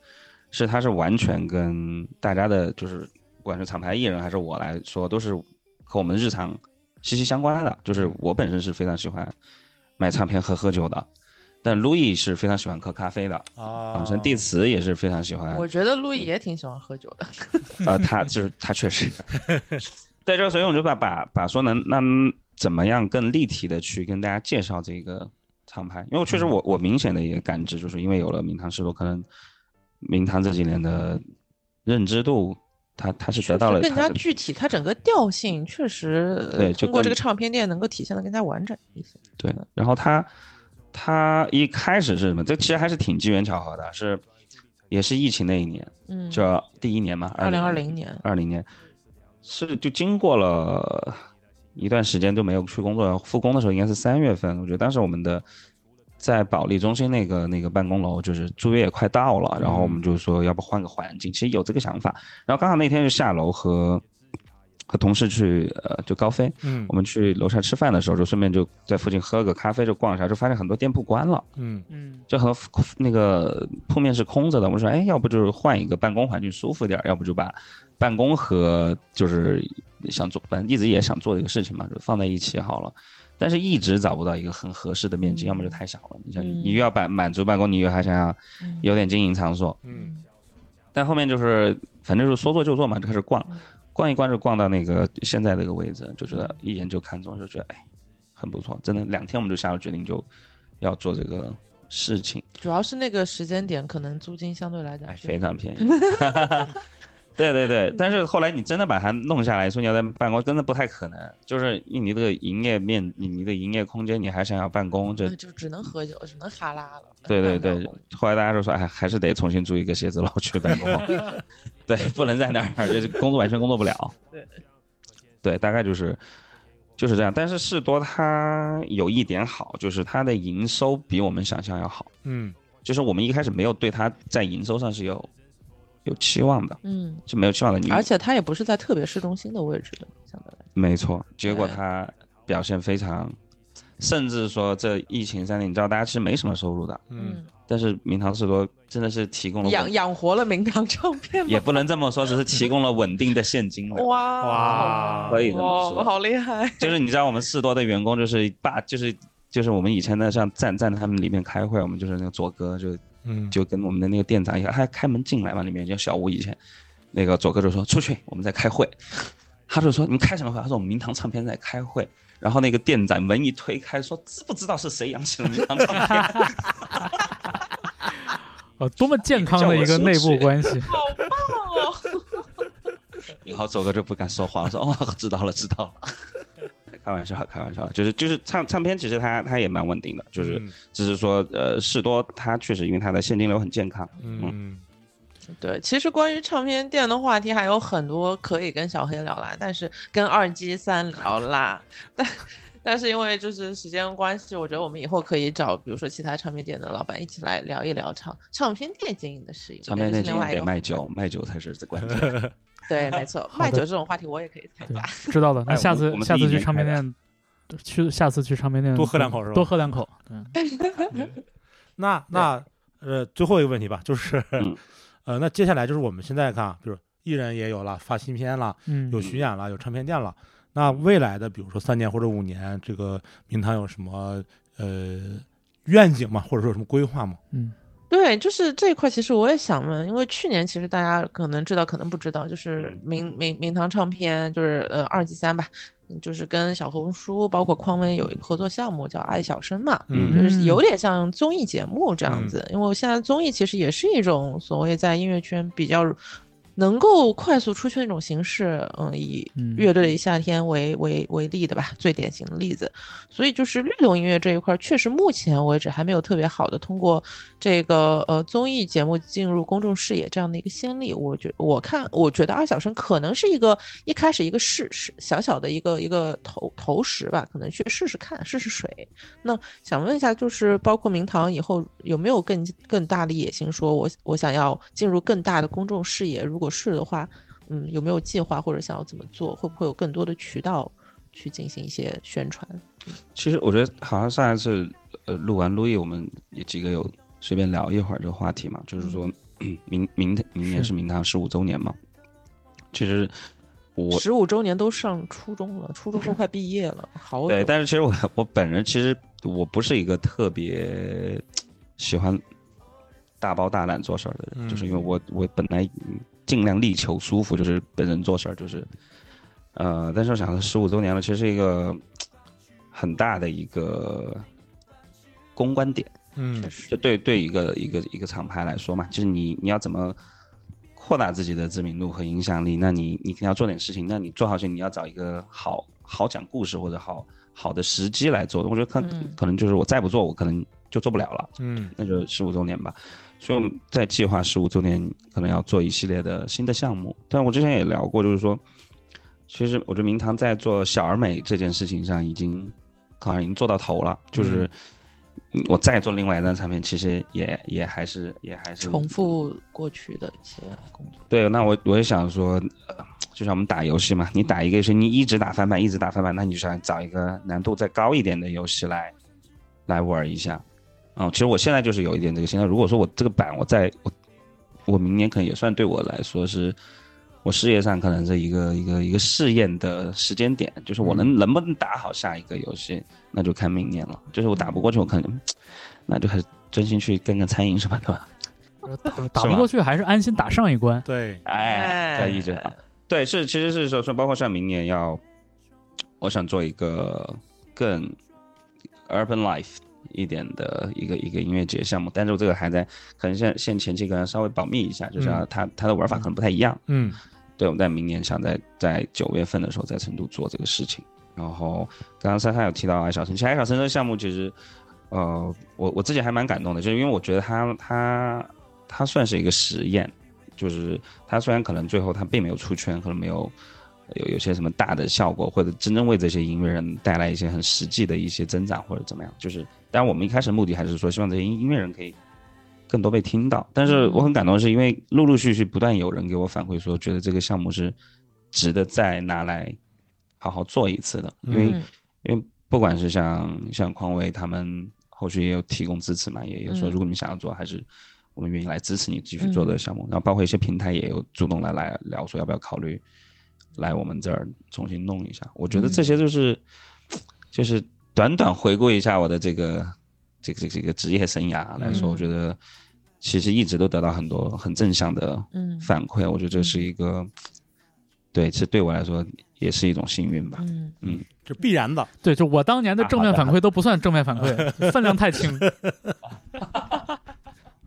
Speaker 4: 是他是完全跟大家的，就是不管是厂牌艺人还是我来说，都是和我们日常息息相关的。就是我本身是非常喜欢买唱片和喝酒的，但 Louis 是非常喜欢喝咖啡的，
Speaker 2: 啊
Speaker 4: 本身弟子也是非常喜欢
Speaker 1: 嗯我觉得陆毅也挺喜欢喝酒的，
Speaker 4: 呃，他就是 他确实，在这儿，所以我就把把把说能那怎么样更立体的去跟大家介绍这个厂牌，因为我确实我我明显的一个感知就是因为有了明堂士多，可能明堂这几年的认知度，他他是得到了
Speaker 1: 更
Speaker 4: 他
Speaker 1: 加
Speaker 4: 的
Speaker 1: 具体，它整个调性确实呃
Speaker 4: 对就
Speaker 1: 通过这
Speaker 4: 更
Speaker 1: 个唱片店能够体现的更加完整一些。
Speaker 4: 对，然后他他一开始是什么？这其实还是挺机缘巧合的，是也是疫情那一年，
Speaker 1: 嗯，
Speaker 4: 就第一年嘛，
Speaker 1: 二零
Speaker 4: 2020
Speaker 1: 二零年，
Speaker 4: 二零年，是就经过了一段时间都没有去工作，复工的时候应该是三月份，我觉得当时我们的在保利中心那个那个办公楼，就是租约也快到了，然后我们就说要不换个环境，其实有这个想法，然后刚好那天就下楼和和同事去呃就高飞，
Speaker 2: 嗯
Speaker 4: 我们去楼下吃饭的时候，就顺便就在附近喝个咖啡，就逛一下，就发现很多店铺关了。
Speaker 2: 嗯
Speaker 3: 嗯，
Speaker 4: 就和那个铺面是空着的，我们说，哎，要不就是换一个办公环境舒服点儿，要不就把办公和就是想做，反正一直也想做这个事情嘛，就放在一起好了。但是一直找不到一个很合适的面积，
Speaker 1: 嗯
Speaker 4: 要么就太小了。你想，
Speaker 1: 嗯
Speaker 4: 你又要满满足办公，你又还想要
Speaker 1: 嗯
Speaker 4: 有点经营场所，
Speaker 2: 嗯
Speaker 4: 但后面就是反正就是说做就做嘛，就开始逛
Speaker 1: 嗯，
Speaker 4: 逛一逛就逛到那个现在这个位置，就觉得一眼就看中，就觉得哎很不错，真的两天我们就下了决定就要做这个事情。
Speaker 1: 主要是那个时间点，可能租金相对来
Speaker 4: 哎，
Speaker 1: 讲是嗯
Speaker 4: 非常便宜。 对对对，但是后来你真的把它弄下来，说你要在办公，真的不太可能。就是你你的营业面，你你的营业空间，你还想要办公，这
Speaker 1: 那嗯就只能喝酒，只能哈拉了。
Speaker 4: 对对
Speaker 1: 办不
Speaker 4: 对
Speaker 1: 了。
Speaker 4: 后来大家就说，哎，还是得重新租一个写字楼去办公， 对，不能在那儿，就是工作完全工作不了。
Speaker 1: 对
Speaker 4: 对，大概就是就是这样。但是士多它有一点好，就是它的营收比我们想象要好，
Speaker 2: 嗯
Speaker 4: 就是我们一开始没有对它在营收上是有有期望的。
Speaker 1: 嗯，
Speaker 4: 是没有期望的。你
Speaker 1: 而且它也不是在特别市中心的位置的，相对来
Speaker 4: 没错，结果
Speaker 1: 对
Speaker 4: 他表现非常，甚至说这疫情三年，你知道大家其实没什么收入的，
Speaker 2: 嗯，
Speaker 4: 但是明堂士多真的是提供了
Speaker 1: 讲，嗯养
Speaker 4: 稳，
Speaker 1: 养活了名堂唱片吗
Speaker 4: 也不能这么说，只是提供了稳定的现金流。
Speaker 1: 哇哦
Speaker 2: 哇
Speaker 4: 可以这么
Speaker 1: 哇，
Speaker 4: 说
Speaker 1: 好厉害！
Speaker 4: 就是你知道我们士多的员工就是爸，就是就是我们以前的像站站他们里面开会，我们就是那个左哥就
Speaker 2: 嗯
Speaker 4: 就跟我们的那个店长一样，他开门进来嘛，里面叫小吴以前，那个左哥就说出去，我们在开会，他就说你们开什么会？他说我们明堂唱片在开会。然后那个店长门一推开，说知不知道是谁养起了明堂唱片？
Speaker 3: 哦，多么健康的一个内部关 系，
Speaker 1: 好棒哦！
Speaker 4: 然后左哥就不敢说话，我说哦，知道了，知道了。 开玩笑，开玩笑，就是就是唱唱片，其实它它也蛮稳定的，就是、
Speaker 2: 嗯
Speaker 4: 只是说呃士多它确实因为它的现金流很健康，
Speaker 2: 嗯
Speaker 1: 对，其实关于唱片店的话题还有很多可以跟小黑聊啦，但是跟二鸡三聊啦，但但是因为就是时间关系，我觉得我们以后可以找，比如说其他唱片店的老板一起来聊一聊唱唱片店经营的事情，
Speaker 4: 唱片
Speaker 1: 这
Speaker 4: 那
Speaker 1: 是另外一
Speaker 4: 得
Speaker 1: 个
Speaker 4: 卖
Speaker 1: 话
Speaker 4: 酒，卖酒才是最关键。
Speaker 1: 对，没错，卖酒这种话题我也可以参
Speaker 3: 对
Speaker 1: 加。，
Speaker 3: 知道了。那
Speaker 4: 哎
Speaker 3: 下
Speaker 4: 我们
Speaker 3: 次
Speaker 4: 我们是
Speaker 3: 下次
Speaker 4: 一
Speaker 3: 去
Speaker 4: 年
Speaker 3: 唱片
Speaker 4: 开的
Speaker 3: 店，去下次去唱片店
Speaker 2: 多喝两口是吧
Speaker 3: 多喝两口，嗯，
Speaker 2: 那那呃，最后一个问题吧，就是、
Speaker 4: 嗯
Speaker 2: 呃，那接下来就是我们现在看啊，比如艺人也有了，发新片了，
Speaker 3: 嗯
Speaker 2: 有巡演了，有唱片店了。那未来的，比如说三年或者五年，这个明堂有什么呃愿景吗？或者说有什么规划吗？
Speaker 3: 嗯，
Speaker 1: 对，就是这一块，其实我也想问，因为去年其实大家可能知道，可能不知道，就是明明明堂唱片，就是呃二 G 三吧，嗯就是跟小红书包括匡威有一个合作项目叫《爱小生》嘛，
Speaker 2: 嗯
Speaker 1: 就是有点像综艺节目这样子。因为现在综艺其实也是一种所谓在音乐圈比较能够快速出圈的一种形式，嗯，以
Speaker 3: 嗯
Speaker 1: 乐队的夏天为为为例的吧，最典型的例子。所以就是律动音乐这一块儿，确实目前为止还没有特别好的通过这个呃综艺节目进入公众视野这样的一个先例。我觉我看我觉得二小生可能是一个一开始一个试试小小的一个一个投投石吧，可能去试试看试试水。那想问一下，就是包括明堂以后有没有更更大的野心，说我我想要进入更大的公众视野？如果是的话，嗯，有没有计划或者想要怎么做？会不会有更多的渠道去进行一些宣传？
Speaker 4: 其实我觉得好像上一次呃录完录艺，我们也几个有随便聊一会儿这个话题嘛，就是说明明天明年
Speaker 3: 是
Speaker 4: 是明堂十五周年嘛。其实我
Speaker 1: 十五周年都上初中了，初中都快毕业了，好
Speaker 4: 对，
Speaker 1: 久
Speaker 4: 但是其实我我本人其实我不是一个特别喜欢大包大揽做事儿的人，
Speaker 2: 嗯
Speaker 4: 就是因为我我本来嗯尽量力求舒服，就是本人做事儿就是，呃，但是我想十五周年了，其实是一个很大的一个公关点。
Speaker 2: 嗯
Speaker 1: 确
Speaker 4: 就
Speaker 1: 实，
Speaker 4: 对对一个一个一个厂牌来说嘛，就是你你要怎么扩大自己的知名度和影响力？那你你肯定要做点事情，那你做好事情，你要找一个好好讲故事或者好好的时机来做。我觉得可能、
Speaker 1: 嗯
Speaker 4: 可能就是我再不做，我可能就做不了了。
Speaker 2: 嗯
Speaker 4: 那就十五周年吧。所以我们在计划十五周年可能要做一系列的新的项目。但我之前也聊过，就是说，其实我觉得明堂在做小而美这件事情上已经好像已经做到头了，就是。
Speaker 1: 嗯
Speaker 4: 我再做另外一张唱片，其实也也还是也还是
Speaker 1: 重复过去的一些工作。
Speaker 4: 对，那我我也想说，呃，就像我们打游戏嘛，你打一个游戏，你一直打翻版，一直打翻版，那你就想找一个难度再高一点的游戏来来玩一下。啊、其实我现在就是有一点这个心态。如果说我这个版我在我我明年可能也算对我来说是我事业上可能是一个一个一个试验的时间点，就是我能能不能打好下一个游戏，那就看明年了。就是我打不过去，我可能那就还是真心去干干餐饮什么的吧。
Speaker 3: 嗯呃打打
Speaker 4: 是
Speaker 3: 不
Speaker 4: 吧
Speaker 3: 过去还是安心打上一关。
Speaker 2: 对，
Speaker 1: 哎
Speaker 4: 哎，在一直打。对，是其实是说说，包括像明年要，我想做一个更 urban life 一点的一个一个音乐节项目，但是我这个还在，可能现现前期可能稍微保密一下，就是要
Speaker 2: 嗯
Speaker 4: 它它的玩法可能不太一样。
Speaker 2: 嗯
Speaker 4: 对，我们在明年想在在九月份的时候在成都做这个事情。然后刚刚珊珊有提到爱小生，其实爱小生这个项目其实，呃，我我自己还蛮感动的，就是因为我觉得它它它算是一个实验，就是它虽然可能最后它并没有出圈，可能没有有有些什么大的效果，或者真正为这些音乐人带来一些很实际的一些增长或者怎么样，就是当然我们一开始的目的还是说希望这些音音乐人可以更多被听到。但是我很感动，是因为陆陆续续不断有人给我反馈说，觉得这个项目是值得再拿来好好做一次的，因为、
Speaker 1: 嗯
Speaker 4: 因为不管是像像匡威他们后续也有提供支持嘛，也有说
Speaker 1: 嗯
Speaker 4: 如果你想要做，还是我们愿意来支持你继续做这个项目。然后包括一些平台也有主动来来聊说要不要考虑来我们这儿重新弄一下。我觉得这
Speaker 1: 嗯
Speaker 4: 些就是、就是短短回顾一下我的这个这个这个这个职业生涯来说，
Speaker 1: 嗯
Speaker 4: 我觉得其实一直都得到很多很正向的
Speaker 1: 嗯
Speaker 4: 反馈。我觉得这
Speaker 2: 嗯
Speaker 4: 是一个对，这对我来说也是一种幸运吧。
Speaker 1: 嗯，
Speaker 2: 这必然的。
Speaker 3: 对，就我当年的
Speaker 4: 啊
Speaker 3: 正面
Speaker 4: 好的
Speaker 3: 反馈都不算正面反 馈，分量 太轻。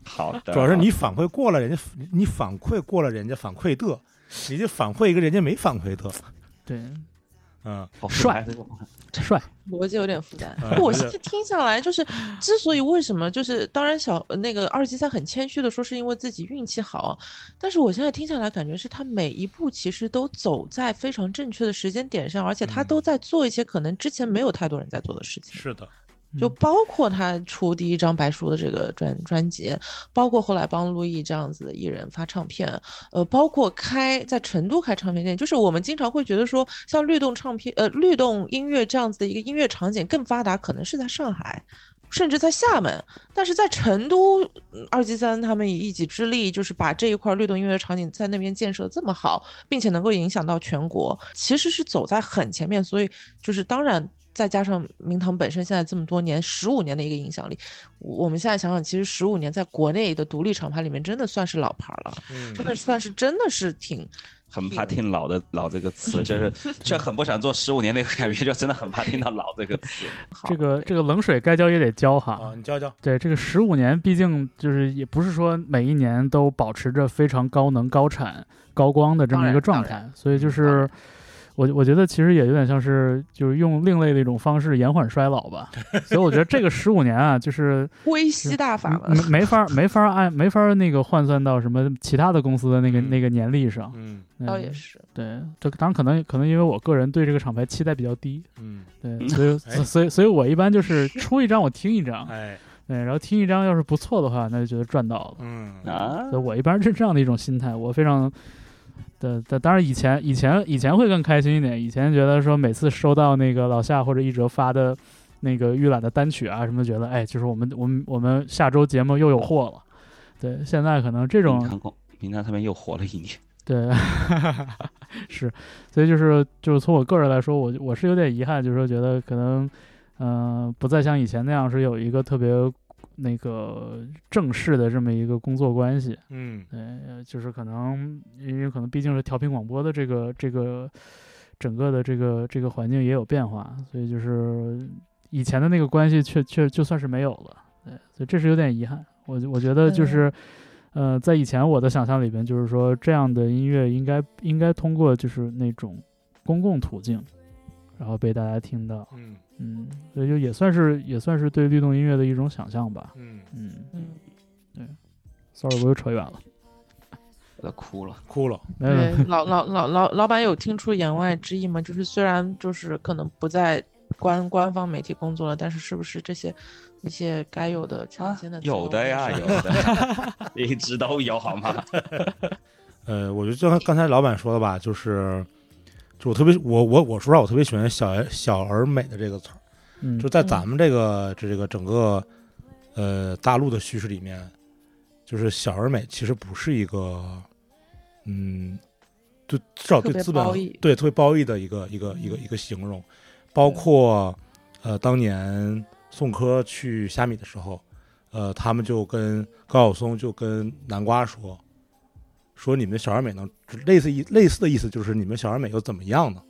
Speaker 4: 好的，
Speaker 2: 主要是你反馈过了人家，你你反馈过了人家反馈的，你就反馈一个人家没反馈的，
Speaker 3: 对，
Speaker 2: 嗯
Speaker 4: 好
Speaker 3: 帅
Speaker 4: 这个
Speaker 3: 帅，
Speaker 1: 逻辑有点复杂
Speaker 2: 啊。
Speaker 1: 我
Speaker 2: 有点
Speaker 1: 是听下来，就是之所以为什么，就是当然小呃那个二级三很谦虚的说是因为自己运气好，但是我现在听下来感觉是他每一步其实都走在非常正确的时间点上，而且他
Speaker 2: 嗯
Speaker 1: 都在做一些可能之前没有太多人在做的事情。
Speaker 2: 是的，
Speaker 1: 就
Speaker 3: 嗯
Speaker 1: 包括他出第一张白书的这个专专辑，包括后来帮陆毅这样子的艺人发唱片，呃，包括开在成都开唱片店，就是我们经常会觉得说，像律动唱片，呃，律动音乐这样子的一个音乐场景更发达，可能是在上海。甚至在厦门，但是在成都，嗯二级三他们以一己之力，就是把这一块律动音乐场景在那边建设得这么好，并且能够影响到全国，其实是走在很前面。所以就是当然，再加上明堂本身现在这么多年十五年的一个影响力，我我们现在想想，其实十五年在国内的独立厂牌里面真的算是老牌了，
Speaker 2: 嗯
Speaker 1: 真的算是真的是挺
Speaker 4: 很怕听“老”的“老”这个 词，就是却很不想做十五年那个感觉，就真的很怕听到“老”这个 词。
Speaker 1: 好。
Speaker 3: 这个这个冷水该浇也得浇哈。
Speaker 2: 啊，你教教，
Speaker 3: 对，这个十五年，毕竟就是也不是说每一年都保持着非常高能、高产、高光的这么一个状
Speaker 1: 当然嗯
Speaker 3: 态，所以就
Speaker 1: 当
Speaker 3: 是
Speaker 1: 然
Speaker 3: 我我觉得其实也有点像是就是用另类的一种方式延缓衰老 吧。所以我觉得这个十五年啊，就是
Speaker 1: 归西大法嘛，
Speaker 3: 没没法没法按没法那个换算到什么其他的公司的那个那个年历上。
Speaker 2: 嗯
Speaker 3: 嗯
Speaker 1: 倒也是。
Speaker 3: 对，这当然可能可能因为我个人对这个厂牌期待比较低，
Speaker 2: 嗯，
Speaker 3: 对，
Speaker 4: 嗯
Speaker 3: 所以
Speaker 2: 哎
Speaker 3: 所以所以我一般就是出一张我听一张，
Speaker 2: 哎，
Speaker 3: 对，然后听一张要是不错的话，那就觉得赚到了。
Speaker 2: 嗯，
Speaker 4: 啊
Speaker 3: 所以我一般是这样的一种心态，我非常的，但当然以前以前以前会更开心一点，以前觉得说每次收到那个老夏或者一哲发的那个预览的单曲啊什么，觉得哎，就是我们我们我们下周节目又有货了。对，现在可能这
Speaker 4: 这
Speaker 3: 种
Speaker 4: 航空，明堂他们又活了一年。
Speaker 3: 对 是，所以就是就是从我个人来说，我我是有点遗憾，就是说觉得可能嗯、呃不再像以前那样是有一个特别那个正式的这么一个工作关系。
Speaker 2: 嗯，
Speaker 3: 对，呃就是可能因为可能毕竟是调频广播的这个这个整个的这个这个环境也有变化，所以就是以前的那个关系却却就算是没有了，对，所以这是有点遗憾。我我觉得就是。呃，在以前我的想象里边，就是说这样的音乐应该应该通过就是那种公共途径，然后被大家听到，
Speaker 2: 嗯，
Speaker 3: 嗯，所以就也算是也算是对律动音乐的一种想象吧，
Speaker 2: 嗯，
Speaker 3: 嗯
Speaker 1: 嗯，
Speaker 3: ，sorry，我又扯远了，
Speaker 4: 我都哭了。
Speaker 2: 哭了，
Speaker 3: 没有没有
Speaker 1: 对，老老老老老板有听出言外之意吗？就是虽然就是可能不在官官方媒体工作了，但是是不是这些一些该有的常见的、
Speaker 4: 有的呀，有的， 一直都有好吗？
Speaker 2: 呃，我觉得就像刚才老板说的吧，就是，就我特别，我我我说实话，我特别喜欢“小而小而美”的这个词儿，
Speaker 3: 嗯，
Speaker 2: 就在咱们这个
Speaker 1: 嗯
Speaker 2: 这这个整个呃大陆的叙事里面，就是“小而美”其实不是一个，嗯，对，至少
Speaker 1: 特
Speaker 2: 对
Speaker 1: 别
Speaker 2: 资本
Speaker 1: 褒义嗯
Speaker 2: 对特别褒义的一个一个一个一个形容，包括呃当年宋柯去虾米的时候，呃，他们就跟高晓松就跟南瓜说，说你们小而美能类似一类似的意思就是你们小而美又怎么样呢？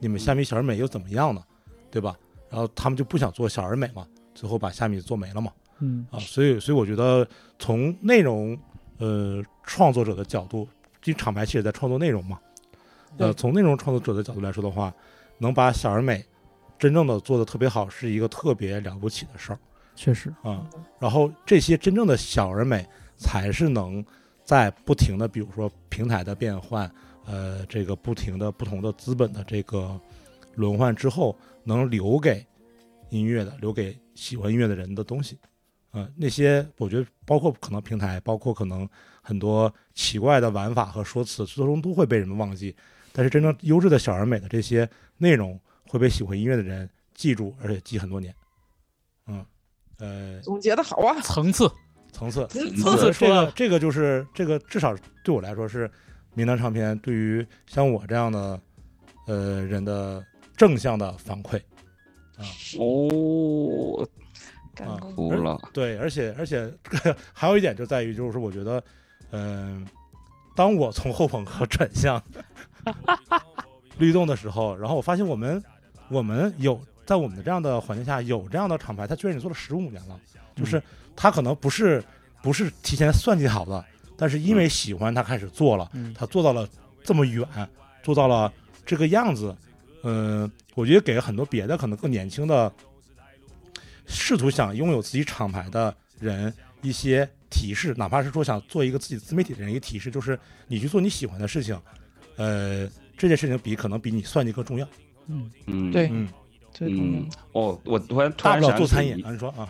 Speaker 2: 你们虾米小而美又怎么样呢？对吧？然后他们就不想做小而美嘛，最后把虾米做没了嘛。
Speaker 3: 嗯
Speaker 2: 啊，所以所以我觉得从内容呃创作者的角度，因为厂牌其实也在创作内容嘛，呃，
Speaker 1: 对
Speaker 2: 从内容创作者的角度来说的话，能把小而美真正的做的特别好，是一个特别了不起的事儿
Speaker 3: 确实，
Speaker 2: 啊、然后这些真正的小而美，才是能在不停的，比如说平台的变换，呃，这个不停的不同的资本的这个轮换之后，能留给音乐的，留给喜欢音乐的人的东西。呃，那些我觉得包括可能平台，包括可能很多奇怪的玩法和说辞，最终都会被人们忘记。但是真正优质的小而美的这些内容，会被喜欢音乐的人记住，而且记很多年。嗯，呃，
Speaker 1: 总结的好啊，
Speaker 3: 层次，
Speaker 2: 层次，
Speaker 1: 层
Speaker 3: 次
Speaker 2: 这
Speaker 3: 说
Speaker 2: 个这个就是这个，至少对我来说是民南唱片对于像我这样的呃人的正向的反馈。
Speaker 4: 哦，
Speaker 1: 感
Speaker 2: 啊
Speaker 1: 动。
Speaker 4: 哭了。
Speaker 2: 对，而且而且 还有一点就在于，就是我觉得，嗯、当我从后朋克转向 律动的时候，然后我发现我们我们有在我们的这样的环境下有这样的厂牌，它居然已经做了十五年了，就是它可能不是不是提前算计好的，但是因为喜欢，它开始做了，
Speaker 3: 嗯
Speaker 2: 他做到了这么远，做到了这个样子，嗯、我觉得给很多别的可能更年轻的，试图想拥有自己厂牌的人一些提示，哪怕是说想做一个自己自媒体的人一个提示，就是你去做你喜欢的事情，呃，这件事情比可能比你算计更重要。
Speaker 3: 嗯，
Speaker 4: 嗯，
Speaker 1: 对
Speaker 2: 嗯，
Speaker 1: 最重要
Speaker 4: 嗯，哦，我突然突
Speaker 2: 大
Speaker 4: 然
Speaker 2: 不了
Speaker 4: 想
Speaker 2: 做
Speaker 4: 起
Speaker 2: 餐饮
Speaker 4: 一，
Speaker 2: 啊，你说啊，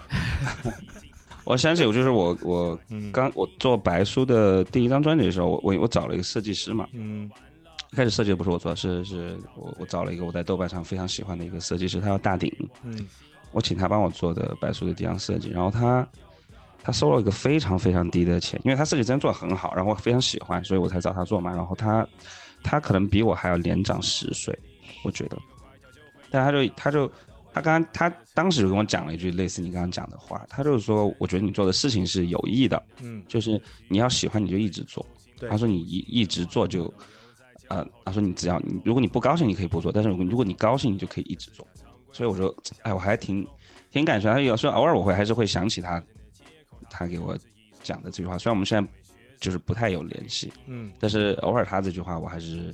Speaker 4: 我想起我就是我我
Speaker 2: 嗯，
Speaker 4: 刚我做白书的第一张专辑的时候，我我我找了一个设计师嘛，
Speaker 2: 嗯
Speaker 4: 一开始设计的不是我做，是是我我找了一个我在豆瓣上非常喜欢的一个设计师，他叫大鼎，
Speaker 2: 嗯
Speaker 4: 我请他帮我做的白书的第一张设计，然后他他收了一个非常非常低的钱，因为他设计真的做的很好，然后我非常喜欢，所以我才找他做嘛，然后他他可能比我还要年长十岁，我觉得，但他就他就他刚他当时就跟我讲了一句类似你刚刚讲的话，他就是说，我觉得你做的事情是有益的，
Speaker 2: 嗯，
Speaker 4: 就是你要喜欢你就一直做。
Speaker 2: 对
Speaker 4: 他说你一一直做就，呃，他说你只要你如果你不高兴你可以不做，但是如果如果你高兴你就可以一直做。所以我说，哎，我还挺挺感慨。他有时候偶尔我会还是会想起他，他给我讲的这句话。虽然我们现在就是不太有联系，
Speaker 2: 嗯，
Speaker 4: 但是偶尔他这句话我还是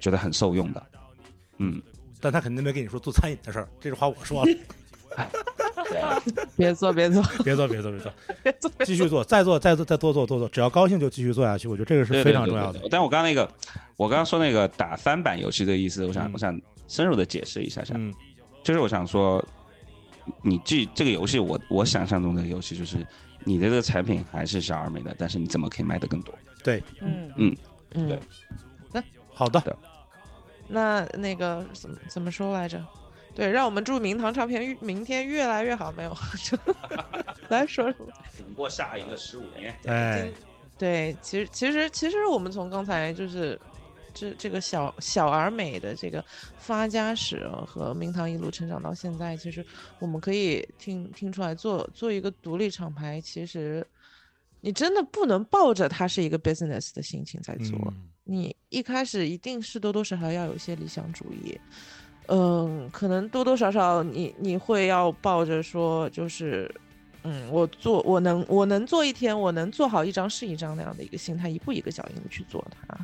Speaker 4: 觉得很受用的。嗯，
Speaker 2: 但他肯定没跟你说做餐饮的事儿，这句话我 说了，
Speaker 1: 别做，别做，
Speaker 2: 别做，别做，别做，
Speaker 1: 别做，
Speaker 2: 继续做，再做，再做，再多做，多做，只要高兴就继续做下去。我觉得这个是
Speaker 4: 对
Speaker 2: 非
Speaker 4: 对
Speaker 2: 常
Speaker 4: 对
Speaker 2: 重要
Speaker 4: 对
Speaker 2: 的
Speaker 4: 对。但我刚刚那个，我刚刚说那个打翻版游戏的意思，我想、
Speaker 2: 嗯
Speaker 4: 我想深入的解释一下下，
Speaker 2: 嗯
Speaker 4: 就是我想说，你这这个游戏我我想象中的游戏就是你的这个产品还是小而美的，但是你怎么可以卖得更多？
Speaker 1: 嗯
Speaker 4: 嗯
Speaker 1: 嗯
Speaker 4: 对。
Speaker 2: 好的，
Speaker 1: 那那个怎么怎么说来着？对，让我们祝明堂唱片越明天越来越好，没有？就来说什么？
Speaker 4: 挺过下一个十五年，
Speaker 2: 哎，
Speaker 1: 对，其实其实其实我们从刚才就是这这个小小而美的这个发家史啊和明堂一路成长到现在，其实我们可以听听出来做，做一个独立厂牌，其实你真的不能抱着它是一个 business 的心情在做，
Speaker 2: 嗯
Speaker 1: 你一开始一定是多多少少要有一些理想主义，嗯，可能多多少少你你会要抱着说就是，嗯，我做我能我能做一天，我能做好一张是一张那样的一个心态，一步一个脚印的去做它。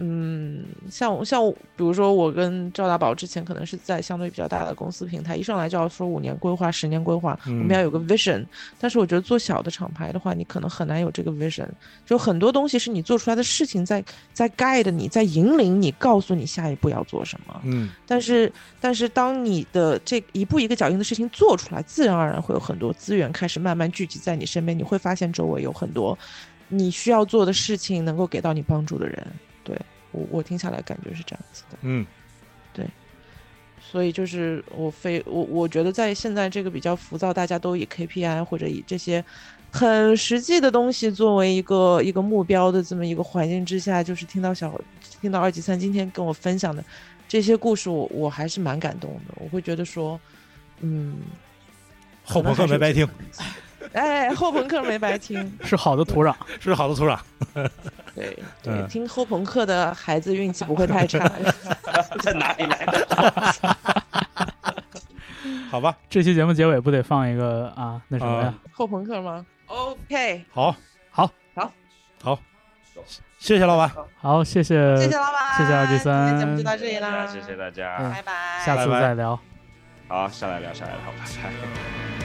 Speaker 1: 嗯，像我像我，比如说我跟赵大宝之前可能是在相对比较大的公司平台，一上来就要说五年规划、十年规划，我们
Speaker 2: 嗯
Speaker 1: 要有个 vision。但是我觉得做小的厂牌的话，你可能很难有这个 vision。就很多东西是你做出来的事情在在 guide 你，在引领你，告诉你下一步要做什么。
Speaker 2: 嗯，
Speaker 1: 但是，但是当你的这一步一个脚印的事情做出来，自然而然会有很多资源开始慢慢聚集在你身边，你会发现周围有很多你需要做的事情，能够给到你帮助的人。对我，我听下来感觉是这样子的。
Speaker 2: 嗯，
Speaker 1: 所以就是我非我我觉得在现在这个比较浮躁，大家都以 KPI 或者以这些很实际的东西作为一个一个目标的这么一个环境之下，就是听到小听到二级三今天跟我分享的这些故事我，我还是蛮感动的。我会觉得说，嗯，
Speaker 2: 后朋克没白听，
Speaker 1: 哎，后朋克没白听，
Speaker 3: 是好的土壤。
Speaker 2: 是好的组长。
Speaker 1: 对 对，
Speaker 2: 嗯
Speaker 1: 听后朋克的孩子运气不会太差。
Speaker 4: 在哪里来的？
Speaker 2: 好吧，
Speaker 3: 这期节目结尾不得放一个啊那什么呀？
Speaker 1: 后朋克吗？OK，
Speaker 2: 好，
Speaker 3: 好，
Speaker 1: 好，
Speaker 2: 好，谢谢老板，
Speaker 3: 好，谢谢，
Speaker 1: 谢谢老板，
Speaker 3: 呃谢谢二 G 三
Speaker 1: 今天节目就到这里啦，
Speaker 4: 谢谢大家，
Speaker 3: 嗯
Speaker 1: 拜拜，
Speaker 3: 下次
Speaker 2: 拜拜
Speaker 3: 再聊。
Speaker 4: 好，下来聊，下来聊，拜拜。
Speaker 2: 拜